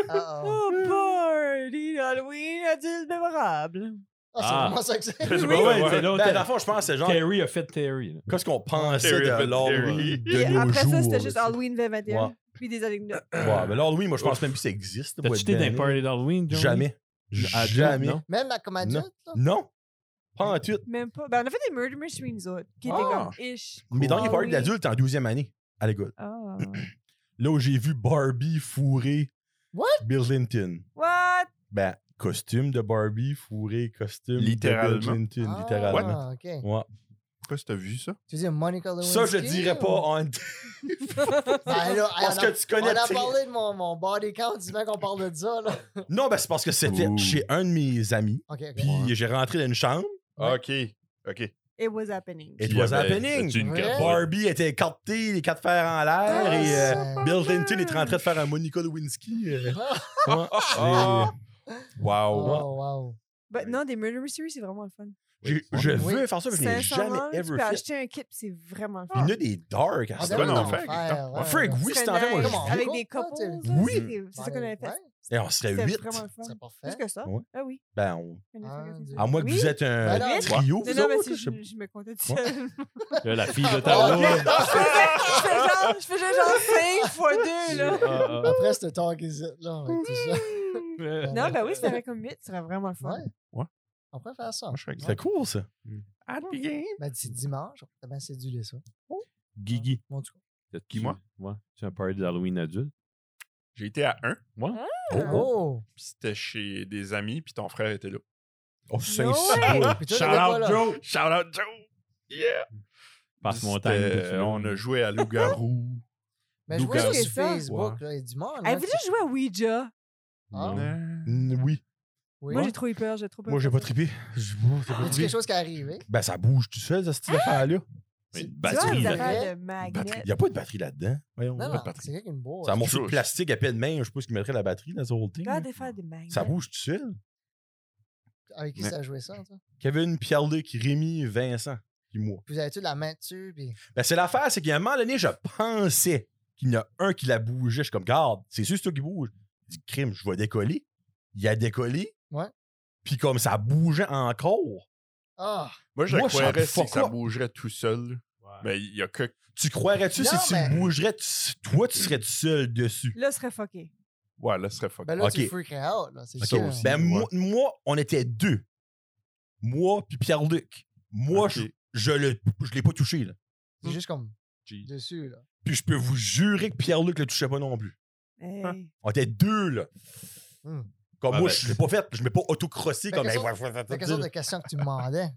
Ah, ah. Oh, party d'Halloween adulte mémorable. Ah, c'est Ah. vraiment ça que c'est. Ben, Ouais, ouais, c'est l'autre. dans le fond, je pense que c'est genre, Terry a fait Terry. là. qu'est-ce qu'on pensait Terry de Evans l'ordre Terry. de Puis nos après jours? ça, c'était juste là, Halloween 2021. Ouais. Puis des anecdotes. tu sais. euh, Ouais, mais l'ordre, oui, moi, je pense même plus que ça existe. pour T'as-tu être été bien d'un party d'Halloween, Johnny? Jamais. Ah, Jamais. non? Même à comme adulte, là. Non. Pas en tout. Même pas. Ben, on a fait des Murder Mystery nous autres. Qui étaient Ah. comme ish. Mes derniers parties Halloween. d'adulte en 12e année à l'école. Ah. Là où j'ai vu Barbie fourrer What? Bill Clinton. What? Ben, costume de Barbie fourré costume Littéralement. de Bill Clinton, Ah, littéralement. ok. Ouais. Pourquoi t'as vu ça? Tu dis Monica Lewinsky? Ça, je le dirais pas ou- en... Ben, là, Parce on que a- tu On connais... a très- parlé de mon, mon body count, dis-moi qu'on parle de ça, là. Non, ben c'est parce que c'était Ouh. chez un de mes amis. OK, OK. Puis j'ai rentré dans une chambre. Ok. Ok. It was happening. It Puis was il y avait- happening. c'était une Ouais. capote. Barbie était captée, les quatre fers en l'air. Ah, et euh, c'est- Bill Clinton était en train de faire un Monica Lewinsky. euh, ouais. Ah. Oh, Wow. wow. But non, des Murder Mystery, c'est vraiment le fun. J'ai- Oui. Je Oui. veux faire ça, mais je n'ai jamais Sincèrement, tu ever peux fait. acheter un kit, c'est vraiment le Il y fun. en a des dark à Ah, ce ben bon, oui, on moment. en fait, faire, Ouais, ouais, Frank, ouais. oui, C'était c'est en fait. moi, nice. je- Comment? Avec des Couple, couples. tu sais. là, Oui. c'est- C'est ça qu'on avait fait. Ouais, Et on serait C'était huit. vraiment le fun. C'est parfait. Plus que ça. Ouais. Ah oui. Ben, on- Un, deux. à moins que Oui. vous êtes Ben un non. trio. Non, vous non, mais autres, si je sais je, je me comptais tout seul. Là, la fille de Ah, Tarot. je fais genre, je fais genre 5 fois 2, là. Ah, ah. Après, c'était talk is it, là, avec tout ça. Euh, Non, ben oui, si t'avais comme 8, ce serait vraiment le fun. Ouais. On pourrait faire ça. Moi, je suis avec ça. C'était cool, ça. Ah, Ben, c'est dimanche, on pourrait bien séduire ça. Guigui. Bon, du coup. Qui, moi? Ouais. C'est un party d'Halloween adulte. J'ai été à un, Oh! puis c'était chez des amis, puis ton frère était là. Oh, No sincère. Puis toi, t'avais quoi, là? Joe! Shout out Joe! Yeah! Passe C'était- montagne. puis tu vas- on a joué à Loup-Garou. Mais Ben, je vois Lucas. ça sur C'est ça. Facebook, là, il y a du monde. là, Avez-vous qui- déjà joué à Ouija? Ah, Non. Mm, Oui. oui. Moi, j'ai trop eu peur, j'ai trop peur. Moi, j'ai pas trippé. Je- moi, j'ai Y pas a-tu quelque trippé. chose qui est arrivé? Ben, ça bouge tout seul, cette Ah, affaire-là. Mais une Tu vois, batterie. les là. affaires de Il magnet. n'y a pas de batterie là-dedans. Voyons. Non, Pas de non, batterie. c'est quelqu'un qui me boit. C'est un morceau de Juste. plastique à peine de main. Je sais pas ce qui mettrait la batterie dans ce whole thing. Regarde là. Ah, des affaires de magnet. Ça bouge tout seul. Avec qui Mais- ça a joué ça, toi? Kevin, Pierre-Luc, Rémi, Vincent, puis moi. Puis vous avez-tu la main dessus? Puis... Ben, c'est l'affaire, c'est qu'à un moment donné, je pensais qu'il y en a un qui la bougeait. Je suis comme, garde, c'est sûr, c'est toi qui bouge. Je dis, crime, je vais décoller. Il a décollé. Ouais. Puis comme ça bougeait encore, Ah! Moi, je Moi, je croirais suis en si ça fuck-up. bougerait tout seul. Mais il y a que. tu croirais-tu Non, si tu mais- le bougerais, tu- toi, tu serais tout seul dessus? Là, ce serait fucké. Ouais, là, ce serait fuck. Ben là, tu Ok. freak out, là, c'est Ok. sûr. aussi. Ben, Ouais. moi, moi, on était deux. Moi, puis Pierre-Luc. Moi, Ok. je, je, le, je l'ai pas touché, là. C'est juste comme Jeez. dessus, là. Puis je peux vous jurer que Pierre-Luc le touchait pas non plus. Hein? Hey. On était deux, là. Hmm. Comme Ah moi, ben. je l'ai pas fait. Je m'ai pas autocrossé Fait comme. que Hey, ça- ouais, ouais, ouais, C'est ouais, quelque chose ouais. de question que tu me demandais.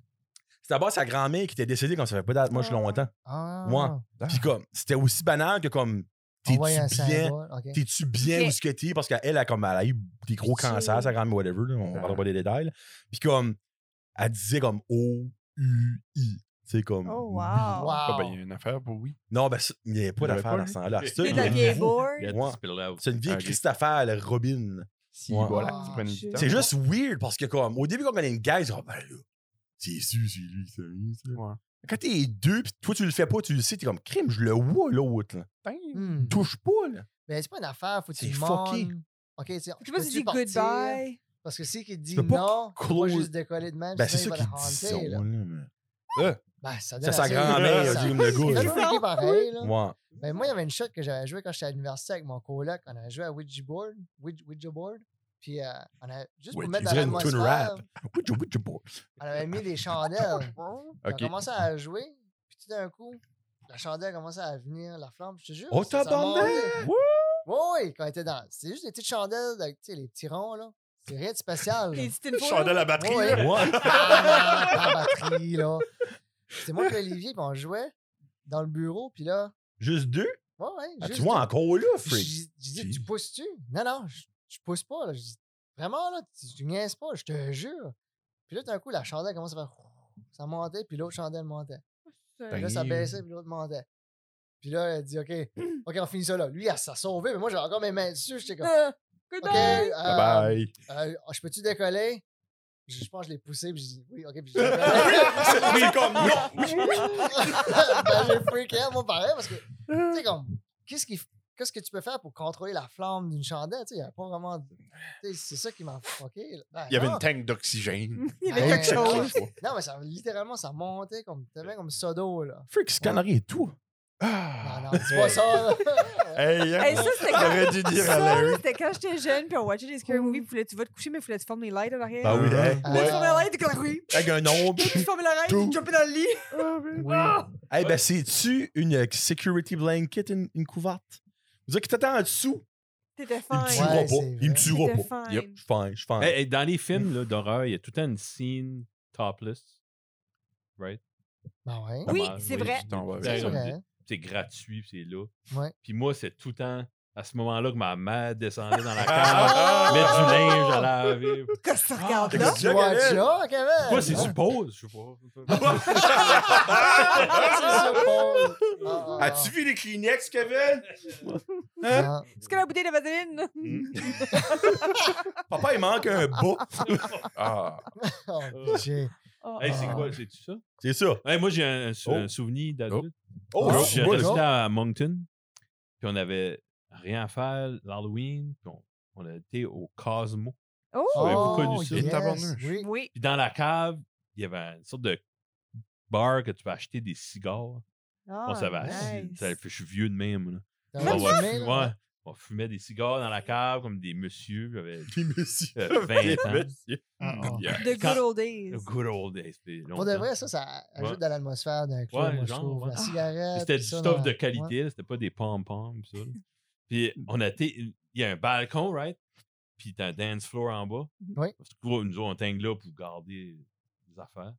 C'est d'abord sa grand-mère qui était décédée quand ça fait pas d'âge, moi, je suis longtemps. Ah! Moi, Puis comme, c'était aussi banal que comme, t'es-tu Envoyer un bien, symbole, ok. t'es-tu bien Ok. où ce que t'es? Parce qu'elle, elle a comme, elle a eu des gros Pitié. cancers, sa grand-mère, whatever, là, on Ah. parlera pas des détails. là. Puis comme, elle disait comme O-U-I. C'est comme. Oh, oui. wow. Ah, Wow! ben, il y a une affaire pour oui. Non, ben, ça- il n'y avait pas Il y avait d'affaire pas, dans là. ce temps-là. C'est C'est une la vieille- vieille board. Yeah. Ouais. C'est une vieille Ok. Christopher, la Robin. Si, Ouais. voilà, Ah, tu prenais du shit. temps. C'est juste weird parce que, comme, au début, quand on a une guy, c'est comme, ben là, c'est sûr, c'est lui, c'est lui, ça. Ouais. Quand t'es deux, pis toi, tu le fais pas, tu le sais, t'es comme, crime, je le vois, l'autre, là. Hmm. Touche pas, là. Ben, c'est pas une affaire, faut que tu C'est demandes. fucké. Ok, tu sais, Je sais pas si peux-tu tu dis partir? goodbye. Parce que si il dit peux pas non, faut pas close- juste décoller de même, Ben, c'est sinon ça il qu'ils va le disent. hanter, là. Ben, ça donne Ça, sa assez- grand-mère, ça- a dit comme le Ça gars. fait là. freaker pareil, là. Ouais. Ben, moi, il y avait une shot que j'avais joué quand j'étais à l'université avec mon coloc. On avait joué à Ouija Board. Ouija, Ouija Board. Puis euh, on a, juste pour Ouais, il mettre dans dirait une tune l'atmosphère, rap. Ouija, ouija boy. on avait mis des chandelles. On a Ok. commencé à jouer, puis tout d'un coup, la chandelle a commencé à venir, la flamme, je te jure. Oh, ça- ça tabarnak! montait. Oui, oui, quand on était dans. C'est juste des petites chandelles, avec, tu sais, les petits ronds, là. C'est rien de spécial. là. Les petites infos, Chandelle là. à batterie. Ouais. là. Ouais. Ah, la batterie, là. C'est moi et Olivier, puis on jouait dans le bureau, puis là. Juste deux? Ouais, ouais. Ah, juste- tu vois, encore là, Puis freak. Je, je dis, Jeez. tu pousses-tu? Non, non, je, je pousse pas. Là. Je dis, vraiment, là, tu, tu niaises pas, je te jure. Puis là, tout d'un coup, la chandelle commence à faire. Ça montait, puis l'autre chandelle montait. Puis là, ça Dang. baissait, puis l'autre montait. Puis là, elle dit, OK, OK, on finit ça là. Lui, elle s'est sauvée, mais moi, j'avais encore mes mains dessus. J'étais comme, Ah, good OK, night. euh, Bye bye. euh, je peux-tu décoller? Je, je pense que je l'ai poussé, puis je dis, oui, OK, puis j'ai ben, décollé. Ah, C'est comme non! ben, j'ai freaké à mon pareil parce que, tu sais, comme, qu'est-ce qu'il f- Qu'est-ce que tu peux faire pour contrôler la flamme d'une chandelle? Tu sais, il n'y a pas vraiment. de- tu sais, C'est ça qui m'a fucké. là. Ben, Il y avait non. une tank d'oxygène. Il y avait Ouais. quelque chose. Non, mais ça, littéralement, ça montait comme, tellement comme sodo, là. Freak, ce canari est tout. Non, Ah. non, c'est pas ça, là. Hey, hein, Hey, ça, c'était quand- j'aurais dû dire à Ça, Larry. C'était quand j'étais jeune, puis on watchait des scary movies, puis là, tu vas te coucher, mais il fallait que tu fermes les lights en arrière. Bah oui, hey. Ah. Là, tu fermes les lights, t'es comme oui. Avec un ombre. Tu fermes les lights, Tout. tu jumpes dans le lit. Oui. Eh ben, c'est-tu une euh, security blanket, une, une couverte? C'est-à-dire qu'il t'attend en dessous. T'étais Il fine. me tuera Ouais, pas. c'est Il me vrai. tuera C'était pas. fine. Yep, je suis fine, je suis fine. Hey, hey, dans les films là, d'horreur, il y a tout le temps une scene topless. Ben ouais. Pas Oui, mal, c'est vrai. Tu t'en vas C'est avec. Ben, comme vrai. dit, C'est gratuit, puis c'est là. Ouais. Puis moi, c'est tout le temps à ce moment-là que ma mère descendait dans la cave, Ah! mettre du linge à laver. Qu'est-ce que Ah, tu regardes t'es là? comme- Tu vois Kevin. là, Kevin? Moi, c'est Hein? suppose, je sais pas. Ah, c'est suppose. Ah, ah, ah. As-tu vu les Kleenex, Kevin? Non. Est-ce que la bouteille de vaseline? Mm. Papa, il manque un bas. Ah, Oh, j'ai- Oh. Hey, c'est quoi, c'est tout ça? C'est ça. Hey, moi, j'ai un, un sou- Oh. un souvenir d'adulte. Oh, Ah, J'ai moi, je- resté à Moncton, puis on avait rien à faire l'Halloween, puis on, on a été au Cosmo. Oh! Avez-vous connu ça? yes, Tabarnouche. oui. Oui. Puis dans la cave, il y avait une sorte de bar que tu peux acheter des cigares. Ah, on s'avait assis. Ah, nice. Ça fait- Je suis vieux de même. là. T'as On, va fumé, fu- là? ouais, on fumait des cigares dans la cave comme des messieurs. J'avais Puis, monsieur. euh, 20 ans. Ah, ah. yeah. The good Quand- old days. Le good old days. c'était Pour de longtemps. vrai, ça, ça ajoute Ouais. de l'atmosphère d'un club, Ouais, moi, genre, je trouve. ouais. La cigarette. C'était tout du Euh, ça, stuff là. de Ouais. qualité, là, c'était pas des pom-poms. pis ça, là. Puis euh, on a été. Il y a un balcon, right? Puis t'as un dance floor en bas. Oui. Parce que gros, nous autres, on était là pour garder les affaires.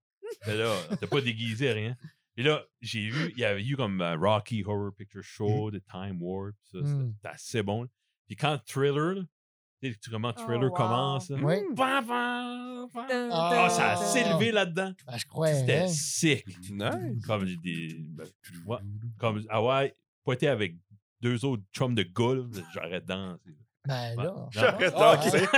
Mais là, on était pas déguisé, rien. Et là, j'ai vu, il y avait eu comme euh, Rocky Horror Mmh Picture Show, The Time Warp, ça, c'était- Mm. c'était assez bon. Puis quand Thriller, là, tu sais comment wow. Thriller commence, là, Oh, Oui. bam, bam, bam. Dun, Ah, Ah, euh, ça a dun, c'est dun. s'élevé là-dedans. Ben, je C'était croyais. hein. sick. Nice. Comme des. ben, ouais, comme Hawaii, pointé avec deux autres chums de gars, là, j'aurais dansé. Ben Ouais. là. J'aurais Ah, dansé. ouais.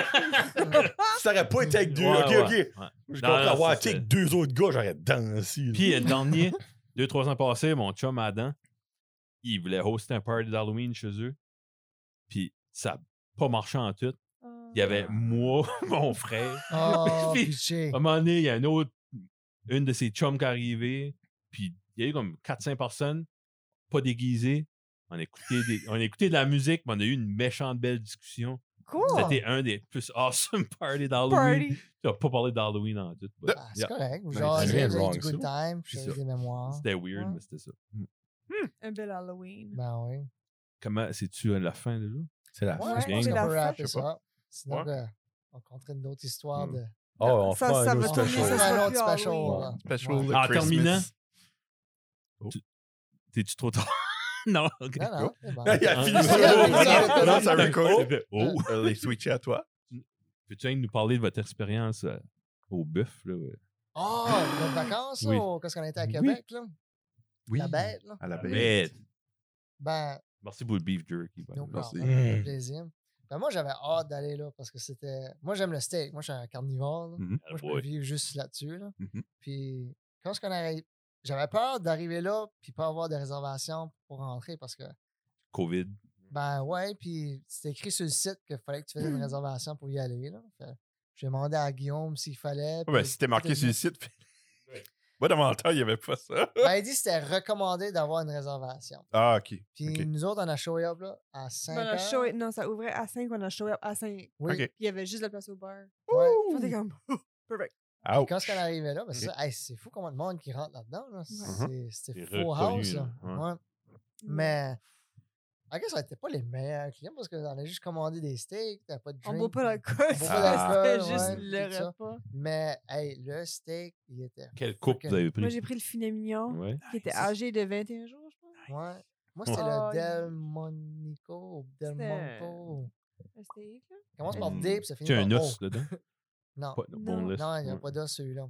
Ça aurait pas été avec deux. Ouais, ok, ouais, ok. ouais. Je Non, comprends non, avoir ça, été c'est- avec deux autres gars, j'aurais dansé. là. Puis, euh, le dernier, deux, trois ans passés, mon chum Adam, il voulait hoster un party d'Halloween chez eux. Puis, ça n'a pas marché en tout. Ah. Il y Ah. avait moi, mon frère. Oh, Puis- pitié. À un moment donné, il y a une autre, une de ses chums qui est arrivée. Puis, il y a eu comme 4-5 personnes, pas déguisées. On écoutait, des, on écoutait de la musique, mais on a eu une méchante belle discussion. Cool. C'était un des plus awesome parties d'Halloween. Oh! Party. Tu n'as pas parlé d'Halloween en tout. but- Ah, Yeah. C'est correct. Vous Ben, genre, c'est du rien de wrong, good ça. time, puis C'est j'avais ça. des mémoires. C'était weird, Ouais. mais c'était ça. Hmm. Un bel Halloween. Ben oui. Comment, c'est-tu à la fin déjà? C'est la Ouais, fin. je pense on que peut la fin, rapper je sais ça. Sinon, Ouais. euh, on compterait une autre histoire Mm. de. Oh, on Ça, fera ça un va autre On tourner, special. ça ferait sera un plus autre special. Halloween. là. Special Ouais. de En Christmas. terminant. Oh. Tu- T'es-tu trop tard? non, ok. Non, Eh ben. non, Ah. c'est bon. Il a Hein? fini Non, ça. non, ça record. Oh. Euh, Les switcher à toi. Peux-tu venir nous parler de votre expérience euh, au bœuf? là, ouais? Oh, notre vacances, Oui. là, au- quand on était à Oui. Québec, là. Oui. La bête, là. À la bête. Mais, Ben, Merci pour le beef jerky. by the no way. problem. Mm. Mmh. Avec plaisir. Ben, moi, j'avais hâte d'aller là parce que c'était. Moi, j'aime le steak. Moi, je suis un carnivore. là. Mhm. Moi, je peux Attaboy. vivre juste là-dessus. Là. Mhm. Puis, quand ce qu'on arrive. J'avais peur d'arriver là puis pas avoir de réservation pour rentrer parce Mmh. que, COVID. ben ouais, puis c'était écrit sur le site qu'il fallait que tu fasses une réservation pour y aller. Là. Fait que j'ai demandé à Guillaume s'il fallait. ben, Ouais, puis si t'es marqué tout sur est le site, Moi, dans mon temps, il n'y avait pas ça. Ben, il dit que c'était recommandé d'avoir une réservation. Ah, OK. Puis Ok. nous autres, on a show up là, à 5 On a heures. show non, ça ouvrait à 5, on a show up à 5. Puis Oui. Ok. il y avait juste la place au bar. Ouais. Puis on était comme, perfect. Ouch. Quand on arrivait là, ben, c'est Ok. ça, hey, c'est fou comment de monde qui rentre là-dedans. Là. Mhm. C'est- C'était C'est faux reconnu, house. Mm-hmm. là. là. Ouais. Ouais. Mais, I guess, on n'était pas les meilleurs clients parce qu'on a juste commandé des steaks, t'as pas de On drink. boit pas l'alcool, boit c'était pas c'était d'alcool, juste ouais, tout le ça. repas. Mais, hey, le steak, il était. Quelle coupe Fucking- vous avez Moi, pris? j'ai pris le filet mignon, Ouais. qui était âgé de 21 jours, je pense. Ouais. Moi, c'était Oh, le il- Delmonico. ou Delmonco. Un steak, là. Commence par Mm. D puis ça finit Tu as par un O. os dedans? Non. Pas- boneless. Non, il n'y a Ouais. pas d'os celui-là.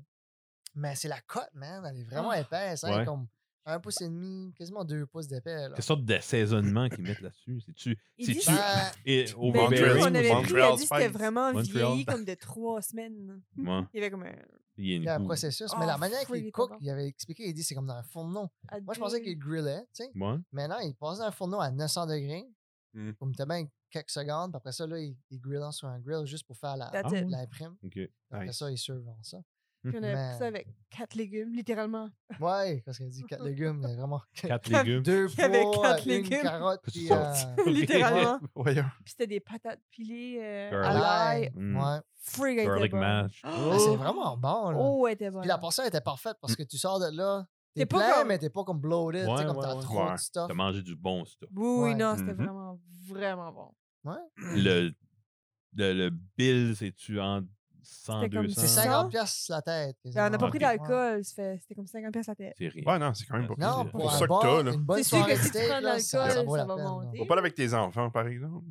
Mais c'est la cote, man. Elle est vraiment Ah. épaisse. Hein, Ouais. Comme un pouce et demi, quasiment deux pouces d'épais. là. Quelle sorte d'assaisonnement qu'ils mettent là-dessus? C'est-tu. Il C'est dit tu. ça- Ben, Et Mais lui, Montreal- qu'on overbearing? avait pris, il a Montreal dit que c'était Spice. vraiment Montreal. vieilli comme de trois semaines. Ouais. Il y avait comme un... Il y a il une y a un boue. processus. Ah, mais la manière fou, il qu'il est pas cook, bon. il avait expliqué, il dit c'est comme dans un fourneau. à Moi, je pensais deux- qu'il grillait, tu sais. Ouais. Mais non, il passait dans un fourneau à 900 degrés. Mm. Mmh. Comme t'as bien quelques secondes. puis après ça, là, il, il grillait sur un grill juste pour faire la, That's Ah, it. ouais. la prime. OK. Après Nice. ça, il servent ça. Puis on avait Man. pris ça avec quatre légumes, littéralement. Ouais, parce qu'elle dit quatre légumes, mais vraiment. Quatre légumes. Deux Il y avait pois, quatre une légumes. carotte, Puis puis euh, ça. littéralement. Voyons. Puis c'était des patates pilées euh, Garlic. à à l'ail. l'ail. Mm. Ouais. Frig, elle était Garlic bonne. mash. Ah, C'est vraiment bon, là. Oh, elle était bonne. Puis la portion était parfaite parce que tu sors de là, t'es T'es pas plein, comme- mais t'es pas comme bloated, tu sais, Mmh. Ouais, comme ouais, t'as ouais. trop Ouais. de stuff. T'as mangé du bon stuff. Oui, Ouais. non, c'était Mhm. vraiment, vraiment bon. Le, le, le bill, c'est-tu en 100, C'était comme 200? C'est ça. 50 piastres la tête. Ben, on n'a pas Ah, pris ok. d'alcool, ça fait- c'était comme 50 pièces la tête. C'est rien. Ouais, non, c'est quand même pas Non, Non, pire. c'est- pour Pour un ça que bon- t'as, là. une bonne C'est sûr soirée que si tu steak, prends de là, ça, ça l'alcool, vaut la ça va peine, là. monter. Faut pas aller avec tes enfants, par exemple.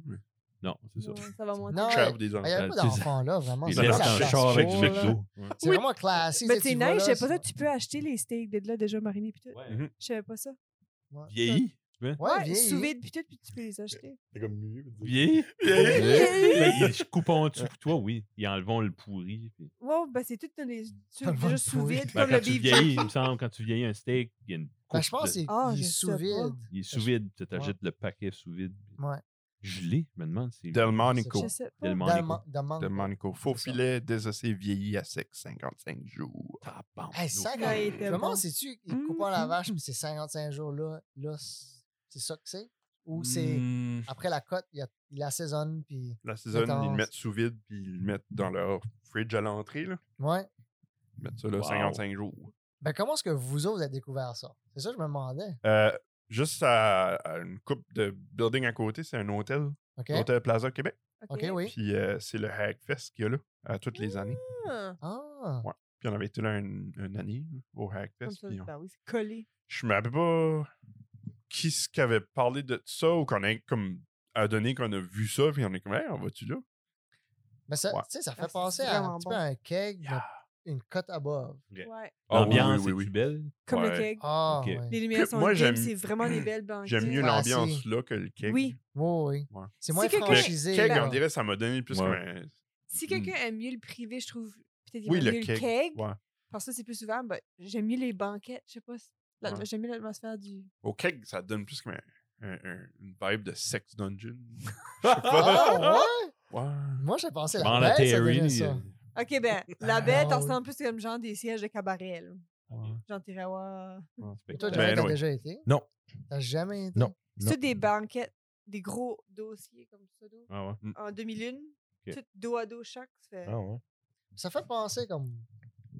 Non, c'est ça. Ouais, ça va monter. Non, Chef ouais. des Ah, Il n'y avait enfants. pas Tu sais, d'enfants là, vraiment. Il C'est laisse la un place char avec du chaude, là. McDo. C'est Oui. vraiment classique. Mais tu sais, c'est tu vois, nice, je là, savais pas ça. c'est- Tu peux acheter les steaks de là déjà marinés puis tout. Mhm. Je savais pas ça. Vieilli. Ouais, vieilli. sous vide puis tout, puis tu peux les acheter. C'est comme mieux. Vieilli. Vieilli. Ben, Ils coupons-tu pour toi? Oui. Ils enlevons le pourri. puis- Ouais, ben c'est tout dans les tu- Tellement déjà sous pourri. vide Ben, comme quand le tu beef jerky. vieillis, il me semble, quand tu vieillis un steak, il y a une coupe Ben, je pense de- qu'il Ah, il est je sais sous pas. vide. Il est sous vide, tu Ouais. t'achètes le paquet sous vide. Ouais. Gelé, je me demande. C'est Delmonico. Je sais pas. Tellement Dans le écho. man- dans le man- Delmonico. Faux C'est ça. filet désossé vieilli à sec 55 jours. Ta bande. Hey, Ouais, il 50. était Comment bon. sais-tu, Mm, ils coupent la mm, vache, puis c'est 55 jours là, là, c'est- c'est ça que c'est? Ou c'est Mm. après la cote, il y a- il assaisonne, puis. La saison, ils Intense. le mettent sous vide puis ils le mettent dans leur fridge à l'entrée. Là. Ouais. Ils mettent ça là, Wow. 55 jours. Ben, comment est-ce que vous autres avez découvert ça? C'est ça que je me demandais. Euh, juste à, à une coupe de building à côté, c'est un hôtel. OK? L'hôtel Plaza Québec. OK, oui. Puis euh, c'est le Hackfest qu'il y a là, à toutes les années. Ah, Ah! Puis on avait été là une, une année là, au comme Hackfest. ça, puis on- ben oui, c'est collé. Je me rappelle pas qui ce qui avait parlé de ça ou qu'on a comme à donné qu'on a vu ça puis on est comme hey, on va-tu là? Mais ça, Ouais. tu sais, ça fait Ah, c'est penser à un vraiment petit bon. peu un keg, mais Yeah. une cote above. Ok. Ouais. Ah oui, L'ambiance, oui, oui, est-tu oui. belle? Comme le Ouais. keg. Ah, Ok. oui. Les lumières sont moi, Moi, j'aime- c'est vraiment des belles banques. J'aime mieux Ouais, l'ambiance c'est- là que le Oui. cake. Oui, Ben, oui. Ouais. C'est moins Si quelqu'un- franchisé. Le cake, là. on dirait, ça m'a donné plus Ouais. comme un- Si quelqu'un aime mieux le privé, je trouve peut-être qu'il hmm. Oui, aime le mieux keg. le keg. Ouais. Parce que c'est plus souvent, ben, j'aime mieux les banquettes. Je sais pas. si- l'at- Ouais. J'aime mieux l'atmosphère du. Au cake, ça donne plus comme un- un- un- une vibe de sex dungeon. Ah, ouais? Ouais. Moi, j'ai pensé la Bande à bête, ça donnait Terry. ça. euh, Ok, ben, la bête, Ah, on ressemble plus comme genre des sièges de cabaret. là. Genre Tirawa. Et toi, Ben, Jared, t'as oui. déjà été? Non. T'as jamais été? Non. C'est Non. tout des banquettes, des gros dossiers comme ça, d'eau. Ah ouais. en demi-lune. Ok. Tout dos à dos chaque. ça fait- Ah ouais. Ça fait penser comme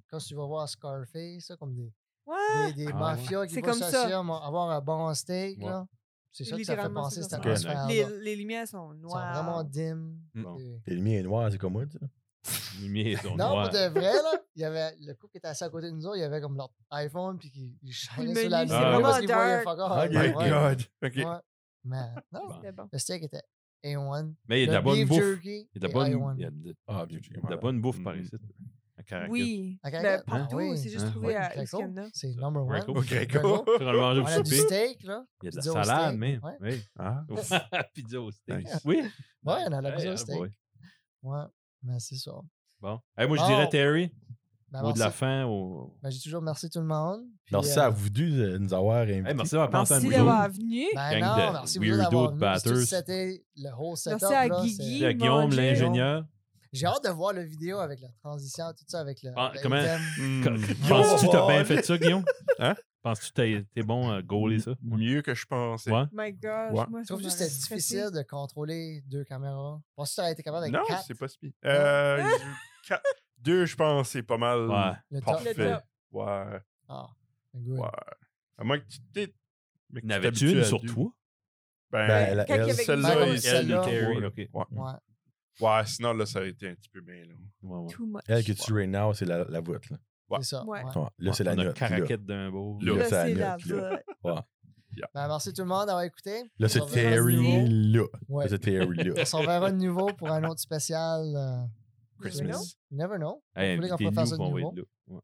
quand tu vas voir Scarface, ça, comme des, Ouais! des, des Ah, mafias qui C'est vont comme ça. s'asseoir, avoir un bon steak. Ouais. là. C'est ça que ça fait Littéralement, penser c'est cette ça. Ok, atmosphère. Les, les lumières sont Ah, Ils sont vraiment noires. dim. Bon. Et- Et le mien est noir, c'est comme moi, tu Oh sais. Lumière, ils sont Non, noirs. pour de vrai, là, il y avait le couple qui était assis à côté de nous autres, il y avait comme leur iPhone, puis qui il le shinait sur la menu, lune. c'est parce vraiment qu'ils voyaient dark. fuck Oh all. my Ouais, My ouais, God. OK. ouais. Mais non, C'était bon. le steak était A1. Mais il y a de Le la bonne beef bouffe. jerky Il y a de la est bonne, A1. il y a de, Ah, bien sûr. de la bonne bouffe par Mhm. ici. À Caracas. Oui. À Ben, Caracal- partout, Ah oui, c'est juste hein, trouvé Ouais, à Greco, Iskandar. C'est number one. Greco. Au Greco. Greco. Quand on le mange On a au du souper, steak, là. il y a de la pizza au salade steak, même. ouais. Oui. Ah. Pizza au steak. Nice. Oui. Ouais, on a la Hey, pizza ah, au steak. boy. Ouais, mais c'est ça. Bon. Hey, moi, je Bon. dirais Terry. Ben, Au de la merci. fin. au- Ben, j'ai toujours merci tout le monde. puis, Merci euh, à vous deux de nous avoir invités. Hey, merci d'avoir pensé à Merci nous. d'avoir autres. venu. Ben Gang non, de merci beaucoup weirdos, d'avoir de venu. puis tout batteurs. C'était le whole setup. à là, Guigui. c'est- Merci à Guillaume, Manger. Hmm. l'ingénieur. J'ai hâte de voir la vidéo avec la transition, tout ça, avec le. Ah, le comment- thème. Hmm. Qu- Penses-tu que t'as bien fait ça, Guillaume? Hein? Euh, Penses-tu que t'as- t'es bon à gauler ça? Mieux que je pensais. Ouais. My gosh. Ouais. Moi, ça Trouves-tu que m'aurait c'était stressé. difficile de contrôler deux caméras? Penses-tu que t'aurais été capable avec Non, quatre? c'est pas si. Euh, je- quatre- Deux, je pense, c'est pas mal. Ouais. Le top. Parfait. Le top. Ouais. Ah, good. Ouais. À moins que tu t'es. mais que tu N'avais-tu t'habitues une à sur deux. toi? Ben, Ben, la- Quand il y elle- avait- Ben, celle-là, comme il- celle-là. Terry, ok. Ouais. Ouais. ouais, sinon, là, ça aurait été un petit peu bien long. Ouais, ouais. Too much. Elle que tu right now, c'est la, la voûte. Là, Ouais. C'est ça. Ouais. ouais. Ouais, là c'est la On a note. puis Là, caraquette d'un beau. Là, Là, ça c'est la note, là. vote. Ben, merci tout le monde d'avoir écouté. Là, On c'est se reverra de Terry nouveau. là. Ouais. Là, c'est Terry là. On s'en verra de nouveau pour un autre spécial. euh, Christmas. You never know. Hey, Faut qu'on invitez-nous, fasse un puis on va nouveau. être là.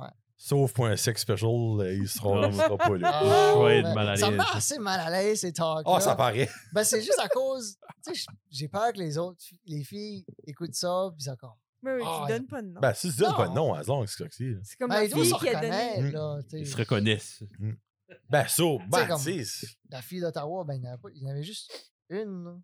Ouais. Sauf pour un sex special, euh, il sera, il sera pas là. Ah, Je vais être ben, mal à Ça me l'aise. met assez mal à l'aise, ces talks. Ah, ça paraît. Ben, c'est juste à cause. Tu sais, j'ai peur que les autres, fi- les filles écoutent ça, puis ça compte. Mais oui, Ah, tu donnes pas de nom. Ben, si tu donnes Non. pas de nom, as long as c'est c'est. C'est comme Ben, la ils doivent fille se qui a donné. reconnaître, là. tu sais. Hmm. Ils se reconnaissent. Ben, ça, sais, ben, comme- tu sais. La fille d'Ottawa, ben, il n'y en avait pas. Il y en avait juste une. là. Mm.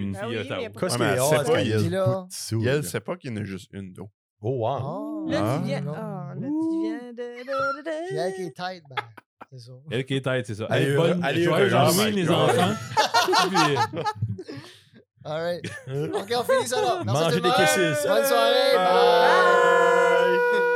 Une Ben Ah oui, fille mais Ottawa. y a pas- Qu'est-ce Ouais, mais elle sait pas, qu'il y a Yel. beaucoup de sous, Yel là. sait pas qu'il y en a juste une, d'eau. Oh, wow. Oh. Là, tu viens. non. Ah, là, tu viens de. de- de- de- Puis elle qui est tête, ben, c'est ça. Elle qui est tête, c'est ça. Allez, euh, Allez, bonne allez, joyeuse regarde, Halloween, my les God. enfants. Puis, euh, All Hein? right. OK, on finit ça là. Merci Mangez tout le des monde. kisses. Bonne soirée. Bye. Bye.